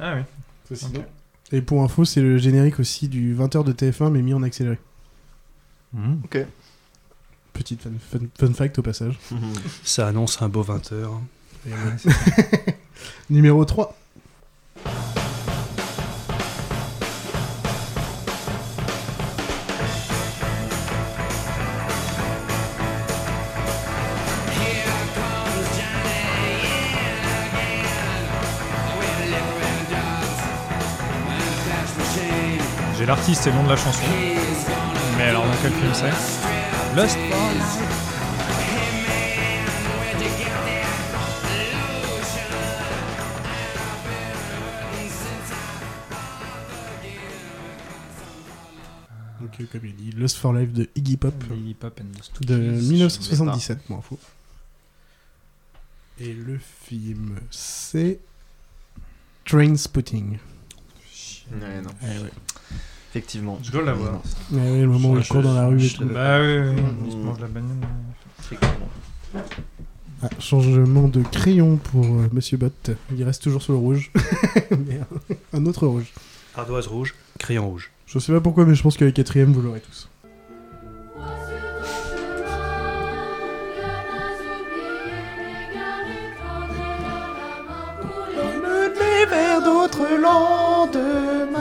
B: Ah oui.
A: sinon. Et pour info, c'est le générique aussi du 20h de TF1, mais mis en accéléré.
B: Hmm.
C: Ok.
A: Petite fun, fun- fun fact au passage.
I: Ça annonce un beau 20h.
A: Numéro 3.
B: J'ai l'artiste et le nom de la chanson. Mais alors, dans quel film c'est Lost
A: Donc, euh, comme il dit, Lost for Life de Iggy Pop.
B: Iggy Pop and the Stooges,
A: De
B: je savais
A: 1977, pour info. Et le film, c'est. Train Spotting.
C: Ouais, non.
A: Eh ouais.
C: Effectivement.
B: Je dois l'avoir.
A: Ouais, ouais, le moment où il
C: Je-
A: court dans la rue et
C: je-
A: tout.
B: Bah oui, oui, oui.
C: Mm.
B: il se mange la bagnole.
C: Effectivement.
A: Ah, changement de crayon pour euh, Monsieur Bott. Il reste toujours sur le rouge. [laughs] Merde. Un autre rouge.
I: Ardoise rouge, crayon rouge.
A: Je sais pas pourquoi, mais je pense que la quatrième, vous l'aurez tous.
Q: Me vers d'autres lendemains.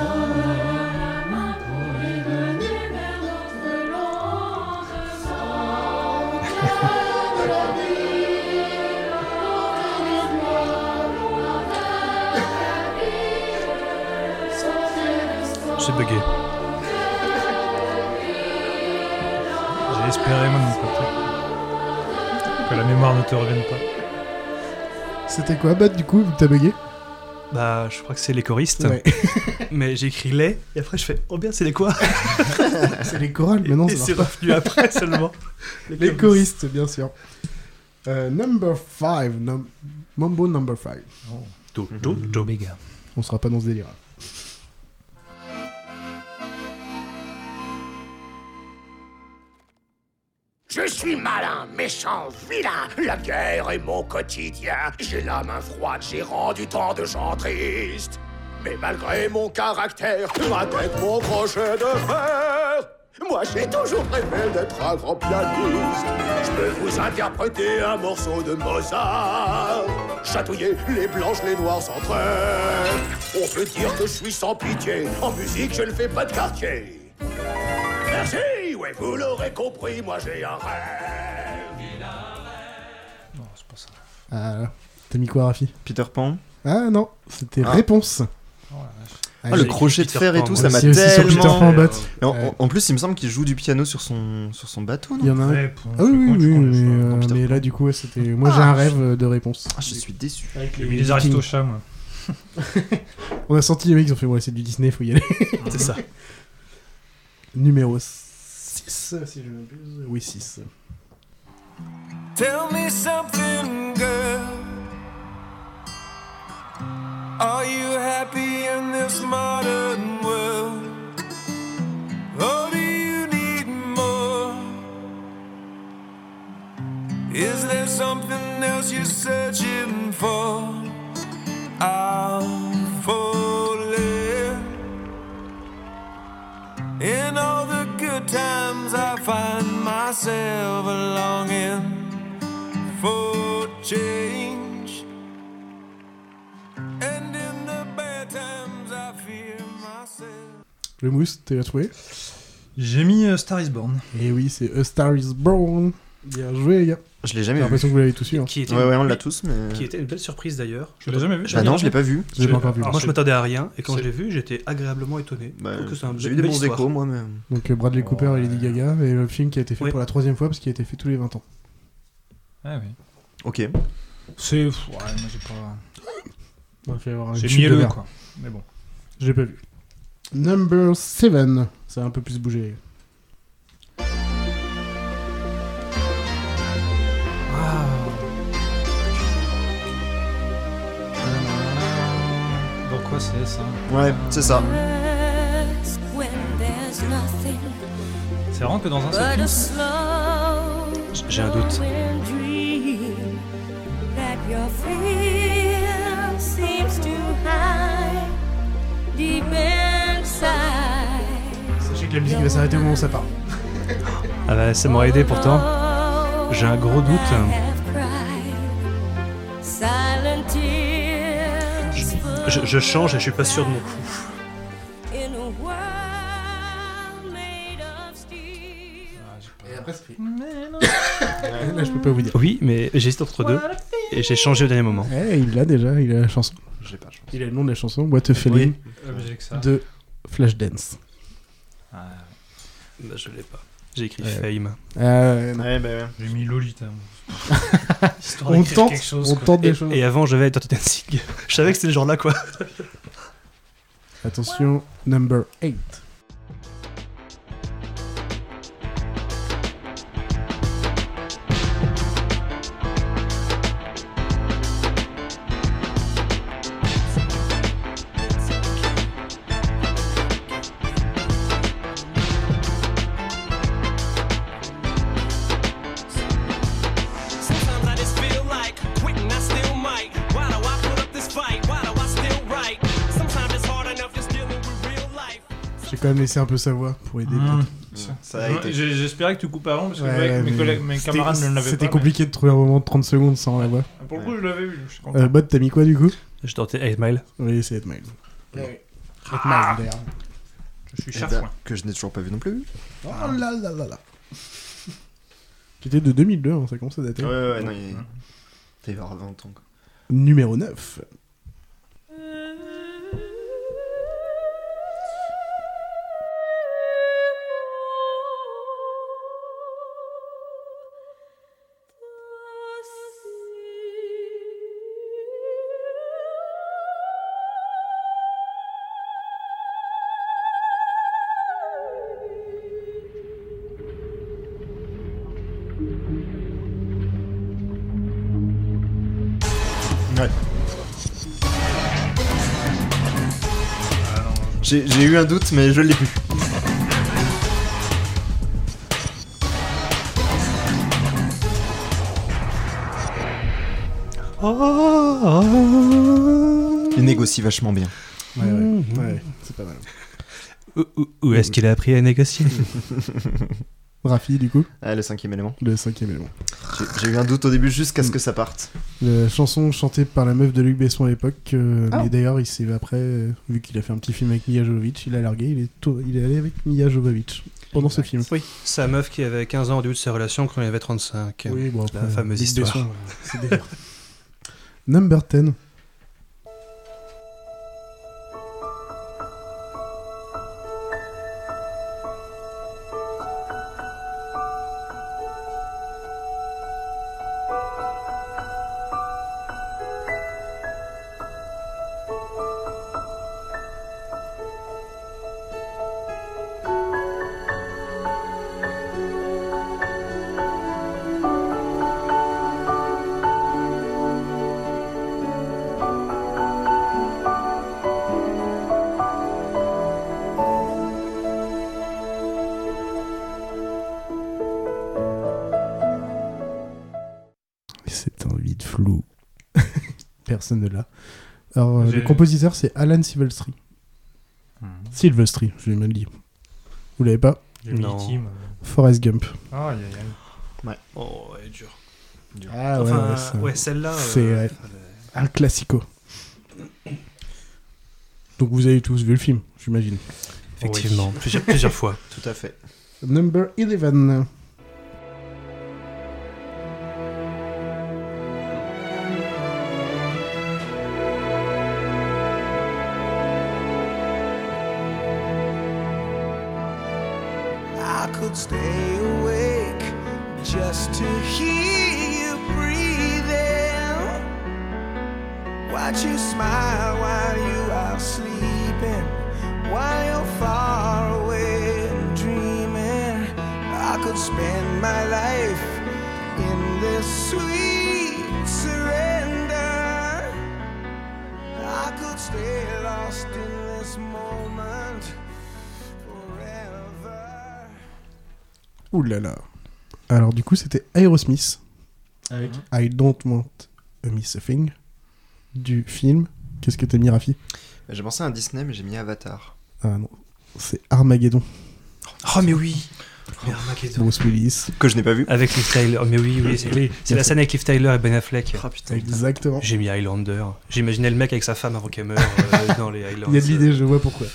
I: J'ai bugué.
B: J'ai espéré, moi, de mon côté. Que la mémoire ne te revienne pas.
A: C'était quoi, Bat, du coup, vu que t'as bugué
I: Bah, je crois que c'est les choristes.
A: Ouais.
I: mais j'écris les, et après je fais Oh bien, c'est les quoi
A: Ah, C'est les chorales, mais non,
I: [laughs] Et
A: ça
I: c'est
A: marche pas.
I: revenu après seulement.
A: Les, choristes, bien sûr. Euh, number 5. Mambo number 5.
I: Do, do, do.
A: On sera pas dans ce délire.
S: Je suis malin, méchant, vilain. La guerre est mon quotidien. J'ai la main froide, j'ai rendu tant de gens tristes. Mais malgré mon caractère, ma tête, mon crochet de fer, moi j'ai toujours rêvé d'être un grand pianiste. Je peux vous interpréter un morceau de Mozart. Chatouiller les blanches, les noirs entre eux. On peut dire que je suis sans pitié. En musique, je ne fais pas de quartier. Merci, ouais, vous l'aurez compris, moi j'ai un rêve.
A: Ah, T'as mis quoi, Rafi
C: Peter Pan.
A: Ah non, c'était
C: Ah.
A: réponse.
B: Oh
C: Ah, le crochet de fer et tout, ça m'a
A: C'est aussi sur
C: tellement.
A: Peter Pan, Bat.
C: Et en, en- en plus, il me semble qu'il joue du piano sur son, sur son bateau. Non
A: Il y en a un. Ah oui, oui, oui, mais, euh, mais là, du coup, ouais, c'était. Moi, j'ai un rêve de réponse.
C: Ah, je suis déçu.
B: Avec
A: les-
B: les,
A: les
B: aristochats, moi.
A: On a senti les mecs, ils ont fait Ouais, c'est du Disney, faut y
C: [laughs]
A: aller.
I: C'est ça.
A: Numéro 6, si je ne m'abuse. Oui, 6.
O: Tell me something, girl. Are you happy in this modern world? Or do you need more? Is there something else you're searching for? I'm falling. In all the good times, I find myself longing for change. And in the bad times, I fear myself.
A: Le mousse, t'as trouvé
B: J'ai mis euh, Star is Born.
A: Et oui, c'est A Star is Born. Bien joué, les gars.
C: Je l'ai jamais
A: J'ai
C: vu.
A: l'impression que vous l'avez tous eu. hein.
I: Qui était
C: Ouais, ouais, on l'a tous, mais.
I: Qui était une belle surprise d'ailleurs.
B: Je l'ai jamais vu.
C: Bah non, je l'ai pas vu.
A: Je l'ai pas encore vu.
I: Moi, je m'attendais à rien, et quand
A: C'est-
I: je l'ai vu, j'étais agréablement étonné. Je trouve que c'est un
C: Bah, j'ai
I: be-
C: eu des
I: belle
C: bons
I: histoire.
C: échos, moi, mais.
A: Donc euh, Bradley Cooper et Lady Gaga, et le film qui a été fait pour la troisième fois parce qu'il a été fait tous les 20 ans.
B: Ah oui.
C: Ok.
B: C'est. pff, Ouais, moi j'ai pas.
A: Donc, il va y avoir une
B: J'ai
A: chute
B: mis
A: de
B: le
A: verre.
B: quoi. Mais bon.
A: Je l'ai pas vu. Number 7. Ça a un peu plus bougé.
B: Donc quoi c'est ça
C: Ouais, c'est ça.
G: When there's nothing
B: C'est vraiment que dans un
G: but a
B: seul.
G: slow
I: J'ai un doute.
G: wind dream that your fear seems to hide deep inside.
A: Sachez que la musique va s'arrêter au moment où ça part.
I: Ah bah, ça m'aurait aidé pourtant. J'ai un gros doute.
G: Silent tears
I: Je, je change et je suis pas sûr de mon coup.
G: in a world made of steel.
A: Et après, c'est
I: Là,
A: je peux pas vous dire.
I: Oui, mais j'hésite entre deux, et j'ai changé au dernier moment.
A: Eh, il l'a déjà, il a la chanson.
C: J'ai pas la chanson.
A: Il a le nom de la chanson, What a Feeling,
B: Ah, mais j'ai que ça.
A: de Flashdance.
B: Ah,
I: Bah, je l'ai pas. J'ai écrit
A: Ouais.
I: Fame.
A: Euh, non.
C: Ouais, bah ouais.
B: J'ai mis Lolita. [laughs] moi. Histoire
A: On
B: d'écrire
A: tente,
B: quelque chose,
A: on
B: quoi.
A: tente des
B: Et-
A: choses.
I: Et avant, j'avais Dirty Dancing. [laughs] je savais que c'était le genre là, quoi.
A: Attention, number 8.
V: Sometimes I just feel like quitting, I still might. Why do I put up this fight? Why do I still write? Sometimes it's hard enough just dealing with real life.
A: J'ai quand même laissé un peu sa voix pour aider.
B: Mmh.
A: peut-être.
C: Ça a été.
B: J'ai- J'espérais que tu coupes avant parce que
A: Ouais,
B: ouais, mes,
A: mais
B: collègues, mes
A: c'était-
B: camarades ne l'avaient pas.
A: C'était
B: mais-
A: compliqué de trouver un moment de 30 secondes sans la voix.
B: Pour le coup, je l'avais eu. Je suis content.
A: Euh, Bot, t'as mis quoi du coup
I: Je tentais 8 Mile.
A: Oui, c'est Edmile.
B: Ah.
A: Edmile, d'ailleurs.
B: Je suis
C: Eh
B: chafouin.
C: ben, Que je n'ai toujours pas vu non plus.
A: Oh là là là [laughs] là. Qui était de 2002, hein, ça commence à dater.
C: Ouais, ouais, ouais, non, il. T'as eu 20 ans, quoi.
A: Numéro 9.
C: J'ai j'ai eu un doute, mais je l'ai plus.
I: Oh,
C: Il négocie vachement bien.
A: Ouais, ouais, Hmm. ouais, c'est pas mal.
I: Où, où- où est-ce qu'il a appris à négocier
A: Rafi, du coup
C: Ah, le cinquième élément. Hmm.
A: Le cinquième élément.
C: J'ai- J'ai eu un doute au début jusqu'à ce que ça parte.
A: La chanson chantée par la meuf de Luc Besson à l'époque, euh,
C: Ah.
A: mais d'ailleurs, il s'est après, euh, vu qu'il a fait un petit film avec Mia Jovovich, il a largué, il est, tôt- il est allé avec Mia Jovovich pendant ce film.
I: Oui, sa meuf qui avait 15 ans au début de sa relation quand il avait 35.
A: Oui, bon,
I: la
A: après,
I: fameuse
A: Luc
I: histoire.
A: Besson, ouais, [laughs] c'est délire. Number 10. C'est un vide flou. [laughs] Personne ne l'a. Alors, euh,
B: J'ai-
A: le compositeur, c'est Alan Silvestri.
I: Hmm.
A: Silvestri, je l'ai mal dit. Vous l'avez pas
B: J'ai mis Non. Tim.
A: Forrest Gump.
B: Aïe, aïe, aïe.
C: Ouais.
I: Oh, elle est dure.
A: Ah ouais,
I: Enfin, euh,
A: ouais, ça-
I: ouais, celle-là.
A: C'est
I: euh,
A: ouais, un classico. Donc vous avez tous vu le film, j'imagine.
I: Effectivement, plusieurs, plusieurs fois.
C: Tout à fait.
A: Number 11.
O: I could stay awake just to hear you breathing. Watch you smile while you are sleeping, while you're far away and dreaming. I could spend my life in this sweet surrender. I could stay lost in this moment forever.
A: Ouh là là. Alors du coup c'était Aerosmith.
B: Avec
A: I don't want to miss a thing. Du film. Qu'est-ce que t'as mis Rafi
C: J'ai pensé à un Disney, mais j'ai mis Avatar.
A: Ah non. C'est Armageddon.
I: Oh, mais oui Mais Armageddon.
A: Bruce Willis.
C: Que je n'ai pas vu.
I: Avec Liv Tyler. Mais oui, oui, c'est
A: Oui.
I: c'est la scène avec Liv Tyler et Ben Affleck.
A: Ah, Exactement.
I: J'ai mis Highlander. J'imaginais le mec avec sa femme avant qu'elle meure
A: [laughs]
I: euh, dans les Highlands.
A: Il y a de l'idée, je vois pourquoi.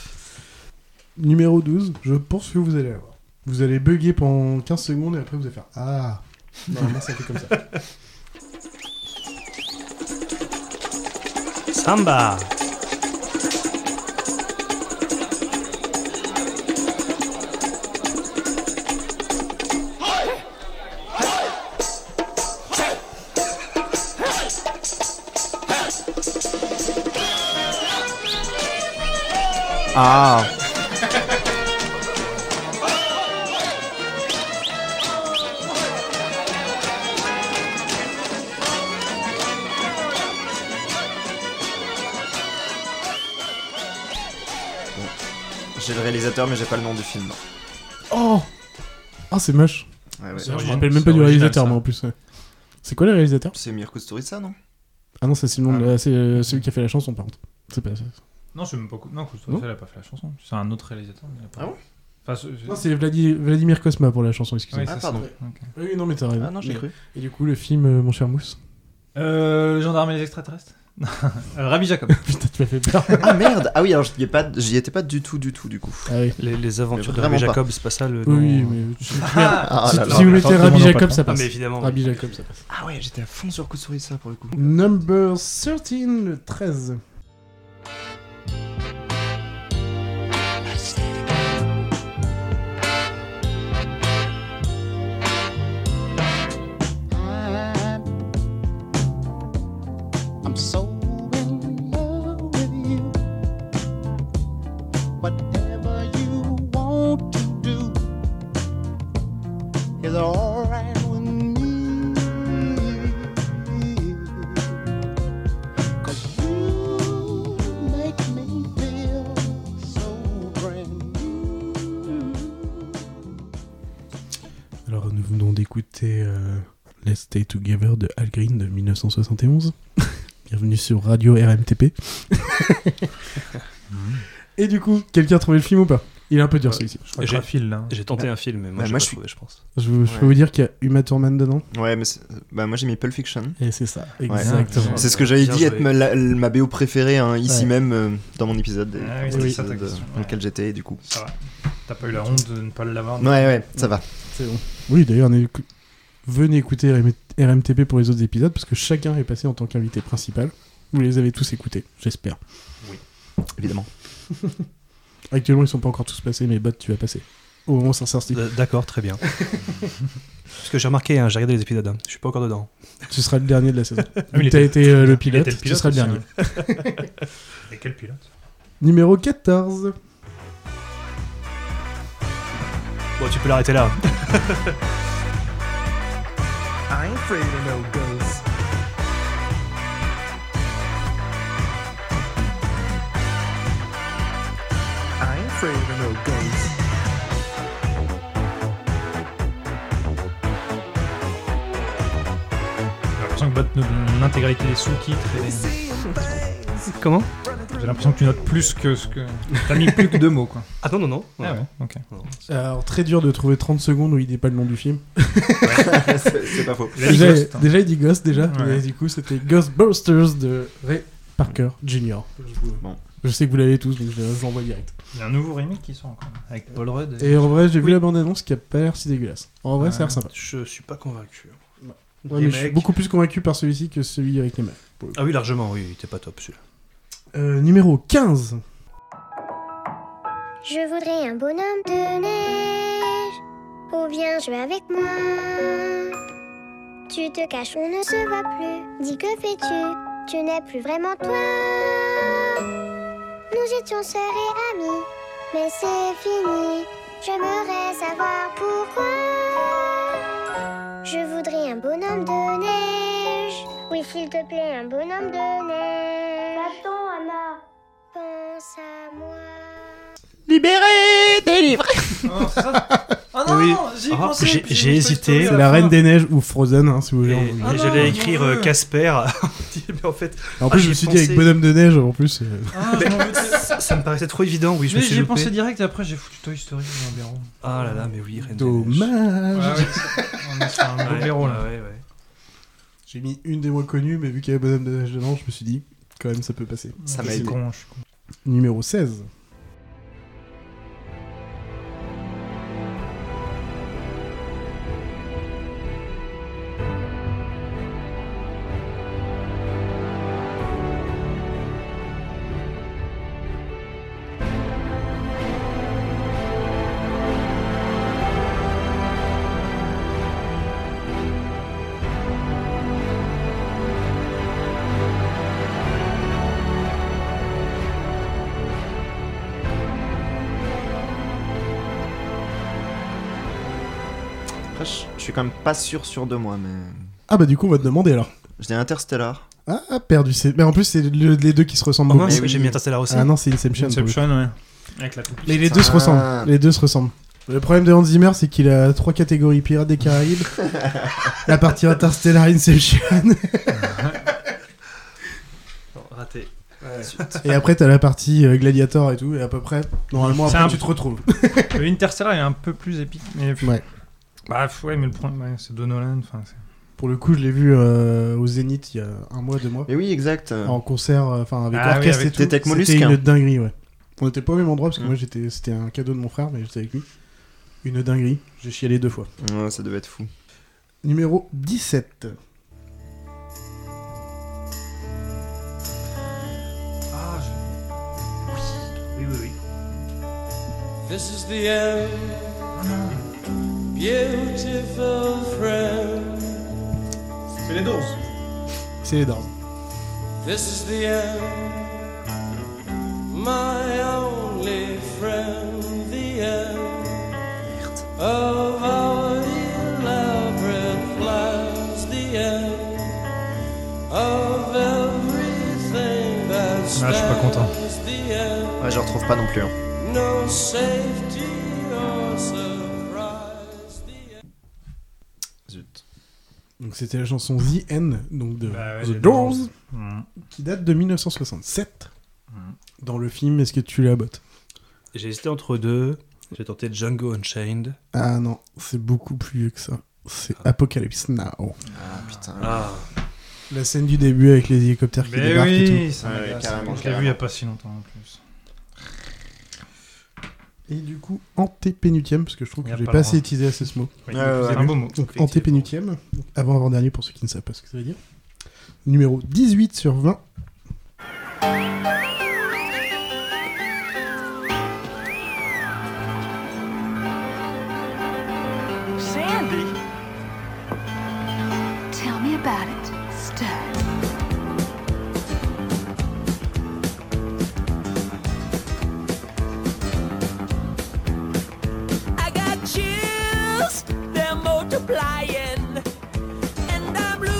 A: Numéro 12, je pense que vous allez avoir. Vous allez bugger pendant 15 secondes et après vous allez faire Ah Normalement ça fait comme ça.
I: Samba
C: Ah Bon. J'ai le réalisateur, mais j'ai pas le nom du film.
A: Oh Ah, c'est moche.
C: Ouais, ouais.
A: Je me rappelle même pas du réalisateur, moi en plus. ouais. C'est quoi le réalisateur
C: C'est Mirko Storica, non
A: Ah non, ça, c'est le nom de la- c'est euh, celui qui a fait la chanson, par contre. C'est pas ça.
B: Non, c'est même pas. cou- Non,
A: Non
B: Cousteau, elle a pas fait la chanson. C'est un autre réalisateur. il a pas-
C: Ah bon
B: Enfin, ce-
A: Non, c'est Vladi- Vladimir Cosma pour la chanson, excusez-moi.
B: Ouais, Ah, ça, pardon. c'est- ok.
A: Oui, non, mais t'as raison.
C: Ah non, j'ai
A: Mais-
C: cru.
A: Et du coup, le film, euh, mon cher Mousse [laughs]
B: Euh, le gendarme et les extraterrestres [laughs] Non. Euh, Rabbi Jacob.
A: Putain, tu m'as fait peur.
C: Ah merde Ah oui, alors j'y ai pas- j'y étais pas du tout, du tout, du coup.
I: Les, les aventures
C: Mais
I: de Rabbi
C: vraiment pas.
I: Jacob, c'est pas ça le
A: Oui,
I: nom euh,
A: oui, mais tu- tu-
C: Ah
A: si-
C: là là.
A: si vous mettez
C: Attends,
A: Rabbi
C: demandons
A: Jacob,
C: pas.
A: ça passe.
I: Ah, mais évidemment,
A: Rabbi
I: oui.
A: Jacob, ça passe.
C: Ah ouais, j'étais à fond sur Kusturica pour le coup.
A: Number 13, le 13.
W: I'm so in love with you. Whatever you want to do is alright with me. 'Cause you
A: Alors nous venons d'écouter euh, Let's Stay Together de Al Green de [laughs] 1971. Bienvenue sur Radio RMTP. [laughs] Et du coup, quelqu'un a trouvé le film ou pas Il est un peu dur celui-ci.
B: crois que J'ai- Raphaël, là.
I: j'ai tenté un film, mais moi, j'ai pas trouvé, je pense.
A: Je, vous- je
C: Ouais.
A: peux vous dire qu'il y a Uma Thurman dedans.
C: Ouais, mais c'est- bah, moi j'ai mis Pulp Fiction.
A: Et c'est ça,
C: Ouais.
A: exactement.
C: C'est ce que j'avais
A: Ah, Bien
C: dit être
A: joué.
C: ma, la- ma BO préférée hein, ici
A: Ouais.
C: même euh, dans mon épisode des-
B: Ah oui,
C: dans
B: c'était
C: l'épisode,
B: ça ta
C: euh,
B: question,
C: dans lequel j'étais, et du coup.
B: Ça va. T'as pas eu la honte de ne pas
A: Ah,
B: l'avoir.
C: Ouais, ouais, ça va.
A: C'est bon. Oui, d'ailleurs, on a écou- venez écouter RM- RMTP pour les autres épisodes parce que chacun est passé en tant qu'invité principal. Vous les avez tous écoutés, j'espère.
C: Oui, évidemment.
A: Actuellement, ils sont pas encore tous passés, mais Bot, tu vas passer. Au moment où ça sortira.
I: D- D'accord, très
C: [laughs]
I: bien. Parce que j'ai remarqué, hein, j'ai regardé les épisodes, hein, je suis pas encore dedans.
A: Tu seras le dernier de la saison.
I: [laughs] Ah
A: Tu
I: oui, il
A: T'as
I: était-
A: été euh,
I: il
A: le
I: était
A: pilote,
I: le
A: tu
I: pilote
A: seras le
I: aussi,
A: dernier.
B: Et quel pilote
A: Numéro 14.
I: Bon, tu peux l'arrêter là.
F: I ain't afraid of no ghosts. I ain't afraid of no ghosts.
B: J'ai l'impression que Bot note l'intégralité des sous-titres. et-
I: [laughs] Comment
B: J'ai l'impression que tu notes plus que ce que. T'as mis plus que deux mots, quoi.
I: Ah non, non, non.
B: Ah ouais, ok.
A: Alors, très dur de trouver 30 secondes où il dit pas le nom du
C: [laughs]
A: film.
C: c'est- c'est pas faux.
A: Déjà,
C: Il a dit Ghost, hein.
A: déjà, il dit Ghost, déjà.
C: Ouais.
A: Mais du coup, c'était Ghostbusters de Ray Parker Jr. Je, vous-
C: Bon.
A: je sais que vous l'avez tous, donc je, je l'envoie direct.
B: Il y a un nouveau remake qui sort encore. Avec Paul Rudd.
A: Et en vrai, j'ai vu la bande-annonce qui a pas l'air si dégueulasse. En vrai, ça a l'air sympa.
I: Je suis pas convaincu.
A: Ouais, mais je suis beaucoup plus convaincu par celui-ci que celui avec les mecs.
I: Ah oui, largement, oui, il était pas top celui-là.
A: Euh, numéro 15.
K: Je voudrais un bonhomme de neige. Ou bien jouer avec moi. Tu te caches, on ne se voit plus. Dis que fais-tu Tu n'es plus vraiment toi. Nous étions sœurs et amis, mais c'est fini. J'aimerais savoir pourquoi. Je voudrais un bonhomme de neige. Oui, s'il te plaît, un bonhomme de neige. Attends, Anna. Pense à moi.
F: Libéré, délivré. Oh, c'est ça
I: Oui.
F: j'y ai
I: Ah,
F: pensé,
I: j'ai-
F: puis
I: J'ai hésité.
A: C'est la Reine des Neiges ou Frozen, hein, si vous voulez.
I: Et,
A: on-
I: et j'allais écrire euh, Casper. [laughs] mais en fait.
A: En
I: ah,
A: plus, je
I: j'y
A: me
I: ai
A: suis dit
I: pensé.
A: avec Bonhomme de Neige, en plus. euh,
I: Mais ça, ça me paraissait trop évident, oui. Je
B: mais
I: me suis
B: j'y ai
I: loupé.
B: pensé direct et après j'ai foutu Toy Story dans un blaireau.
I: Ah là là, mais oui, Reine des
A: Dommage.
B: Ouais, ouais, c'est- on est sur un euh, beau
I: Ouais,
B: blaireau, là.
I: ouais, ouais.
A: J'ai mis une des moins connues, mais vu qu'il y avait Bonhomme de Neige dedans, je me suis dit, quand même, ça peut passer.
C: Ça
B: m'a
A: C'est
B: aidé.
A: con,
B: je suis
A: Numéro 16.
C: Après, je je suis quand même pas sûr sûr de moi, mais
A: Ah bah, du coup, on va te demander alors.
C: je dis Interstellar.
A: Ah, perdu. c'est- Mais en plus, c'est le- les deux qui se ressemblent
I: Oh
A: beaucoup.
I: mince, oui, j'ai mis Interstellar aussi. Ah.
A: Ah non, c'est Inception. pour le coup.
B: Inception, ouais. Avec la toupie.
A: Mais les deux se ressemblent. Les deux se ressemblent. Le problème de Hans Zimmer, c'est qu'il a trois catégories Pirates des
I: [laughs]
A: Caraïbes, la partie Interstellar Inception,
I: Non, raté.
A: et après t'as la partie euh, Gladiator et tout, et à peu près, normalement
B: C'est
A: après
B: un-
A: tu te retrouves.
B: Le Euh, Interstellar est un peu plus épique. Mais...
A: Ouais.
B: Bah pff, ouais, mais le problème, ouais, c'est de Nolan. enfin, c'est-
A: Pour le coup, je l'ai vu euh, au Zénith il y a un mois, deux mois.
C: Mais oui, exact.
A: En concert, euh, enfin avec
C: Ah oui,
A: orchestre
C: avec
A: et tout.
C: Tête Mollusque,
A: C'était une
C: hein.
A: dinguerie, ouais. On n'était pas au même endroit parce que
C: Mm.
A: moi j'étais, c'était un cadeau de mon frère, mais j'étais avec lui. Une dinguerie. J'ai chialé deux fois.
C: Ouais, ça devait être fou.
A: Numéro 17.
B: Ah, je... Oui, oui, oui.
O: This is the end, beautiful friend.
B: C'est les Doors.
A: C'est les Doors.
O: This is the end, my only friend. The end of our elaborate plans. The end of everything that's
C: Ah, je suis pas content.
O: The end,
C: Ouais, je retrouve pas non plus. hein.
O: no safety or surprise.
A: Donc c'était la chanson The N, donc de
B: Bah ouais,
A: The
B: des
A: Doors, Mm.
B: Doors. Mhm.
A: qui date de 1967. Dans le film, est-ce que tu la bottes
I: J'ai hésité entre deux. J'ai tenté Django Unchained.
A: Ah non, c'est beaucoup plus vieux que ça. C'est Apocalypse Now.
C: Ah putain.
I: Ah.
A: La scène du début avec les hélicoptères qui
B: Mais
A: débarquent et
B: oui,
A: tout.
B: ça
C: Ah ouais,
B: m'agace.
C: carrément,
B: Je l'ai vu il y a pas si longtemps en plus.
A: Et du coup, antépénultième, parce que je trouve
B: Il y
A: que
B: a
A: j'ai
B: pas
A: pas,
B: le
A: assez
B: droit.
A: utilisé assez ce mot.
B: Oui, Ouais, ouais, c'est un ouais. beau mot.
A: Donc, antépénultième, avant-avant-dernier pour ceux qui ne savent pas ce que ça veut dire. Numéro 18 sur 20.
G: Sandy! Tell me about it, Stud.
N: I got chills, they're multiplying, and I'm losing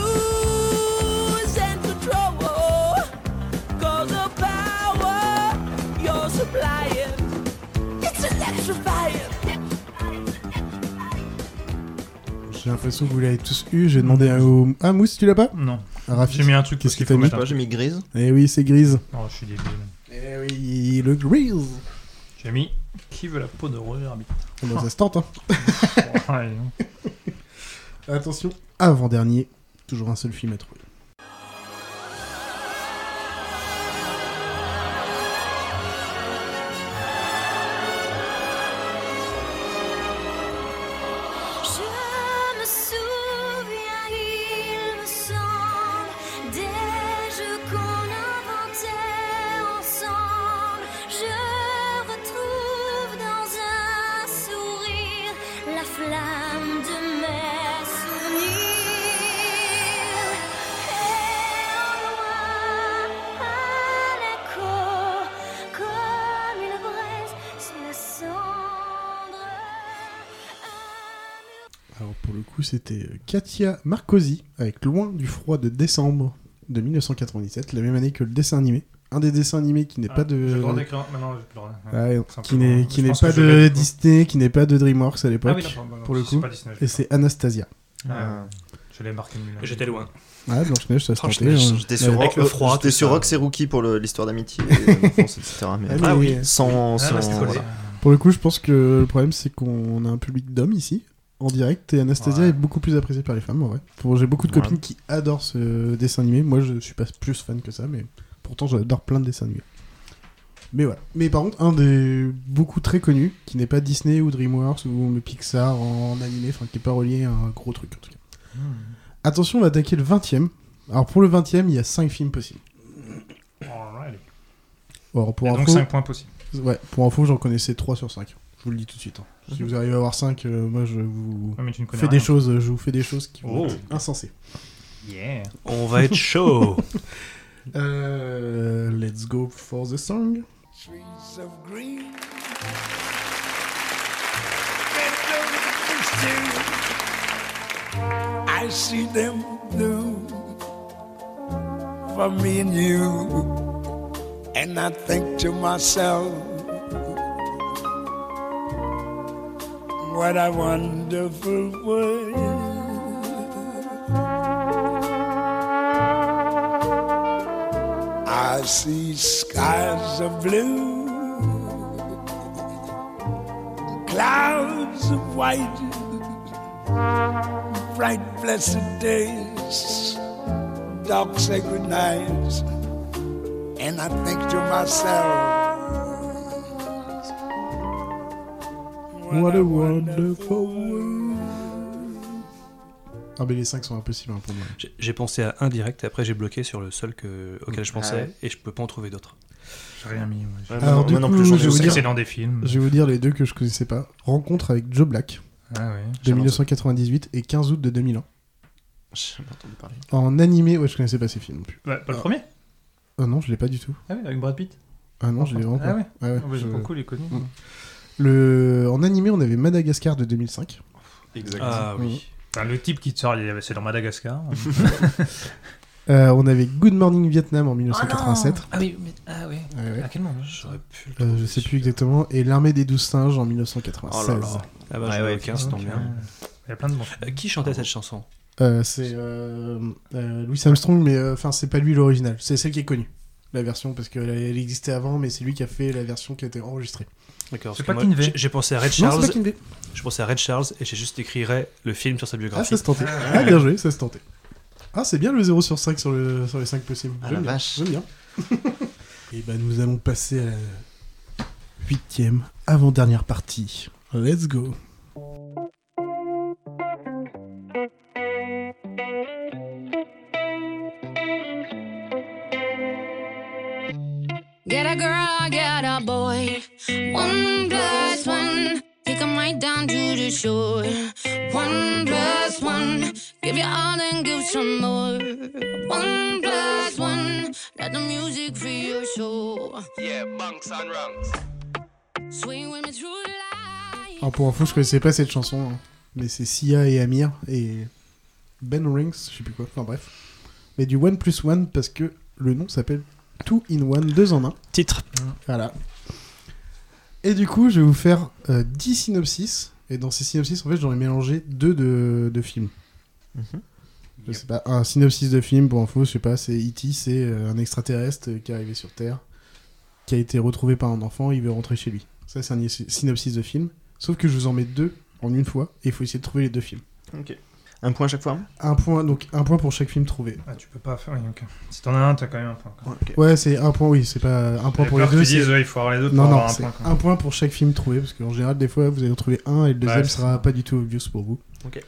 N: control. Cause the power you're supplying, it's electrifying.
A: J'ai l'impression que vous l'avez tous eu. J'ai demandé à... au- Ah, Mousse, tu l'as pas
B: Non.
A: Ah, Raph,
B: J'ai mis un truc
A: qu'est-ce que
B: parce qu'il faut
A: t'as mis
B: mettre un truc. J'ai mis grise.
A: Eh oui, c'est grise.
B: Oh, je suis débile.
A: Eh oui, le grise.
B: J'ai mis qui veut la peau de Roger Rabbit.
A: Ah bah, ça se tente, hein.
B: [laughs] Ouais, non.
A: Ah. Attention, avant-dernier, toujours un seul film à trouver.
G: Je me souviens, il me semble, des jeux qu'on inventait ensemble. Je retrouve dans un sourire la flamme de mes souvenirs. Et en loin, un écho, comme une braise sur la cendre.
A: Alors pour le coup, c'était euh, Katia Marcosi avec Loin du froid de décembre de 1997, la même année que le dessin animé. Un des dessins animés qui n'est
B: Ah,
A: pas
B: j'ai le
A: de
B: droit d'écrire maintenant, j'ai plus le Ah droit.
A: Ouais,
B: Ouais,
A: qui
B: simplement.
A: n'est qui
B: Je
A: n'est
B: pense
A: pas
B: que je
A: de
B: l'ai, du coup.
A: Disney, qui n'est pas de DreamWorks à l'époque
B: d'accord, bah non,
A: pour le
B: c'est
A: coup,
B: pas Disney, je
A: et
B: crois.
A: c'est Anastasia.
B: Ah, Je l'ai marqué nul.
I: J'étais loin.
A: Ah Blanche Neige, ça se tentait. hein.
C: J'étais sur,
A: Ouais.
C: Rock, j'étais sur Rock, c'est Rookie pour le-
A: [laughs]
C: l'histoire d'amitié, euh, l'enfance, etc. Mais
A: Ah oui.
C: sans.
A: Ah,
C: sans
A: bah, c'est
C: voilà.
A: posé. Pour le coup, je pense que le problème c'est qu'on a un public d'hommes ici en direct et Anastasia est beaucoup plus appréciée par les femmes en vrai. Pour- J'ai beaucoup de
C: Ouais.
A: copines qui adorent ce dessin animé. Moi, je suis pas plus fan que ça, mais pourtant j'adore plein de dessins animés. Mais voilà. Mais par contre, un des beaucoup très connus qui n'est pas Disney ou DreamWorks ou Pixar en animé, enfin qui est pas relié à un gros truc en tout cas. Attention, on va attaquer le 20ème. Alors pour le 20ème, il y a 5 films possibles.
B: Oh, Alrighty.
A: Alors, pour
B: Et donc,
A: info-
B: cinq points possibles.
A: Ouais, pour info, j'en connaissais 3 sur 5. Je vous le dis tout de suite. hein. Si vous arrivez à avoir 5, moi je vous
B: Ouais, mais tu ne connais
A: fais des
B: rien.
A: choses, euh, je vous fais des choses qui vont
B: Oh.
A: être insensées.
B: Yeah.
I: On va [laughs] être chaud.
A: Euh, let's go for the song.
E: Trees of green.
N: I see them blue for me and you, and I think to myself,
E: What a wonderful world. I see skies of blue, clouds of white, bright, blessed days, dark, sacred nights, and I think to myself,
A: What a wonderful world. Ah, mais les 5 sont impossibles hein, pour moi.
I: J'ai- J'ai pensé à un direct, après j'ai bloqué sur le seul que, auquel je pensais,
B: Ouais.
I: et je peux pas en trouver d'autres.
B: J'ai rien mis. moi.
A: Ah, Alors, du coup, je, vais vous dire,
B: C'est dans des films.
A: je vais vous dire les deux que je connaissais pas. Rencontre avec Joe Black
B: Ah ouais.
A: de 1998 et 15 août de 2001.
C: J'ai pas entendu parler.
A: En animé, ouais, je connaissais pas ces films. non plus.
B: Ouais, Bah, pas le
A: Ah.
B: premier
A: Ah non, je l'ai pas du tout.
B: Ah oui, avec Brad Pitt.
A: Ah non, je l'ai vraiment
B: Ah
A: pas.
B: ouais.
A: Ah ouais,
B: Ah bah, j'ai
A: je-
B: beaucoup les connus.
A: Mm. Le... En animé, on avait Madagascar de 2005.
B: Exact.
I: Ah oui.
B: Putain, le type qui te sort, il- c'est dans
A: [laughs]
B: Madagascar.
A: Euh, on avait Good Morning Vietnam en 1987.
B: ah oui, mais, ah oui. À quel moment
I: J'aurais pu.
A: Euh, je sais plus exactement. Et L'armée des douze singes en 1996.
I: Oh Ah bah, j'en ai aucun, c'est tant bien.
B: Il y a plein de bons.
I: Euh, qui chantait cette chanson
A: Euh, c'est euh, euh, Louis Armstrong, mais euh, enfin, c'est pas lui l'original, c'est celle qui est connue, la version, parce qu'elle elle existait avant, mais c'est lui qui a fait la version qui a été enregistrée.
I: D'accord.
A: C'est
I: parce
A: pas
I: que moi,
A: Kinvey.
I: j'ai- J'ai pensé à Red
A: Non,
I: Charles.
A: c'est pas Kinvey.
I: je pensais à Red Charles et j'ai juste écrit Ray, le film sur sa biographie.
A: Ah, ça se tentait. Ah, bien joué, ça se tentait. Ah, c'est bien le 0 sur 5 sur, le, sur les 5 possibles.
I: Ah,
A: J'aime
I: la
A: bien, J'aime bien. [laughs] Et ben, nous allons passer à la huitième, avant-dernière partie. Let's go.
X: Get a girl, get a boy. One plus one. Take 'em right down to the shore. One plus one. Give you all and give some more. One plus one. Let the music free your soul. Yeah, bunks and rungs. Swing with me through the light.
A: Alors, pour info, je connaissais pas cette chanson, hein. mais c'est Sia et Amir et Ben Rings, je sais plus quoi, enfin bref. Mais du One Plus One parce que le nom s'appelle Two in One, deux en un.
I: Titre.
A: Voilà. Et du coup, je vais vous faire euh, 10 synopsis. Et dans ces synopsis, en fait, j'en ai mélangé deux de, de films.
B: Mhm.
A: Je sais pas, un synopsis de film, pour info, je sais pas, c'est E.T., c'est euh, un extraterrestre euh, qui est arrivé sur Terre, qui a été retrouvé par un enfant, il veut rentrer chez lui. Ça, c'est un i- synopsis de film. Sauf que je vous en mets deux en une fois, et il faut essayer de trouver les deux films.
C: Ok. Un point à chaque fois. hein
A: Un point, donc un point pour chaque film trouvé.
B: Ah, tu peux pas faire. oui, ok. Si t'en as un, t'as quand même un point. quoi.
A: Ouais, c'est un point, oui, c'est pas un point
B: J'avais
A: pour les
B: peur que
A: deux.
B: tu dises,
A: c'est-
B: euh, il faut avoir les deux pour
A: non,
B: avoir
A: non,
B: un
A: c'est
B: point, quoi.
A: un point pour chaque film trouvé, parce qu'en général, des fois, vous allez en trouver un et le deuxième
B: Ouais, c'est
A: sera pas du tout obvious pour vous.
I: Ok.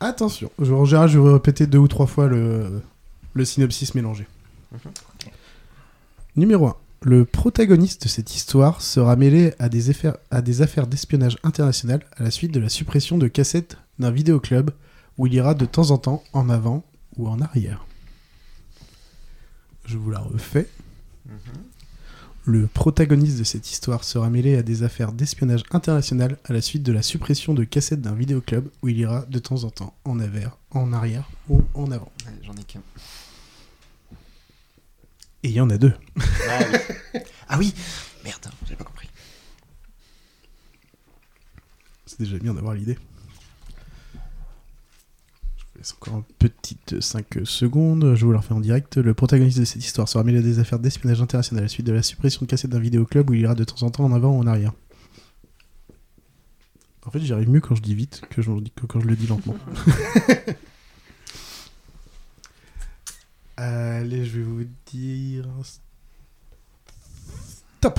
A: Attention, je, en général, je vais répéter deux ou trois fois le, le synopsis mélangé.
B: Mhm.
A: Numéro 1. Le protagoniste de cette histoire sera mêlé à des, affaires- à des affaires d'espionnage international à la suite de la suppression de cassettes d'un vidéoclub où il ira de temps en temps en avant ou en arrière. Je vous la refais. Le protagoniste de cette histoire sera mêlé à des affaires d'espionnage international à la suite de la suppression de cassettes d'un vidéoclub où il ira de temps en temps en avers, en arrière ou en avant.
C: Ouais, J'en ai qu'un.
A: Et il y en a deux.
C: Ah oui. ah oui Merde, j'avais pas compris.
A: C'est déjà bien d'avoir l'idée. Je vous laisse encore une petite 5 secondes. Je vous la refais en direct. Le protagoniste de cette histoire sera mêlé à des affaires d'espionnage international à la suite de la suppression de cassettes d'un vidéoclub où il ira de temps en temps en avant ou en arrière. En fait, j'y arrive mieux quand je dis vite que, je- que quand je le dis lentement. Allez, je vais vous dire. Top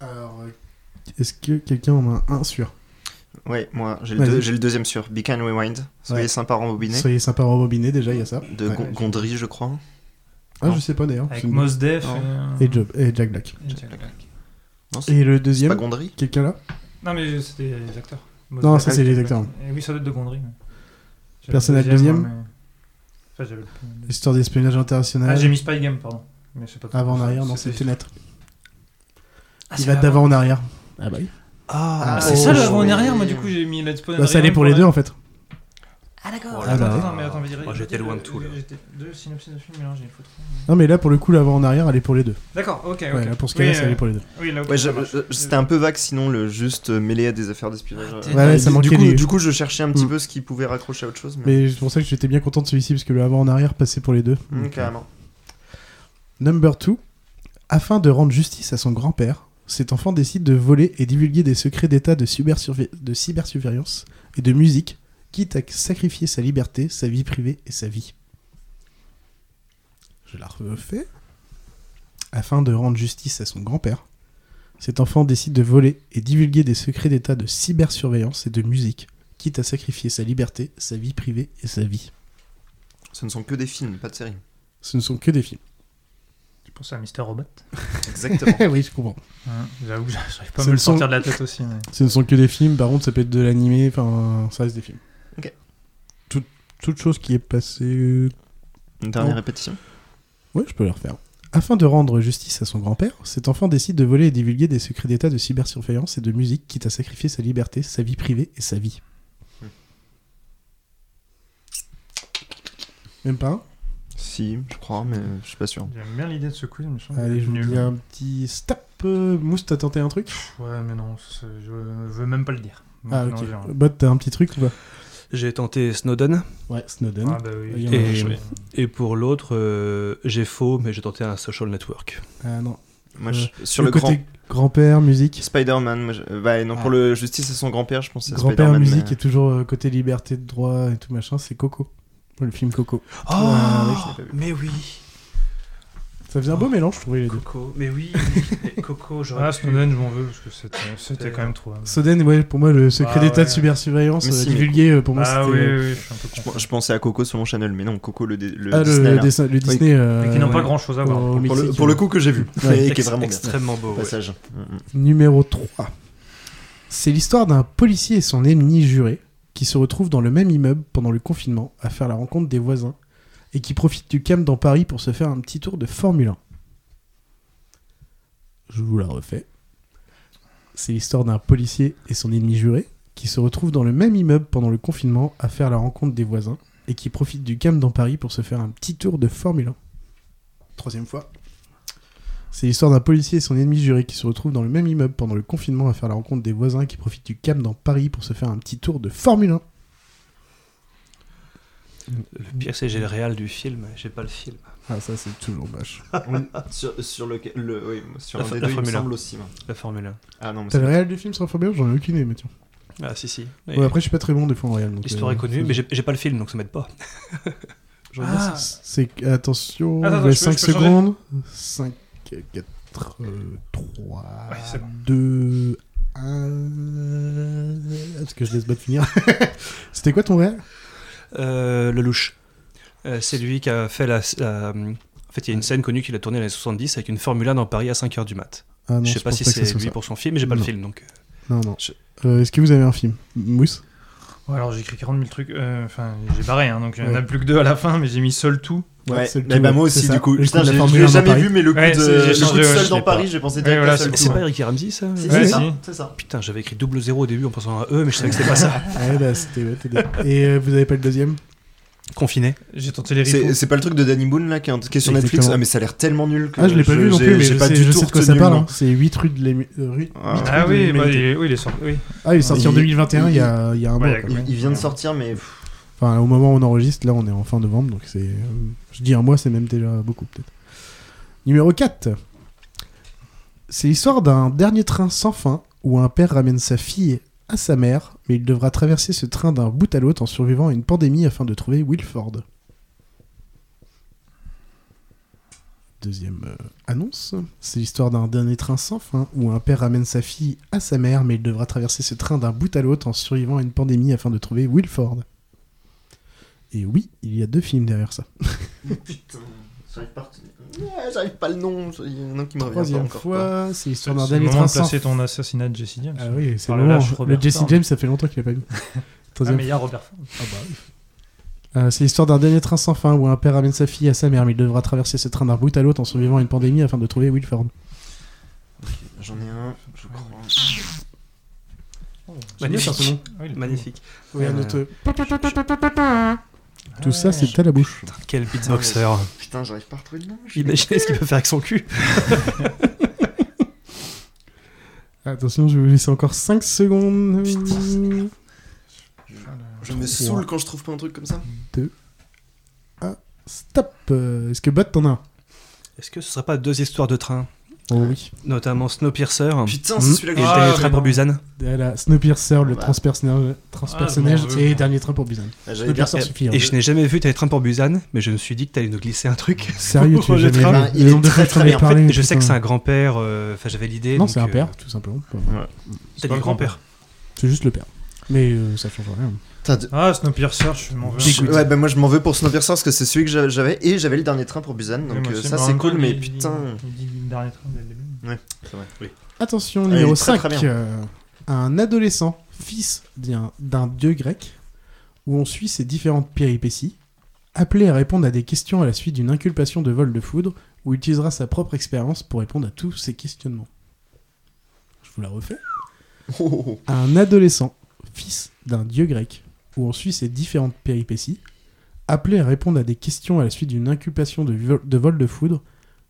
A: Alors, est-ce que quelqu'un en a un sur
C: Ouais, moi, j'ai le,
A: Vas-y.
C: deux- j'ai le deuxième sur Be Kind Rewind. Soyez
A: Ouais.
C: sympa rembobiné.
A: Soyez sympa rembobiné, déjà, il y a ça.
C: De
A: Ouais.
C: Gon- Gondry, je crois.
A: Ah,
C: Non.
A: je sais pas d'ailleurs.
B: Avec
A: C'est-
B: Mos Def
A: Non.
B: et- euh,
A: et, Job- et Jack Black.
B: Et Jack Black.
C: Non, c'est-
A: Et le deuxième
C: c'est pas Gondry
A: Quelqu'un là
B: Non, mais c'était les acteurs. Mos
A: Non,
B: Def,
A: ça, c'est les
B: Jack
A: acteurs.
B: Black. Et oui, ça doit être de Gondry. mais- J'avais
A: Personne
B: le
A: à deuxième.
B: moi, mais- Enfin, j'avais le-
A: Histoire d'espionnage international.
B: Ah, j'ai mis Spy Game, pardon. Mais c'est pas
A: Avant en arrière, non, c'est
B: C'était-
A: Tenet.
B: Ah, c'est
A: il va
B: avant.
A: d'avant en arrière. Ah bah oui.
B: Ah, c'est ça le avant en arrière, moi du coup j'ai mis Let's Play
A: Bah, ça allait pour les deux en fait.
B: Ah d'accord.
A: Oh là
B: attends,
A: là.
B: attends, mais attends, mais
I: Moi, j'étais loin de tout, là.
B: J'étais deux synopsis de films mélangés, il faut trouver.
A: Non mais là pour le coup l'avant en arrière elle est pour les deux.
B: D'accord, ok, ok.
A: Ouais, là, pour ce cas-là
B: Oui,
A: ça
B: euh,
A: allait pour les deux.
B: Oui, là, ok,
C: Ouais,
B: ça
C: je-
B: marche.
C: je- c'était un peu vague sinon le juste euh, mêlé à des affaires d'espionnage.
A: t'es- Ouais, ouais, ça
C: du,
A: manquait
C: coup,
A: les-
C: du coup, je cherchais un petit
A: Mm.
C: peu ce qui pouvait raccrocher à autre chose. Mais...
A: Mais c'est pour ça que j'étais bien content de celui-ci parce que le avant en arrière passait pour les deux.
C: Mm,
A: Donc,
C: carrément.
A: Number 2. Afin de rendre justice à son grand-père, cet enfant décide de voler et divulguer des secrets d'État de, cybersurvi- de cybersurveillance et de musique, quitte à sacrifier sa liberté, sa vie privée et sa vie. Je la refais. Afin de rendre justice à son grand-père, cet enfant décide de voler et divulguer des secrets d'État de cybersurveillance et de musique, quitte à sacrifier sa liberté, sa vie privée et sa vie.
C: Ce ne sont que des films, pas
A: [laughs]
C: de séries.
A: Ce ne sont que des films.
B: Je pensais à Mister Robot.
C: Exactement.
A: [laughs] oui, je comprends.
B: Ouais, J'avoue, j'arrive pas à
A: Ce
B: me
A: ne
B: le
A: sont-
B: sortir de la tête aussi. mais-
A: Ce ne sont que des films, par contre, ça peut être de l'animé, enfin, ça reste des films.
C: Ok.
A: Tout- toute chose qui est passée. euh,
C: Une dernière
A: non.
C: répétition
A: Ouais, je peux le refaire. Afin de rendre justice à son grand-père, cet enfant décide de voler et divulguer des secrets d'État de cybersurveillance et de musique, quitte à sacrifier sa liberté, sa vie privée et sa vie.
B: Hmm.
A: Même pas un
C: Si, je crois, mais euh, je suis pas sûr.
B: J'aime bien l'idée de ce quiz, il me semble.
A: Allez, je vous
B: Nul.
A: dis un petit stop. euh, Mousse, t'as tenté un truc
B: Ouais, mais non, c'est- je veux même pas le dire. Donc,
A: Ah,
B: non,
A: ok.
B: j'ai un-
A: Bot, t'as un petit truc ou pas
I: J'ai tenté Snowden.
A: Ouais, Snowden. Ah bah oui. Il y en a un
I: Et,
A: chouette.
I: et pour l'autre, euh, j'ai faux, mais j'ai tenté un social network.
A: Ah non.
C: Moi,
A: Euh,
C: je- sur le,
A: côté grand-père, musique.
C: Spider-Man, moi, je- euh, bah, non, pour le Justice à son grand-père, je pense à
A: Grand-père,
C: Spider-Man.
A: musique
C: mais-
A: et toujours euh, côté liberté de droit et tout machin, c'est Coco. Le film Coco.
I: Oh,
A: Ouais, ouais, Ah, je l'ai pas vu.
I: mais oui,
A: Ça faisait un beau mélange, je trouvais les deux.
I: Coco, mais oui, mais Coco, j'aurais
B: Ah,
I: pu-
B: Snowden, je m'en veux parce que c'était c'était quand même trop.
A: Soden, ouais, pour moi, le secret
B: Bah,
A: d'état
B: ouais. Ah
A: de cybersurveillance
C: Mais
A: euh,
C: si, mais-
A: divulgué, euh, pour moi,
B: Bah
A: c'était.
C: je, je pensais à Coco sur mon channel, mais non, Coco le, dé- le
A: Ah, le-
C: Disney.
A: le
C: là.
A: dessin- le
C: Oui.
A: Disney, euh, Mais qui n'ont pas
B: grand-chose à voir.
A: au
C: Pour, le-
A: Mexique,
C: pour le
A: ouais.
C: coup que j'ai vu,
A: Ouais.
C: et qui est vraiment bien.
I: Extrêmement beau, ouais.
C: Passage. Mm, mm.
A: Numéro 3. C'est l'histoire d'un policier et son ennemi juré qui se retrouvent dans le même immeuble pendant le confinement à faire la rencontre des voisins et qui profitent du calme dans Paris pour se faire un petit tour de Formule 1. Je vous la refais. C'est l'histoire d'un policier et son ennemi juré qui se retrouvent dans le même immeuble pendant le confinement à faire la rencontre des voisins et qui profitent du calme dans Paris pour se faire un petit tour de Formule 1. Troisième fois. C'est l'histoire d'un policier et son ennemi juré qui se retrouvent dans le même immeuble pendant le confinement à faire la rencontre des voisins qui profitent du calme dans Paris pour se faire un petit tour de Formule 1.
I: Le pire, c'est j'ai le réel du film, j'ai pas le film.
A: Ah, ça, c'est toujours vache.
C: sur, sur lequel- le, oui, sur
I: La
C: un
I: fo-
C: des
I: la
C: deux, il me
I: Formule un.
C: semble aussi. moi.
I: La Formule un.
C: Ah non, mais
A: T'as
C: c'est-
A: le réel du film sur Formule 1 J'en ai aucune idée, Mathieu.
I: Ah, si, si.
A: Ouais, après, je suis pas très bon des fois en réel. donc,
I: L'histoire
A: euh,
I: est connue,
A: c'est-
I: mais j'ai j'ai pas le film, donc ça m'aide pas. J'aurais bien
A: Ah,
I: ça.
A: c'est. c'est- Attention,
I: Attends, attends, je peux-
A: 5
I: je peux changer.
A: secondes. 5, 4, 3, 2, 1. Parce que je laisse pas finir. [laughs] C'était quoi ton réel
I: Euh, le louche. Euh, c'est lui qui a fait la, la- En fait, il y a une scène connue qu'il a tournée dans les 70 avec une Formule 1 dans Paris à 5h du mat.
A: Ah non,
I: je
A: je
I: sais pas
A: pense
I: si
A: pas que ce
I: c'est
A: soit
I: lui
A: ça.
I: pour son film, mais j'ai pas
A: Non.
I: le film donc.
A: Non, non. Euh, Est-ce que vous avez un film Mousse
B: Ouais, alors j'ai écrit 40 000 trucs, euh, enfin j'ai barré, hein, donc il y en a
A: Ouais.
B: plus que deux à la fin, mais j'ai mis seul tout.
C: Ouais, Seul bah, tout, bah, moi ouais, aussi, c'est ça. du coup. Le Putain, coup de la j'ai- Formule
B: l'ai
C: je l'ai 1 dans jamais Paris. vu, mais le coup de- le coup de seul dans Paris, j'ai pensé direct à Seul
I: Mais
C: tout,
I: C'est pas
C: ouais.
I: Eric Ramsey ça
C: Si, c'est ça, c'est ça.
I: Putain, j'avais écrit double zéro au début en pensant à eux, mais je savais que c'était
A: [laughs]
I: pas ça.
A: Ouais, bah, c'était bête, t'es bête. Et euh, vous avez pas le deuxième
I: Confiné.
B: J'ai tenté
C: C'est c'est pas le truc de Danny Boone là qui est en- qui est sur Netflix
A: Exactement.
C: Ah mais ça a l'air tellement nul que
A: Ah, je l'ai pas vu non
C: j'ai-
A: plus, mais
C: j'ai
A: je
C: pas
A: sais,
C: du
A: je
C: tout
A: sais de quoi ça
C: retenu le
A: parle.
C: nom.
A: hein. C'est 8 rues de l'ému- euh, rue-
C: Ah.
A: huit rues
B: Ah
A: de
B: oui, bah,
A: l'humanité.
B: il est- oui, il est sorti- oui.
A: Ah, il est sorti en 2021, il y a, il y a un mois. quoi.
C: Il, il vient de sortir, mais pff,
A: Enfin, au moment où on enregistre, là, on est en fin novembre, donc c'est. euh, Je dis un mois, c'est même déjà beaucoup, peut-être. Numéro 4. C'est l'histoire d'un dernier train sans fin où un père ramène sa fille à sa mère, mais il devra traverser ce train d'un bout à l'autre en survivant à une pandémie afin de trouver Wilford. Deuxième euh, annonce. C'est l'histoire d'un dernier train sans fin où un père ramène sa fille à sa mère, mais il devra traverser ce train d'un bout à l'autre en survivant à une pandémie afin de trouver Wilford. Et oui, il y a deux films derrière ça.
C: putain, j'arrive pas, à retenir. Ouais, j'arrive pas le nom, il y en a un qui me revient pas
A: Troisième
C: encore, quoi.
A: fois, c'est l'histoire
B: C'est
A: d'un
B: le
A: dernier
B: moment
A: train
B: de
A: sans
B: placer ton assassinat de Jesse James.
C: Euh,
A: Ah oui, c'est
B: Par
A: le
B: là,
A: moment.
B: je suis
A: Le
B: Robert
A: Jesse
B: Ford.
A: James, ça fait longtemps qu'il
B: [laughs]
A: l'a pas vu.
B: Ah,
A: Troisième
B: mais il y a
A: fois.
B: Robert Ford. Ah bah.
A: Euh, c'est l'histoire d'un dernier train sans fin où un père ramène sa fille à sa mère, mais il devra traverser ce train d'un bout à l'autre en survivant à une pandémie afin de trouver Wilford.
C: J'en ai un, je crois.
I: Magnifique.
B: Ah,
I: Magnifique.
A: Oui, un
I: Euh,
A: autre- Tout
B: Ah,
A: ça, c'était à la bouche.
I: Quel beatboxer.
C: Putain, j'arrive pas à retrouver le nom. je suis
I: Imaginez ce qu'il peut faire avec son cul.
A: Attention, je vais vous laisser encore 5 secondes.
C: Je me saoule quand je trouve pas un truc comme ça.
A: 2, 1, stop Euh, Est-ce que Bot t'en a un
I: Est-ce que ce serait pas deux histoires de train
A: Oh oui.
I: Notamment Snowpiercer.
C: Putain, c'est celui-là que
I: Et
A: j'ai-
I: le
A: Ah,
I: dernier
A: mais
I: train pour
A: non.
I: Busan.
A: Voilà, Euh, Snowpiercer,
C: Ah, bah.
A: le transpersonnage, transpersonnage
I: Ah, je m'en veux.
A: et dernier train pour Busan.
I: Et,
A: Snowpiercer suffit. hein.
I: et je n'ai jamais vu T'as les trains pour Busan, mais je me suis dit que t'allais nous glisser un truc.
A: Sérieux, tu
I: Pour
A: l'as
I: [laughs] le
A: jamais
I: train.
A: vu Il Le est nombre de très, fois que t'en très as bien. parlé,
I: En fait, Je sais
A: putain.
I: que c'est un grand-père, euh, enfin j'avais l'idée.
A: Non,
I: donc,
A: c'est un
I: euh,
A: père, tout simplement.
I: T'as dit grand-père.
A: C'est juste le père. Mais euh, ça change rien.
B: Ah, Snowpiercer, je m'en veux.
C: Je- Ouais, bah moi je m'en veux pour Snowpiercer parce que c'est celui que j'a- j'avais et j'avais le dernier train pour Busan
B: Oui,
C: donc
B: moi
C: euh,
B: aussi, bah,
C: ça
B: mais en
C: c'est
B: même
C: cool
B: temps,
C: mais
B: il- il-
C: putain.
B: il dit le dernier train dès le début.
C: Ouais, c'est vrai. Oui.
A: Attention,
C: Ah, il
A: numéro
C: est très,
A: 5.
C: très bien.
A: un adolescent, fils d'un d'un dieu grec, où on suit ses différentes péripéties, appelé à répondre à des questions à la suite d'une inculpation de vol de foudre, où il utilisera sa propre expérience pour répondre à tous ses questionnements. Je vous la refais.
C: Oh,
A: Un adolescent, fils d'un dieu grec, où on suit ses différentes péripéties, appelé à répondre à des questions à la suite d'une inculpation de vol de, vol de foudre,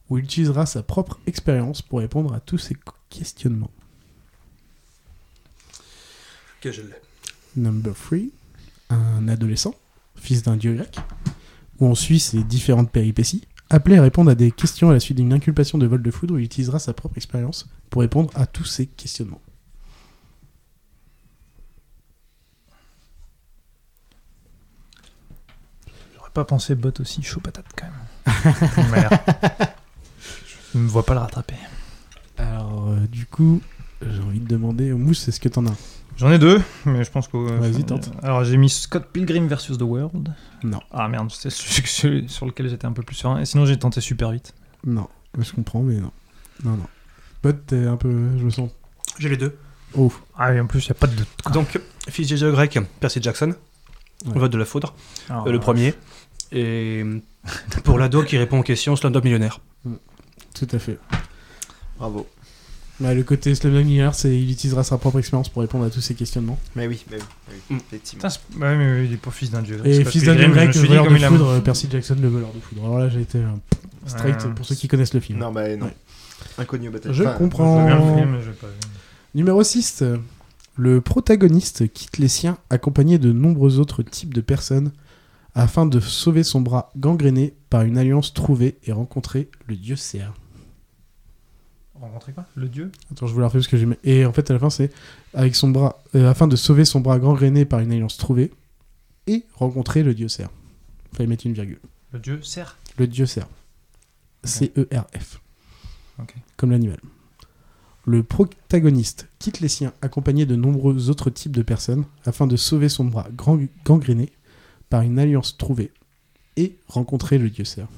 A: où il utilisera sa propre expérience pour répondre à tous ses questionnements.
I: Que je l'ai.
A: Number 3. un adolescent, fils d'un dieu grec, où on suit ses différentes péripéties, appelé à répondre à des questions à la suite d'une inculpation de vol de foudre où il utilisera sa propre expérience pour répondre à tous ces questionnements.
B: J'aurais pas pensé bot aussi chaud patate quand même. Merde. Je me vois pas le rattraper.
A: Alors, euh, du coup, j'ai envie de demander au mousse, est-ce que t'en as un
B: J'en ai deux, mais je pense que. euh,
A: Vas-y,
B: j'en ai-
A: tente.
B: Alors j'ai mis Scott Pilgrim versus The World.
A: Non.
B: Ah merde, c'était [laughs] celui que- celui sur lequel j'étais un peu plus serein. Et sinon j'ai tenté super vite.
A: Non, je comprends, mais non. Non, non. Bot, t'es un peu. Je me sens.
I: [laughs] J'ai les deux.
A: Oh.
B: Ah, et en plus, il n'y a pas de doute.
I: Donc, fils de Dieu grec, Percy Jackson,
A: Ouais.
I: vote de la foudre,
B: Ah,
I: euh, le
B: ouais.
I: premier. Et [laughs] pour l'ado qui répond aux questions, Slumdog Millionnaire.
A: Tout à fait.
C: Bravo.
A: Bah, le côté Slavdog Miller, c'est il utilisera sa propre expérience pour répondre à tous ces questionnements.
C: Mais oui, mais oui, mais oui, effectivement.
B: Putain, c'est- ouais, mais il est pas fils d'un dieu.
A: Et
B: C'est pas
A: fils
B: Pilgrim,
A: d'un
B: je me
A: grec, le
B: suis dit,
A: voleur de
B: comme il a-
A: foudre, euh, Percy Jackson, le voleur de foudre. Alors là, j'ai été euh, straight
B: Ouais.
A: pour ceux qui connaissent le film.
C: Non, bah non. Inconnu au bataille.
A: Je
C: Enfin,
A: comprends.
B: je veux bien le film, mais je l'ai pas vu.
A: Numéro 6. Le protagoniste quitte les siens accompagné de nombreux autres types de personnes afin de sauver son bras gangréné par une alliance trouvée et rencontrer le dieu Céa.
B: Rencontrer quoi Le dieu
A: Attends, je vous la refais parce que j'ai. Et en fait, à la fin, c'est avec son bras euh, afin de sauver son bras gangréné par une alliance trouvée et rencontrer le dieu Céa. Fallait mettre une virgule.
B: Le dieu Serre
A: Le dieu Serre. C-E-R-F.
B: Ok.
A: Comme l'animal. Le protagoniste quitte les siens accompagné de nombreux autres types de personnes afin de sauver son bras grand- gangréné par une alliance trouvée et rencontrer le dieu Serre.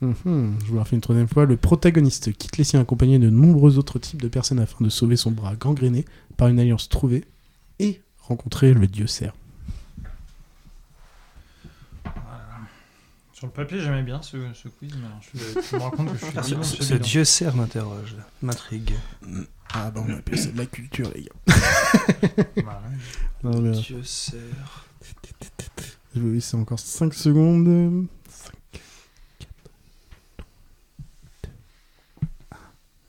A: Mhm, Je vous la refais une troisième fois. Le protagoniste quitte les siens accompagné de nombreux autres types de personnes afin de sauver son bras gangréné par une alliance trouvée et rencontrer le dieu Serre.
B: Sur le papier, j'aimais bien ce, ce quiz, mais alors je, suis- je me rends compte que je
I: [laughs]
B: suis
I: Ah,
B: bidon,
I: ce-
B: je suis
I: ce
B: bidon.
I: dieu sert m'interroge, m'intrigue.
A: Ah bah on appelle ça de la culture les gars. Non, mais- euh,
I: Dieu sert.
A: Je vais vous laisser encore 5 secondes. 5,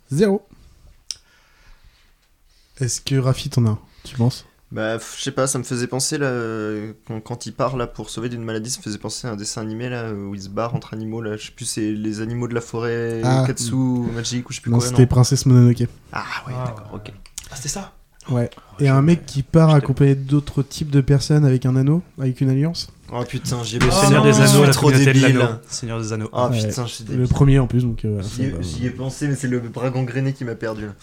A: 0. Est-ce que Rafi t'en a un, tu penses
C: Bah, f- je sais pas, ça me faisait penser là, euh, quand, quand il part là pour sauver d'une maladie, ça me faisait penser à un dessin animé là où il se barre entre animaux là. Je sais plus, c'est les animaux de la forêt,
A: Ah.
C: Katsu, Magic ou je sais plus
A: Non,
C: quoi.
A: c'était Princesse Mononoke.
C: Ah ouais, d'accord, ok.
I: Ah, c'était ça
A: Ouais. Et un mec qui part accompagné d'autres types de personnes avec un anneau, avec une alliance
C: Oh putain, j'y ai
I: Le
C: pensé.
I: Seigneur des
C: Je suis
I: Anneaux, la
C: trop
I: communauté de
C: débile.
I: l'anneau. Seigneur des Anneaux.
C: Ah
A: Ouais.
C: putain, je suis débile.
A: Le premier en plus, donc. euh,
C: J'y ai-
A: enfin, bah,
C: J'y ai pensé, mais c'est le dragon grené qui m'a perdu là.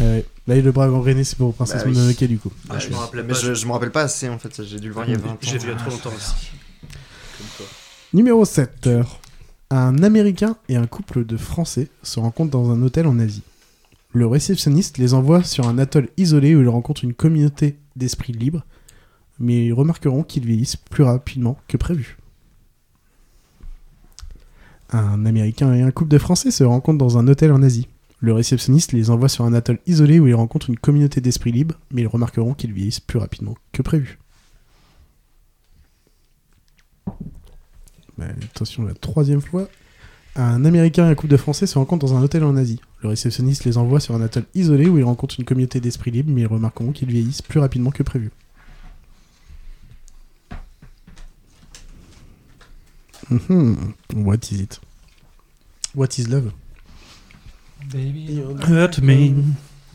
A: ouais. Là, il le brave en René, c'est pour Princesse
C: Bah oui.
A: Mononoke du coup.
C: Ah,
I: je me rappelais
C: mais
I: pas.
C: Je, je me rappelle pas assez en fait, j'ai dû le voir il y a 20 ans.
I: J'ai vu il y a trop longtemps aussi.
A: Numéro 7. Un Américain et un couple de Français se rencontrent dans un hôtel en Asie. Le réceptionniste les envoie sur un atoll isolé où ils rencontrent une communauté d'esprits libres, mais ils remarqueront qu'ils vieillissent plus rapidement que prévu. Un Américain et un couple de Français se rencontrent dans un hôtel en Asie. Le réceptionniste les envoie sur un atoll isolé où ils rencontrent une communauté d'esprits libres, mais ils remarqueront qu'ils vieillissent plus rapidement que prévu. Bah, attention, la troisième fois. Un Américain et un couple de Français se rencontrent dans un hôtel en Asie. Le réceptionniste les envoie sur un atoll isolé où ils rencontrent une communauté d'esprits libres, mais ils remarqueront qu'ils vieillissent plus rapidement que prévu. Mhm. What is it? What is love?
B: euh, Baby,
A: euh,
I: Hurt me,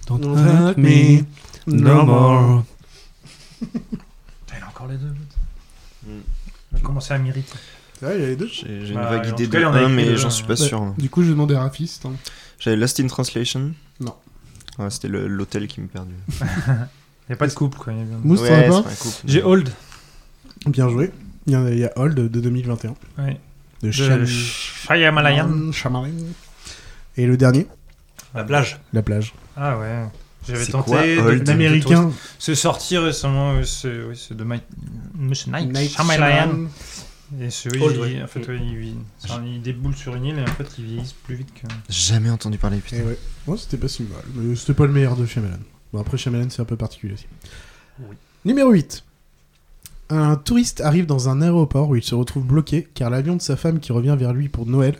I: don't hurt me, no more.
B: Putain, il a encore les deux.
I: Hmm.
B: On va commencer à m'irriter.
A: C'est vrai, Ah, il y a les deux
C: J'ai une
B: Bah,
C: vague
B: en
C: idée
B: tout cas,
C: de
B: il y en a
C: 1,
B: écrit
C: mais
B: deux,
C: j'en
B: hein.
C: suis pas
A: Ouais.
C: sûr.
A: Du coup, je demandais à hein. Rafi, c'est un-
C: J'avais Lost in Translation.
A: Non.
C: Ouais, c'était le- l'hôtel qui me perdu.
B: Il n'y a pas de couple quand même.
A: Mousse,
C: Ouais,
A: t'en as
C: c'est
A: pas
C: pas un couple.
B: J'ai Hold.
A: Bien joué. Il y en a, il y a Hold de 2021.
B: Ouais.
A: De
B: De
A: Shyam-
B: Shyamalan.
A: Shyamalan. Et le dernier,
I: La plage.
A: la plage.
B: Ah ouais. J'avais
A: C'est quoi,
B: tenté
A: Hold
B: de- de-
A: L'américain.
B: de- C'est sorti récemment, euh, c'est oui, c'est de Mike Monsieur Night
A: Night
B: Shyamalan.
A: Shyamalan.
B: Et ce, oui,
I: Hold,
B: il-
I: ouais.
B: en fait, ouais, il, il- c'est un- il déboule sur une île et en fait, ils vieillissent plus vite que.
C: Jamais entendu parler, putain.
A: Et Eh ouais. Moi, c'était pas si mal. Mais c'était pas le meilleur de Shyamalan. Bon, après, Shyamalan, c'est un peu particulier aussi. Numéro 8. Un touriste arrive dans un aéroport où il se retrouve bloqué car l'avion de sa femme qui revient vers lui pour Noël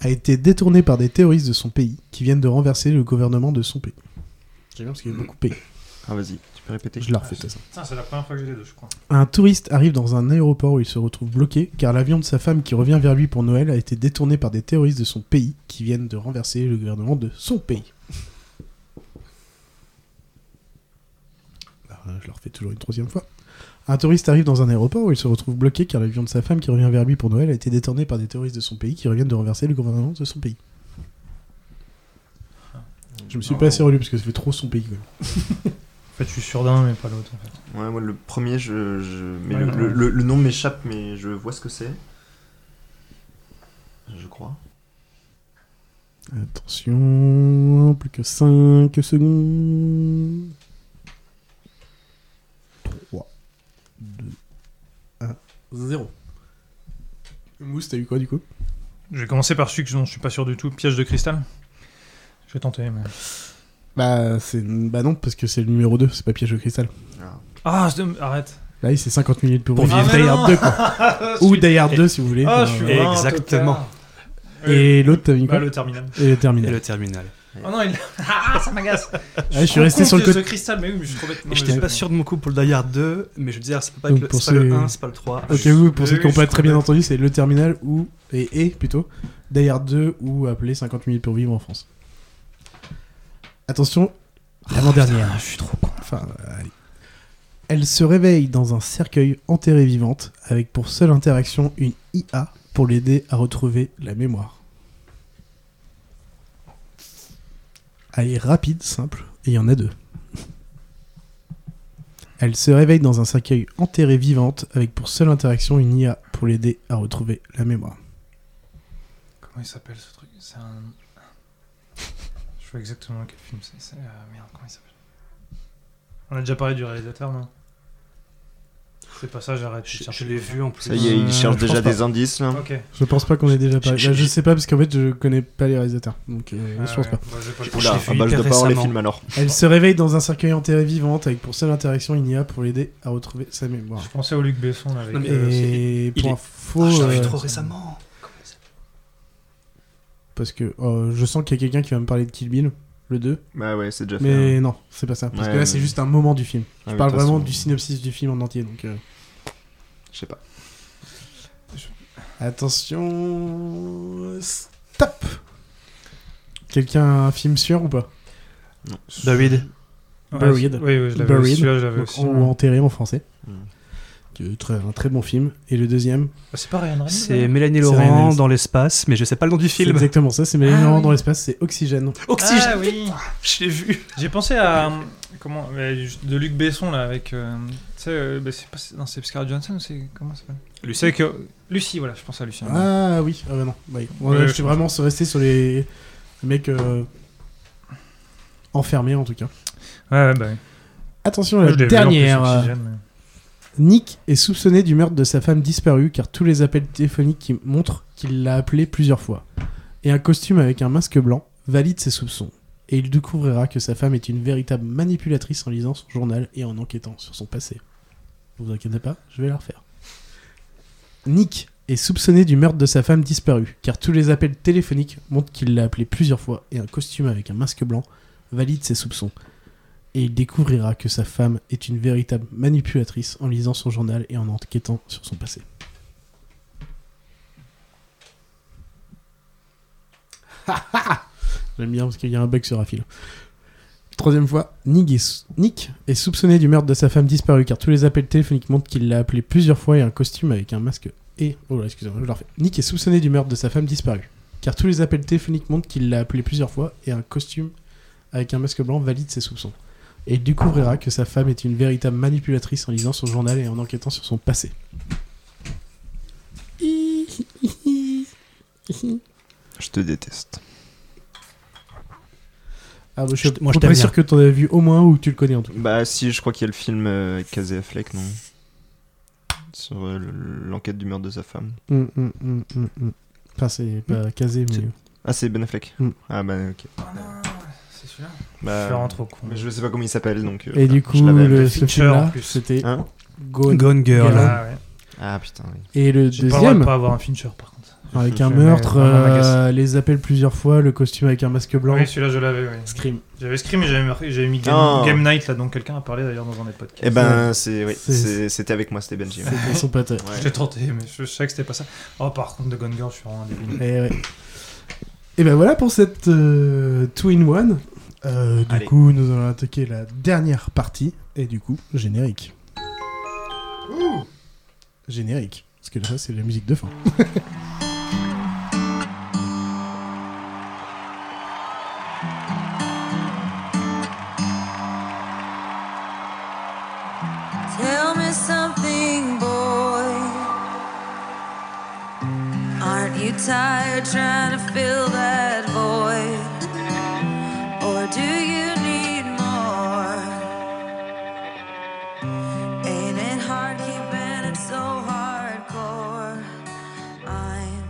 A: a été détourné
B: [laughs]
A: par des terroristes de son pays qui viennent de renverser le gouvernement de son pays. C'est bien parce qu'il y a beaucoup de pays.
C: Ah, vas-y, tu peux répéter
A: Je la refais, de toute façon.
B: Putain, c'est la première fois que j'ai les deux, je crois.
A: Un touriste arrive dans un aéroport où il se retrouve bloqué car l'avion de sa femme qui revient vers lui pour Noël a été détourné par des terroristes de son pays qui viennent de renverser le gouvernement de son pays. Alors, euh, Je le refais toujours une troisième fois. Un touriste arrive dans un aéroport où il se retrouve bloqué car l'avion de sa femme qui revient vers lui pour Noël a été détourné par des terroristes de son pays qui reviennent de renverser le gouvernement de son pays. Je me suis pas assez relu parce que ça fait trop son pays. quand même.
B: En fait, je suis sûr d'un, mais pas l'autre. en fait.
C: Ouais, moi le premier, je, je- mais
B: Ouais,
C: le,
B: ouais.
C: le- le- le nom m'échappe, mais je vois ce que c'est. Je crois.
A: Attention, hein, plus que 5 secondes. 3, 2, 1, 0. Mousse, t'as eu quoi du coup
B: Je vais commencer par celui que dont je suis pas sûr du tout, piège de cristal. Je vais tenter, mais.
A: Bah, c'est... bah non, parce que c'est le numéro 2, c'est pas piège de cristal.
B: Ah, c'est- arrête.
A: Là, il c'est 50 minutes pour,
B: Pour
A: vivre
B: vivre.
A: Die
B: Ah,
A: Hard 2, quoi. Ou Die Hard
B: Et-
A: 2, si vous voulez.
B: Ah, je suis vraiment un
I: Exactement.
B: tocard.
A: Et l'autre, t'as mis
B: Bah,
A: quoi
B: le terminal.
A: Et le terminal.
I: Et le terminal.
B: Oh non, il. [laughs] Ah, ça m'agace.
A: je suis resté
B: con
A: sur le
B: piège
A: côté-
B: de cristal, mais oui, mais je suis trop bête. Non,
I: Et
B: mais
I: j'étais
B: c'est
I: pas
B: bon.
I: sûr de mon coup pour le Die Hard 2, mais je me disais, ah, ça peut pas être le,
A: pour
I: c'est pas le
A: ceux-
I: 1, c'est pas le 3.
A: Ok, oui, pour
I: Oui,
A: ceux qui n'ont
I: oui,
A: pas
I: je
A: très bien entendu, c'est le terminal ou. Et, et plutôt. D'ailleurs 2 ou appelé 50 minutes pour vivre en France. Attention, l'avant-dernière. Oh, je suis trop con. Enfin, euh, allez. Elle se réveille dans un cercueil enterré vivante avec pour seule interaction une IA pour l'aider à retrouver la mémoire. Elle est rapide, simple, et il y en a deux. Elle se réveille dans un cercueil enterré vivante avec pour seule interaction une IA pour l'aider à retrouver la mémoire.
B: Comment il s'appelle ce truc C'est un. Je vois exactement quel film c'est. c'est, euh, merde, comment il s'appelle On a déjà parlé du réalisateur, non C'est pas ça, j'arrête. Je,
I: l'ai vu en plus.
C: Ça y est, il
B: Euh,
C: cherche
B: je pense
C: déjà
B: pas.
C: des indices là.
B: Ok.
A: Je pense pas qu'on ait déjà parlé.
B: Je-
A: Bah,
B: je-
A: je sais pas parce qu'en fait je connais pas les réalisateurs. Donc euh,
B: Ah
A: je pense
B: ouais,
A: pas.
B: bah, j'ai pas le
C: Oula,
B: temps.
C: ah bah, je dois pas voir les films alors.
A: Elle se réveille dans un cercueil enterré vivante avec pour seule interaction une IA pour l'aider à retrouver sa mémoire.
B: Je pensais au Luc Besson là, avec.
A: Non, mais,
B: euh,
A: euh,
B: c'est-
A: Et pour
B: il est-
A: info,
B: Ah, je l'avais
A: euh,
B: trop
I: récemment.
A: Parce que euh, je sens qu'il y a quelqu'un qui va me parler de Kill Bill, le 2.
C: Bah ouais, c'est déjà fait.
A: Mais
C: hein.
A: non, c'est pas ça. Parce
C: Ouais,
A: que là
C: mais-
A: c'est juste un moment du film.
C: Ah,
A: je
C: mais
A: parle
C: de toute
A: vraiment
C: façon,
A: du synopsis du film en entier. Donc euh,
C: Je sais pas.
A: attention. Stop Quelqu'un a un film sûr ou pas
I: David.
B: Ouais,
A: Buried.
B: c'est- oui, oui, je l'avais
A: Buried.
B: aussi, celui-là, je l'avais
A: Donc,
B: aussi,
A: en-
B: ouais.
A: Ou enterré en français.
C: Hmm.
A: Qui est très- un très bon film. Et le deuxième
B: Bah, C'est pas Ryan Reynolds.
I: C'est
B: hein
I: Mélanie
A: C'est
I: Laurent
A: Ryan
I: dans l'espace, mais je sais pas le nom du
A: C'est
I: film.
A: exactement ça, c'est Mélanie Laurent dans l'espace, c'est Oxygène.
B: Ah oui,
I: je l'ai vu.
B: J'ai pensé à euh, comment euh, de Luc Besson là avec euh, tu sais euh, bah, c'est pas non, c'est Scarlett Johansson ou c'est comment ça s'appelle
I: Ah, Lucie.
B: C'est que Lucie voilà, je pense à Lucie.
A: Ah oui, ah bah non. Bah, oui. Bon,
B: Ouais,
A: là,
B: je
A: je suis
B: pense.
A: vraiment resté sur les les mecs euh, enfermés en tout cas.
B: Ouais, ouais bah oui.
A: Attention,
B: Moi,
A: la
B: je l'ai vu en plus,
A: dernière.
B: Oxygène, mais-
A: Nick est soupçonné du meurtre de sa femme disparue car tous les appels téléphoniques qui montrent qu'il l'a appelée plusieurs fois. Et un costume avec un masque blanc valide ses soupçons. Et il découvrira que sa femme est une véritable manipulatrice en lisant son journal et en enquêtant sur son passé. Ne vous inquiétez pas, je vais la refaire. Nick est soupçonné du meurtre de sa femme disparue car tous les appels téléphoniques montrent qu'il l'a appelée plusieurs fois et un costume avec un masque blanc valide ses soupçons et il découvrira que sa femme est une véritable manipulatrice en lisant son journal et en enquêtant sur son passé. [laughs] J'aime bien parce qu'il y a un bug sur Afil. Troisième fois, Nick est, sou- Nick est soupçonné du meurtre de sa femme disparue car tous les appels téléphoniques montrent qu'il l'a appelée plusieurs fois et un costume avec un masque et... Oh là, excusez-moi, je le refais. Nick est soupçonné du meurtre de sa femme disparue car tous les appels téléphoniques montrent qu'il l'a appelée plusieurs fois et un costume avec un masque blanc valide ses soupçons. Et il découvrira que sa femme est une véritable manipulatrice en lisant son journal et en enquêtant sur son passé.
C: Je te déteste.
A: Ah, bah, je suis
I: Je- moi, je
A: à peu
I: t'aime
A: près
I: bien.
A: sûr que t'en avais vu au moins un ou que tu le connais en tout cas.
C: Bah si, je crois qu'il y a le film euh, avec Casey Affleck, non Sur euh, le- l'enquête du meurtre de sa femme.
A: Hum, hum, hum, hum, hum. Enfin, c'est pas casé, mais.
C: Ah, c'est Ben Affleck.
A: Mm.
C: Ah bah ok.
B: C'est celui-là.
C: Bah,
B: Je suis rentre au con.
C: Mais je sais pas comment il s'appelle donc. euh,
A: Et du
C: je
A: coup,
C: l'avais
A: le,
C: appelé.
A: ce
B: Fincher, en
A: film-là,
B: plus.
A: c'était
C: Hein
A: Gone,
I: Gone Girl.
A: Girl.
B: Ah ouais.
C: Ah putain, oui.
A: Et le
B: J'ai pas le droit de
A: deuxième,
B: pas avoir un Fincher par contre.
A: Avec un
B: Mais,
A: meurtre,
B: euh,
A: euh,
B: Amagas.
A: les appels plusieurs fois, le costume avec un masque blanc.
B: Oui, celui-là, je l'avais. Oui.
A: Scream.
B: J'avais Scream et j'avais mar- j'avais mis Game,
C: Ah.
B: Game Night, là, dont quelqu'un a parlé d'ailleurs dans un des podcasts.
C: Eh ben, c'est- oui,
A: C'est-
C: c'est- c'était avec moi, c'était Benji. ouais.
A: C'était son pote, ouais.
B: J'étais tenté, mais je savais que c'était pas ça. Oh, par contre, de Gone Girl, je suis vraiment un débile.
A: Et, Eh ouais. Et ben voilà pour cette euh, two in one. Euh, du
B: Allez.
A: coup, nous allons attaquer la dernière partie et du coup générique. Générique, parce que là c'est la musique de fin.
L: Tell me something, boy. Aren't you tired trying to fill that void? Or do you need more? Ain't it hard keeping it so hardcore? I'm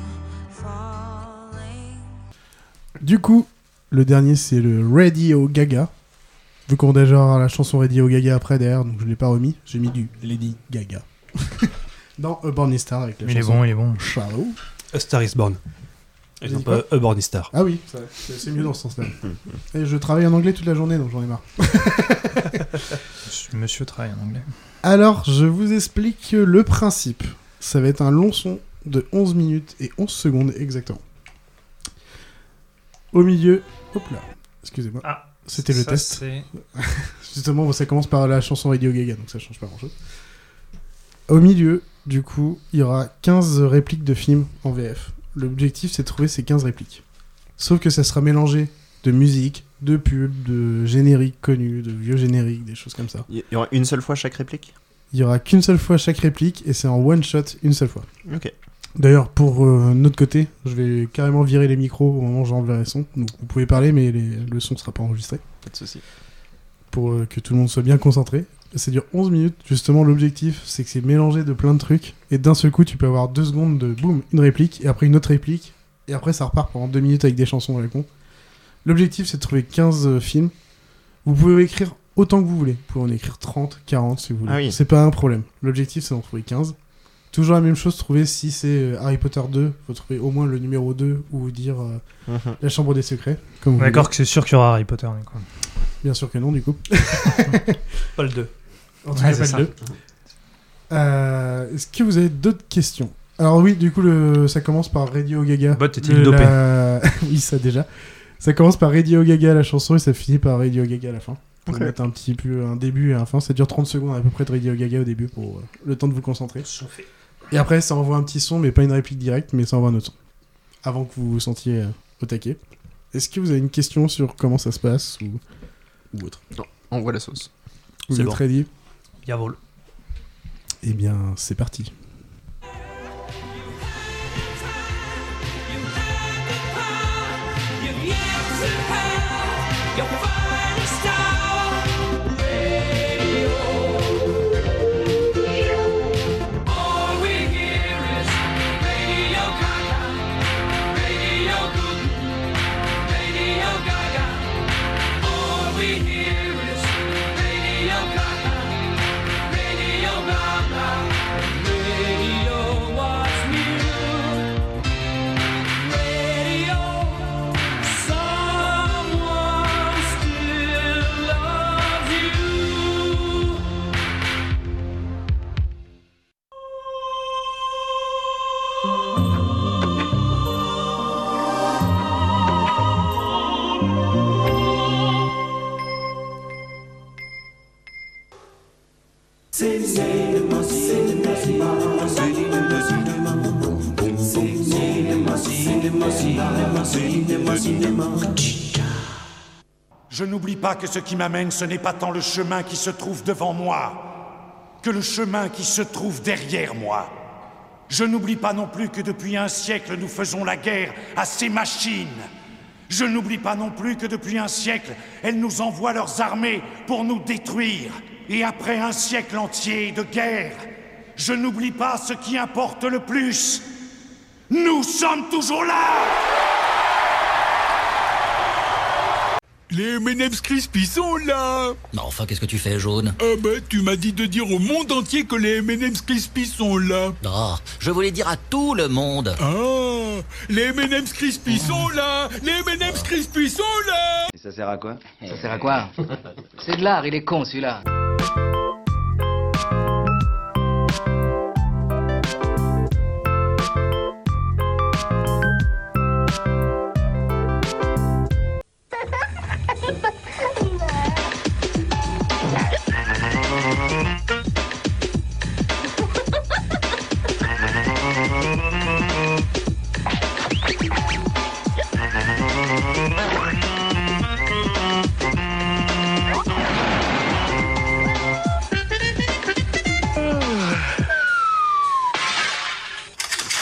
L: falling.
A: Du coup, le dernier c'est le Radio Gaga. Vu qu'on a déjà la chanson Radio Gaga après derrière, donc je l'ai pas remis, j'ai mis du Lady Gaga. [laughs] Dans A Born Is Star avec la
B: Mais il est
A: chanson
B: bon, il est bon.
A: Shallow.
I: A Star is Born. Et
A: J'ai
I: non
A: dit
I: pas
A: quoi
I: A Born is Star.
A: Ah oui, ça- c'est c'est mieux dans ce sens-là. Et je travaille en anglais toute la journée, donc j'en ai marre.
B: Monsieur travaille en anglais.
A: Alors, je vous explique le principe. Ça va être un long son de 11 minutes et 11 secondes exactement. Au milieu, hop là, excusez-moi. C'était le
B: Ah, ça,
A: test.
B: c'est-
A: Justement, ça commence par la chanson Radio Gaga, donc ça change pas grand-chose. Au milieu, du coup, il y aura 15 répliques de films en VF. L'objectif, c'est de trouver ces 15 répliques. Sauf que ça sera mélangé de musique, de pubs, de génériques connus, de vieux génériques, des choses comme ça.
C: Il y aura une seule fois chaque réplique
A: Il y aura qu'une seule fois chaque réplique et c'est en one shot une seule fois.
C: Ok.
A: D'ailleurs, pour euh, notre côté, je vais carrément virer les micros au moment où j'enlèverai le son. Donc vous pouvez parler, mais les- le son ne sera pas enregistré
C: Pas de soucis.
A: pour euh, que tout le monde soit bien concentré. Ça dure 11 minutes. Justement, l'objectif, c'est que c'est mélangé de plein de trucs et d'un seul coup, tu peux avoir deux secondes de boum, une réplique et après une autre réplique et après ça repart pendant deux minutes avec des chansons à la con. L'objectif, c'est de trouver 15 euh, films. Vous pouvez écrire autant que vous voulez. Vous pouvez en écrire 30, 40 si vous voulez.
C: Ah oui.
A: C'est pas un problème. L'objectif, c'est d'en trouver 15. Toujours la même chose, trouver si c'est euh, Harry Potter 2, faut trouver au moins le numéro 2 ou dire euh,
B: Mhm.
A: la chambre des secrets. Comme vous
B: D'accord que c'est sûr qu'il y aura Harry Potter, du coup.
A: Bien sûr que non, du coup.
I: pas le 2.
A: En tout
B: Ouais,
A: cas,
B: c'est
A: pas
B: ça.
A: le 2. Euh, Est-ce que vous avez d'autres questions Alors oui, du coup, le... ça commence par Radio Gaga.
B: Bot est-il
A: Le-
B: dopé
A: la- [laughs] Oui, ça déjà. Ça commence par Radio Gaga la chanson et ça finit par Radio Gaga à la fin. Pour
B: Ok.
A: mettre un petit peu un début et un fin. Ça dure 30 secondes à peu près de Radio Gaga au début pour euh, le temps de vous concentrer. Et après, ça envoie un petit son, mais pas une réplique directe, mais ça envoie un autre son. Avant que vous vous sentiez euh, au taquet. Est-ce que vous avez une question sur comment ça se passe ou, ou autre
C: Envoie la sauce.
A: Vous
C: C'est
A: êtes
C: bon.
A: ready
B: Jawohl.
A: Eh bien, c'est parti.
O: Someone still loves you. C'est cinéma, cinéma, cinéma, cinéma, cinéma. Cinéma, cinéma, cinéma, cinéma, cinéma.
P: Je n'oublie pas que ce qui m'amène, ce n'est pas tant le chemin qui se trouve devant moi, que le chemin qui se trouve derrière moi. Je n'oublie pas non plus que depuis un siècle, nous faisons la guerre à ces machines. Je n'oublie pas non plus que depuis un siècle, elles nous envoient leurs armées pour nous détruire. Et après un siècle entier de guerre, je n'oublie pas ce qui importe le plus. Nous sommes toujours là
S: Les M&M's Crispy sont là
Q: Non, Bah, enfin, qu'est-ce que tu fais, jaune
S: Ah bah, tu m'as dit de dire au monde entier que les M&M's Crispy sont là
Q: Ah, je voulais dire à tout le monde.
S: Ah Les M&M's Crispy sont là Les M&M's Crispy sont là
F: Et ça sert à quoi
Q: Ça sert à quoi C'est de l'art, il est con celui-là.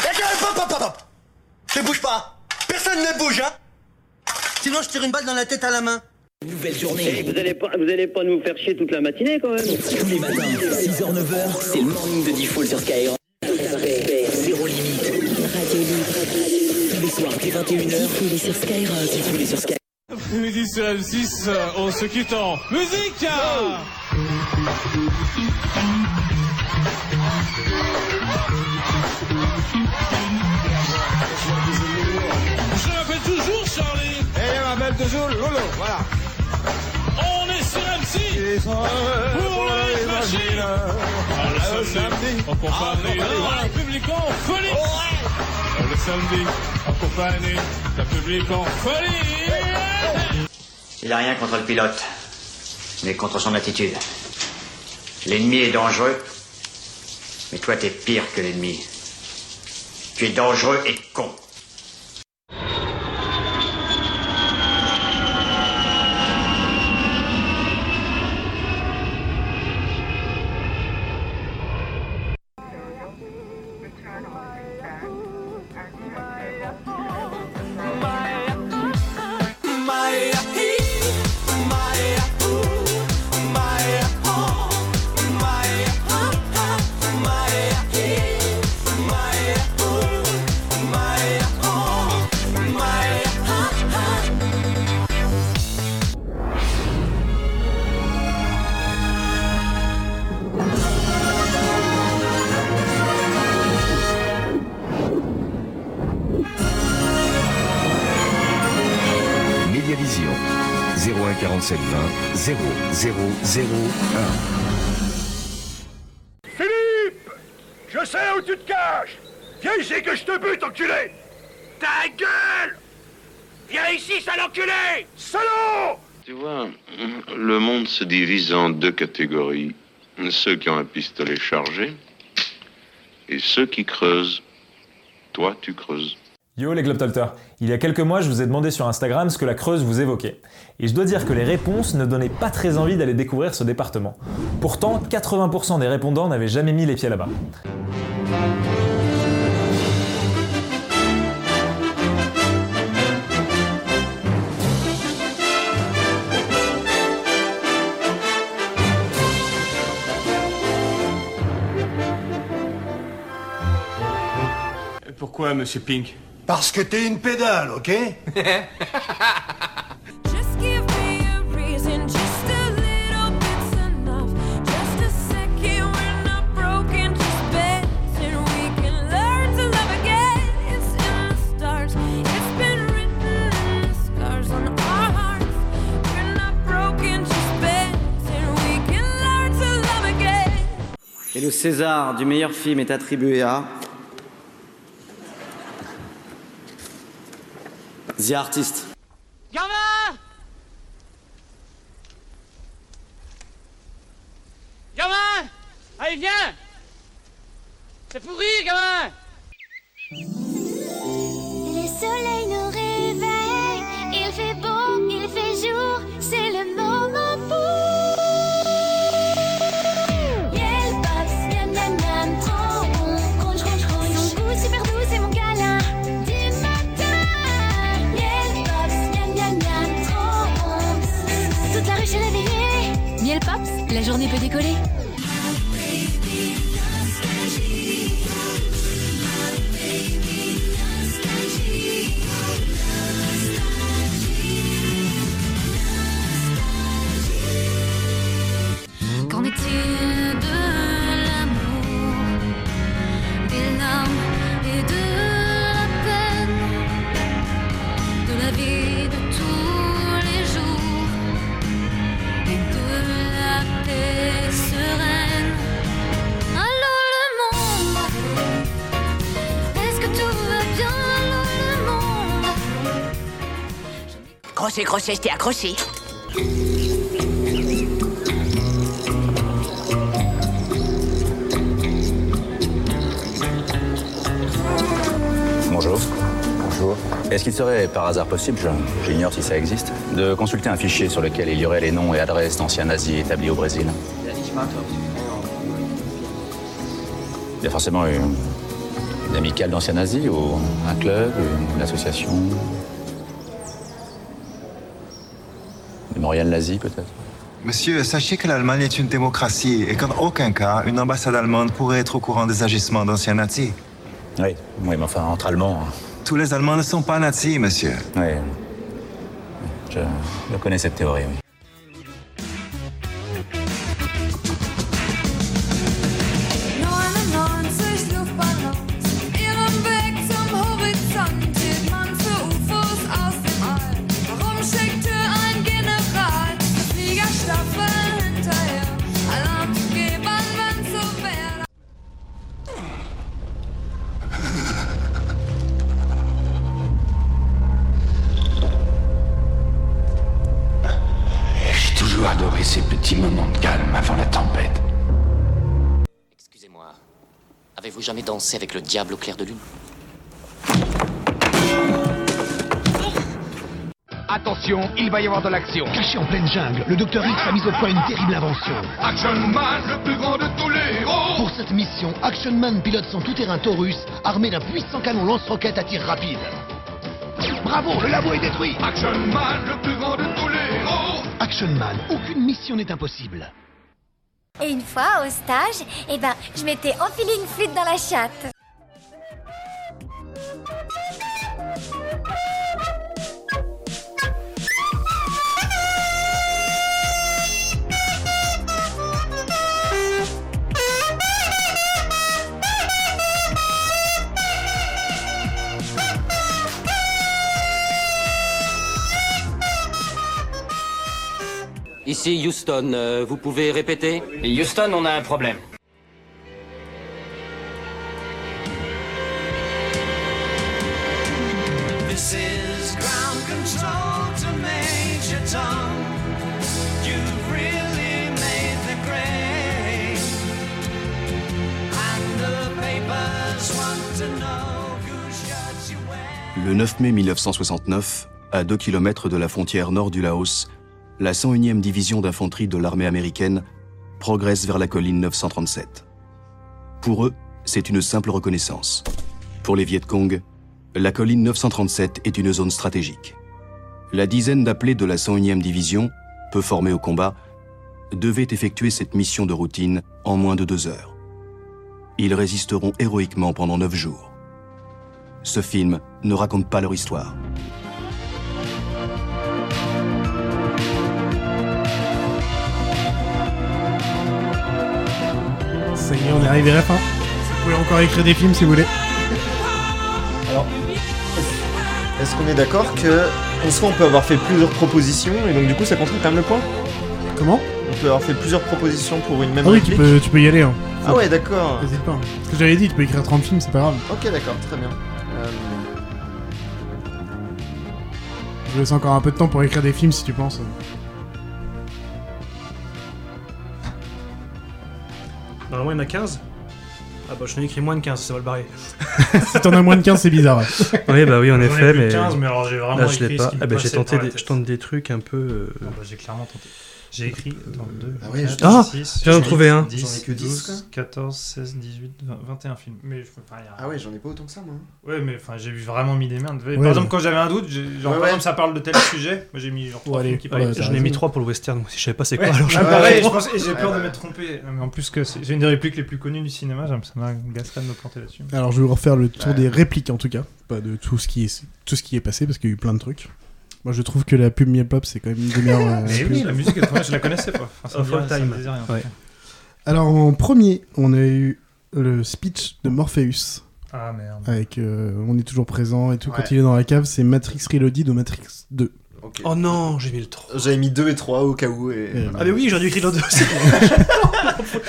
F: Ta gueule, pop, pop, pop, pop Ne bouge pas Personne ne bouge, hein Sinon, je tire une balle dans la tête à la main. Nouvelle
G: Eh, vous, allez pas, vous allez pas nous faire chier toute la matinée quand même Tous les matins, 6h, 9h, c'est le morning de Default sur Skyrock. Zéro limite. Radio libre. Tous les soirs, dès 21h. Défoulé sur Skyrock. Défoulé sur Skyrock.
O: Midi sur M6, on se quitte en musique Je m'appelle toujours Charlie Et je m'appelle toujours Lolo, voilà On est sur M6 Pour les machines Ah, Le samedi, Ah, en compagnie d'un public en folie Ah, Le samedi, en compagnie d'un public en folie
F: Il n'a rien contre le pilote, mais contre son attitude. L'ennemi est dangereux, mais toi t'es pire que l'ennemi. Tu es dangereux et con.
O: Médiavision 0147 20 0001.
F: Philippe Je sais où tu te caches Viens ici que je te bute, enculé Ta gueule Viens ici, sale enculé Salaud
N: Tu vois, le monde se divise en deux catégories. Ceux qui ont un pistolet chargé et ceux qui creusent. Toi, tu creuses.
B: Yo les Globtalters Il y a quelques mois, je vous ai demandé sur Instagram ce que la Creuse vous évoquait. Et je dois dire que les réponses ne donnaient pas très envie d'aller découvrir ce département. Pourtant, 80% des répondants n'avaient jamais mis les pieds là-bas.
N: Pourquoi, monsieur Pink
F: Parce que t'es une pédale, ok
G: Et le César du meilleur film est attribué à The Artist.
B: Gamin Gamin Allez, viens C'est pourri, gamin
E: Le soleil nous réveille, il fait beau, il fait jour, c'est le moment pour. Miel Pops, miam miam miam, trop bon, ronge ronge ronge, son goût super doux, c'est mon câlin du matin. Miel Pops, miam miam miam, trop bon, toute la rue est réveillée. Miel Pops, la journée peut décoller.
G: Qu'en est-il de l'amour, des larmes et de la peine, de la vie de tous les jours et de la paix sereine Allô le monde, est-ce que tout va bien Allô le monde
T: Crochet, crochet, je t'ai accroché.
H: Bonjour. Bonjour. Est-ce qu'il serait par hasard possible, je- j'ignore si ça existe, de consulter un fichier sur lequel il y aurait les noms et adresses d'anciens nazis établis au Brésil Il y a forcément une, une amicale d'anciens nazis ou un club, une association Mémorial nazi peut-être
Y: Monsieur, sachez que l'Allemagne est une démocratie et qu'en aucun cas, une ambassade allemande pourrait être au courant des agissements d'anciens nazis.
H: Oui, oui, mais enfin, entre Allemands. hein.
Y: Tous les Allemands ne sont pas nazis, monsieur.
H: Oui. Je, je connais cette théorie, oui.
S: J'ai toujours adoré ces petits moments de calme avant la tempête.
T: Excusez-moi. Avez-vous jamais dansé avec le diable au clair de lune
S: Attention, il va y avoir de l'action. Caché en pleine jungle, le docteur X a mis au point une terrible invention. Action Man, le plus grand de tous les héros Pour cette mission, Action Man pilote son tout-terrain Taurus, armé d'un puissant canon lance-roquette à tir rapide. Bravo, le labo est détruit Action Man, le plus grand de tous les héros Action Man, aucune mission n'est impossible.
E: Et une fois, au stage, eh ben, je m'étais enfilé une flûte dans la chatte.
T: Ici Houston, euh, vous pouvez répéter Houston, on a un problème.
O: This is ground control to Major Tom. You've really made the grade. And the papers want to know who shot you wear.
U: Le 9 mai 1969, à 2 km de la frontière nord du Laos, la 101e division d'infanterie de l'armée américaine progresse vers la colline 937. Pour eux, c'est une simple reconnaissance. Pour les Viet Cong, la colline 937 est une zone stratégique. La dizaine d'appelés de la 101e division, peu formés au combat, devaient effectuer cette mission de routine en moins de deux heures. Ils résisteront héroïquement pendant neuf jours. Ce film ne raconte pas leur histoire.
A: Ça y est, on est arrivé à la fin. Vous pouvez encore écrire des films si vous voulez.
C: Alors, est-ce qu'on est d'accord que, en soi, on peut avoir fait plusieurs propositions et donc du coup, ça compterait quand même le point
A: Comment
C: On peut avoir fait plusieurs propositions pour une même
A: ah oui, tu
C: réplique
A: peux, tu peux y aller. Hein.
C: Ah ouais, d'accord.
A: N'hésite pas. Ce que j'avais dit, tu peux écrire 30 films, c'est pas grave.
C: Ok, d'accord, très bien. Euh,
A: Je vous laisse encore un peu de temps pour écrire des films si tu penses.
I: Normalement, il y en a 15 Ah bah, j'en ai écrit moins de 15, ça va le barrer.
A: si t'en as moins de 15, c'est bizarre. ouais.
I: Oui, bah oui, en
B: J'en ai
I: effet,
B: plus
I: mais.
B: 15, mais alors j'ai vraiment
I: Là, je
B: écrit
I: l'ai
B: ce
I: pas.
B: qui me
I: Ah, bah, j'ai
B: passait
I: tenté
B: par la
I: des... je tente des trucs un peu. euh,
B: Ah bah, j'ai clairement tenté. J'ai écrit dans 2,
I: Ah ouais, j'ai- Ah, j'en ai trouvé un.
B: 10,
I: J'en ai que
B: 12,
I: 10, quoi.
B: 14, 16, 18, 20, 21 films. Mais je peux pas lire.
C: Ah ouais, j'en ai pas autant que ça, moi.
B: Ouais, mais enfin, j'ai vraiment mis des merdes.
I: Ouais,
B: par exemple,
I: ouais.
B: quand j'avais un doute, j'ai- genre, par
C: Ouais, ouais.
B: exemple, ça parle de tel [coughs] sujet, moi j'ai mis genre 3 films qui parlent de ça.
I: J'en ai mis 3 pour le western, moi, si je savais pas c'est quoi.
B: Ouais,
I: alors
B: ah,
I: je-
B: pareil, je pensais- j'ai peur
C: Ouais,
B: de
C: ouais.
B: m'être trompé. Mais en plus que c'est- j'ai une des répliques les plus connues du cinéma, j'aime- ça m'a gasserait de me planter là-dessus.
A: [laughs] Alors, je vais vous refaire le tour des répliques en tout cas. Pas de tout ce qui est, tout ce qui est passé parce qu'il y a eu plein de trucs. Moi, je trouve que la pub Miel Pop, c'est quand même une des meilleures. euh,
B: Mais oui,
A: pubs.
B: la musique est trop bien, je la connaissais pas. Enfin, ça me
I: Of all
B: dit- ça me
I: time.
B: disait rien.
I: Ouais.
A: Alors en premier, on a eu le speech de Morpheus.
B: Ah, merde.
A: Avec euh, on est toujours présent et tout.
C: Ouais.
A: Quand il est dans la cave, c'est Matrix Reloaded ou Matrix 2.
I: Oh non, j'ai mis le 3.
C: J'avais mis 2 et 3 au cas où. Et...
I: Ah, mais oui, j'aurais dû écrire [laughs] le 2 aussi.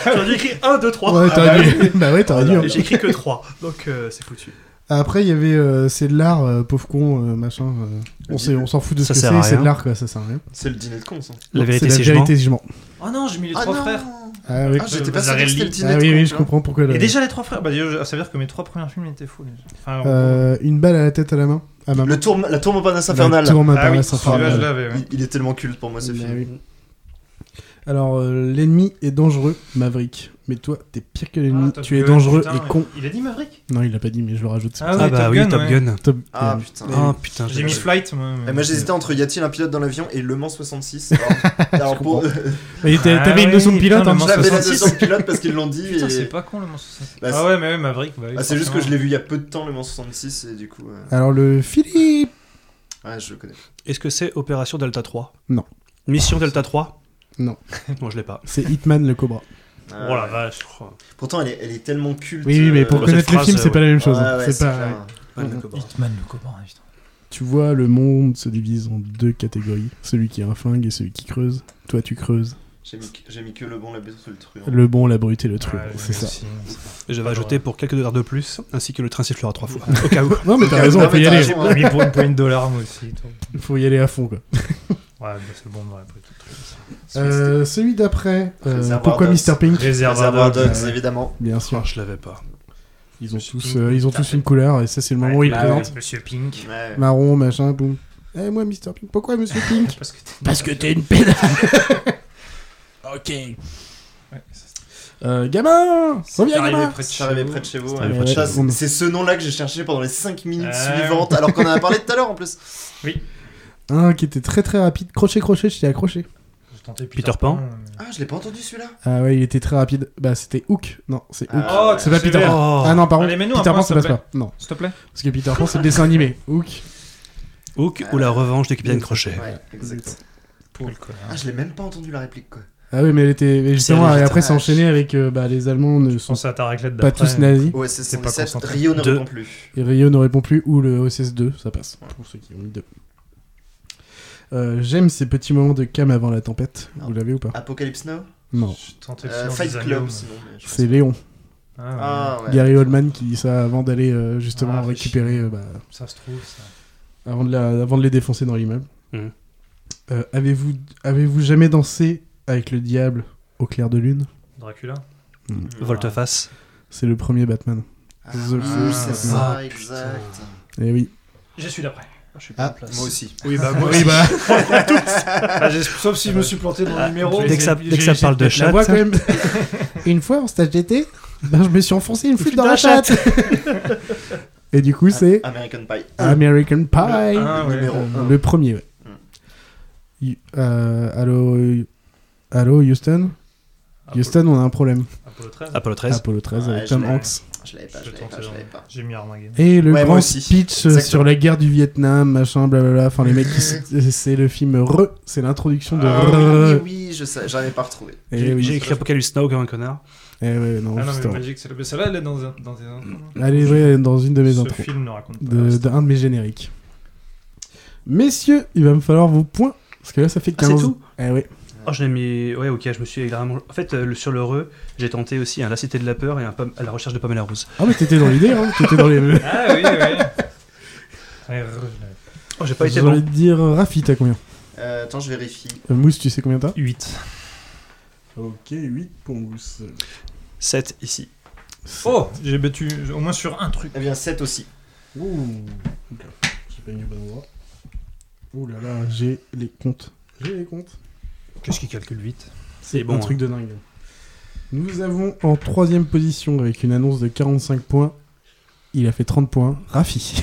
I: j'aurais dû écrire 1, 2, 3.
A: Ouais, t'aurais dû. [laughs] Bah ouais, t'aurais dû, hein.
I: Ah J'ai écrit que 3, donc euh, c'est foutu.
A: Après, il y avait euh, c'est de l'art, euh, pauvre con, euh, machin. euh, on sait- on s'en fout de
I: Ça
A: ce que
I: sert à
A: c'est, c'est
I: rien.
A: de l'art quoi, ça sert à rien.
C: C'est le dîner de cons, ça.
I: La vérité,
A: c'est
I: c'est
A: la vérité,
I: je
A: je mens.
B: Oh non, j'ai mis les
C: Ah
B: trois
C: non.
B: frères.
A: Ah oui. Ah,
C: j'étais pas sûr que c'était le dîner
A: Ah de oui, cons, oui, je tu vois. comprends pourquoi le-
B: Et déjà les trois frères, bah, déjà, ça veut dire que mes trois premiers films étaient fous. les- Enfin,
A: Euh, une balle à la tête à la main. À ma main.
C: Le tour, la tour Montparnasse
A: La
C: infernale.
A: tour
B: Ah
A: Montparnasse infernale.
C: Il, il est tellement culte pour moi ce film.
A: Ah Alors, euh, l'ennemi est dangereux, Maverick. Mais toi, t'es pire que l'ennemi.
B: Ah, Top
A: tu es
B: Gun,
A: dangereux
B: putain,
A: et con.
B: il a dit Maverick
A: Non, il l'a pas dit, mais je le rajoute. c'est
B: Ah
A: pour
B: ouais,
I: bah
A: ça.
B: Top Gun, ouais.
A: Top
C: Ah
A: Gun.
C: putain.
A: Ah,
B: J'ai mis Flight, moi, mais-
C: Eh, moi j'hésitais entre y a-t-il un pilote dans l'avion et Le
A: [laughs]
C: Mans 66. Alors, alors, pour- euh,
A: comprends. Mais t'as- Ah t'avais une oui, leçon de putain, pilote, le hein. Mans
C: J'avais la
A: 66.
C: leçon de pilote parce qu'ils l'ont dit.
B: Putain,
C: et-
B: c'est pas con, Le Mans 66.
C: Bah,
B: Ah
C: c'est-
B: ouais, mais ouais, Maverick, bah oui,
C: Ah, c'est juste que
B: forcément.
C: je l'ai vu il y a peu de temps, Le Mans 66, et du coup. euh,
A: Alors, le Philippe.
C: Ouais, je le connais.
I: Est-ce que c'est Opération Delta 3
A: Non.
I: Mission Delta 3 [laughs]
A: Non.
I: Bon, je l'ai pas.
A: C'est Hitman le Cobra.
C: Ah,
I: Oh la
C: ouais.
I: vache, je crois.
C: Pourtant, elle est, elle est tellement culte.
A: Oui, oui, mais pour
C: euh,
A: connaître le
C: cette
A: film,
C: phrase,
A: c'est pas la même chose.
C: ouais.
A: hein.
C: Ouais, ouais,
A: c'est pas.
C: clair.
A: Ouais. Ouais.
B: Hitman le copain, putain.
A: Tu vois, le monde se divise en deux catégories celui qui a un flingue et celui qui creuse. Toi, tu creuses.
C: J'ai mis, j'ai mis que le bon, la brute et le truand.
A: Le bon, la brute et le truand, c'est ça.
I: Et J'avais ajouté pour quelques dollars de plus, ainsi que le train sifflera trois [laughs] fois. Au cas où.
A: Non, mais t'as raison,
I: Non,
A: faut
I: mais
A: y
I: t'as
A: aller.
I: raison, hein.
B: J'ai mis pour une poignée de dollars, moi aussi. toi.
A: Faut y aller à fond, quoi.
B: Ouais, bah, c'est bon, on aurait pris tout le truc.
A: Euh, celui d'après, euh,
C: Réservoir
A: pourquoi
C: Dogs.
A: Mr. Pink
C: Réservoir Dogs,
A: Euh,
C: évidemment.
A: Bien sûr.
I: je l'avais pas.
A: Ils ont tous, euh, ils ont tous une couleur et ça, c'est le moment où ils
B: Bah,
A: présentent.
B: ouais, Monsieur Pink.
A: Marron, machin, boum. Eh, moi, Mr. Pink, pourquoi Monsieur Pink
B: Parce que t'es-
A: Parce que t'es une pédale Ok. Euh, gamin Reviens,
C: Arrivé
A: gamin
C: près de chez- arrivé près de chez vous.
A: C'est
C: ouais.
A: arrivé près de
C: Ça,
A: chez vous.
C: C'est c'est ce nom-là que j'ai cherché pendant les 5 minutes
B: Ah.
C: suivantes, alors qu'on en a parlé tout à l'heure en plus.
B: Oui.
A: Un qui était très très rapide. Crochet, crochet, je t'ai accroché.
B: J'ai tenté
I: Peter Pan.
C: Ah, je l'ai pas entendu celui-là.
A: Ah ouais, il était très rapide. Bah, c'était Hook. Non, c'est Hook.
B: Ah,
A: c'est pas
B: c'est
A: Peter
B: vrai.
I: Oh.
A: Pan. Ah non, pardon.
B: Allez, mets-nous un
A: Peter
B: point,
A: Pan, ça
B: s'il
A: passe
B: te plaît.
A: pas. Non.
B: S'il te plaît.
A: Parce que Peter Pan, c'est le dessin animé. Hook.
I: Hook ou la revanche de Capitaine Crochet.
C: Ouais, exact. Ah, je l'ai même pas entendu la réplique quoi.
A: Ah oui, mais elle était. mais justement,
C: C'est
A: et après, c'est
C: vrai.
A: enchaîné avec euh, bah, les Allemands ne sont
B: pensais à ta raclette
A: pas
B: d'après.
A: tous nazis.
C: Ouais, c'est
B: T'es pas
C: 77,
B: concentré.
C: Rio ne
B: Deux.
C: répond plus.
A: Et Rio ne répond plus, ou le OSS2, ça passe. Pour ceux qui ont mis deux. Euh, J'aime ces petits moments de cam avant la tempête. Vous l'avez ou pas
C: Apocalypse Now
A: Non.
B: tenté le
C: Euh,
B: silence
C: Fight
B: des
C: Club,
B: agneaux.
C: sinon, mais je pense
A: C'est Léon.
B: Ah,
C: ouais.
A: Gary Oldman qui dit ça avant d'aller euh, justement
B: Ah,
A: récupérer. euh, bah,
B: Ça se trouve, ça.
A: avant, de la- avant de les défoncer dans l'immeuble.
I: Mhm.
A: Euh, Avez-vous avez jamais dansé avec le diable au clair de lune
B: Dracula.
A: Hmm.
B: Hmm.
I: Volteface.
A: C'est le premier Batman. The
C: Ah,
A: first
C: c'est
A: Batman.
C: ça, exact.
A: Eh oui.
B: Je suis Ah. d'après. Je suis
C: pas Ah, en place. moi aussi.
B: Oui, bah moi
C: Oui,
B: aussi.
C: bah.
B: Tous. Ah, j'ai- sauf si je me suis planté dans le numéro.
A: Dès que ça,
B: J'ai- j'ai-
A: parle
B: j'ai-
A: de
B: j'ai-
A: chat.
B: la voix quand même.
A: [laughs] Une fois en stage d'été, ben, je me suis enfoncé une flûte dans la chatte. [laughs] Et du coup, c'est.
C: American Pie.
A: American Pie.
C: Le un, ouais. Numéro
A: Euh,
C: un. Mmh.
A: le premier, ouais. Y- euh, allô, euh, allô, Houston Houston, on a un problème.
B: Apollo 13.
I: Apollo 13.
A: Apollo 13
C: Ouais,
A: avec
C: je
A: Tom
C: l'avais.
A: Hanks.
C: Je l'avais pas, je
B: Je
C: l'avais pas,
B: tentais
C: je
B: dans-
C: l'avais pas.
B: J'ai mis Armageddon.
A: Et le
C: Ouais, moi
A: grand
C: aussi.
A: speech euh, sur la guerre du Vietnam, machin, blablabla. Enfin, les mecs, ils s- c'est le film Re, c'est l'introduction de
C: Ah,
A: Re.
C: oui, oui, je sais, j'en ai pas retrouvé.
A: Et
I: J'ai
A: oui.
I: j'ai écrit Apocalypse Now comme un connard.
A: Eh ouais, non,
B: Ah non, mais
A: justement.
B: Magic, c'est la. mais Celle-là, elle est dans un- dans tes infos.
A: Allez, ouais, dans une de mes
B: Ce
A: intros.
B: film Ah, ne raconte pas
A: de, de- un de mes génériques. Messieurs, il va me falloir vos points. Parce que là, ça fait
I: Ah, c'est
A: 15.
I: tout
A: eh oui.
I: Oh, je l'ai mis. Ouais, ok, je me suis. il a vraiment- En fait, euh, le- sur le re, j'ai tenté aussi un La Cité de la Peur et un Pam- à la recherche de Pamela Rose.
A: Ah, mais t'étais dans l'idée, hein. T'étais dans
I: [laughs]
A: les.
B: Ah oui, oui. Ouais, re-
I: Oh, j'ai pas été
A: J'ai envie
I: bon.
A: de dire, euh, Rafi, t'as combien
C: Euh, attends, je vérifie.
A: Euh, Mousse, tu sais combien [laughs] t'as
I: 8.
A: Ok, 8 pour Mousse.
I: 7 ici.
B: Oh, j'ai battu au moins sur un truc.
C: Eh bien, 7 aussi.
A: Ouh. Ok, j'ai pas mis au bon endroit. Ouh là là, j'ai les comptes. J'ai les comptes.
I: Qu'est-ce qu'il calcule 8
A: C'est un
C: hein.
A: truc de dingue. Nous avons en troisième position avec une annonce de 45 points. Il a fait 30 points. Rafi.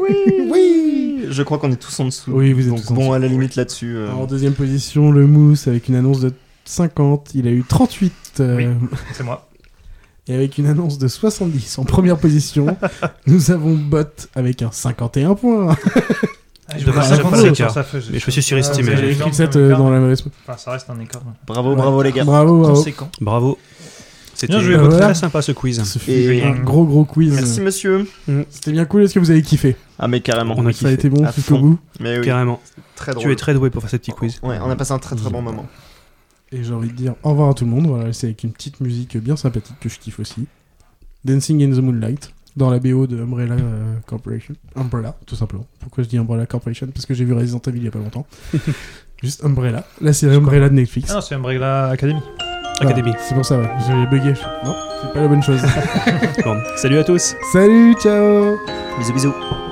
C: Oui Je crois qu'on est tous en dessous.
A: Oui, vous êtes
C: Donc
A: tous en
C: bon,
A: dessous. Ah,
C: à la limite là-dessus. euh,
A: en deuxième position, le Mousse avec une annonce de 50. Il a eu 38. euh,
B: C'est moi.
A: [laughs] Et avec une annonce de 70 en première
C: [laughs]
A: position, nous avons Bot avec un 51 points.
B: Ah,
I: Dommage,
A: Bravo.
I: j'ai pas
A: Bravo.
I: l'écart. Mais je me suis surestimé.
A: J'ai écrit ça euh, dans la mauvaise.
B: Enfin, ça reste un écart.
C: Bravo, bravo les gars.
A: Bravo, bravo.
B: Conséquent.
I: Bravo. C'était euh, très sympa ce quiz.
A: Et un gros gros quiz.
C: Merci, monsieur.
A: C'était bien cool. Est-ce que vous avez kiffé
C: Ah, mais carrément.
A: Euh, On a Ça a été bon
C: À
A: jusqu'au
C: fond.
A: bout.
C: Mais oui.
I: Carrément.
C: Très drôle. Oh,
I: Tu es très doué pour faire ces petits quiz.
C: Ouais, on a passé un très très bon moment.
A: Et j'ai envie de dire au revoir à tout le monde. Voilà, c'est avec une petite musique bien sympathique que je kiffe aussi. Dancing in the Moonlight, dans la BO de Umbrella euh, Corporation. Umbrella, tout simplement. Pourquoi je dis Umbrella Corporation Parce que j'ai vu Resident Evil il y a pas longtemps. Juste Umbrella, la série Umbrella de Netflix.
B: Ah non, c'est Umbrella Academy.
A: Voilà, C'est pour ça, ouais. J'ai bugué. Non, c'est pas la bonne chose.
I: Bon, salut à tous.
A: Salut, ciao
C: Bisous, bisous.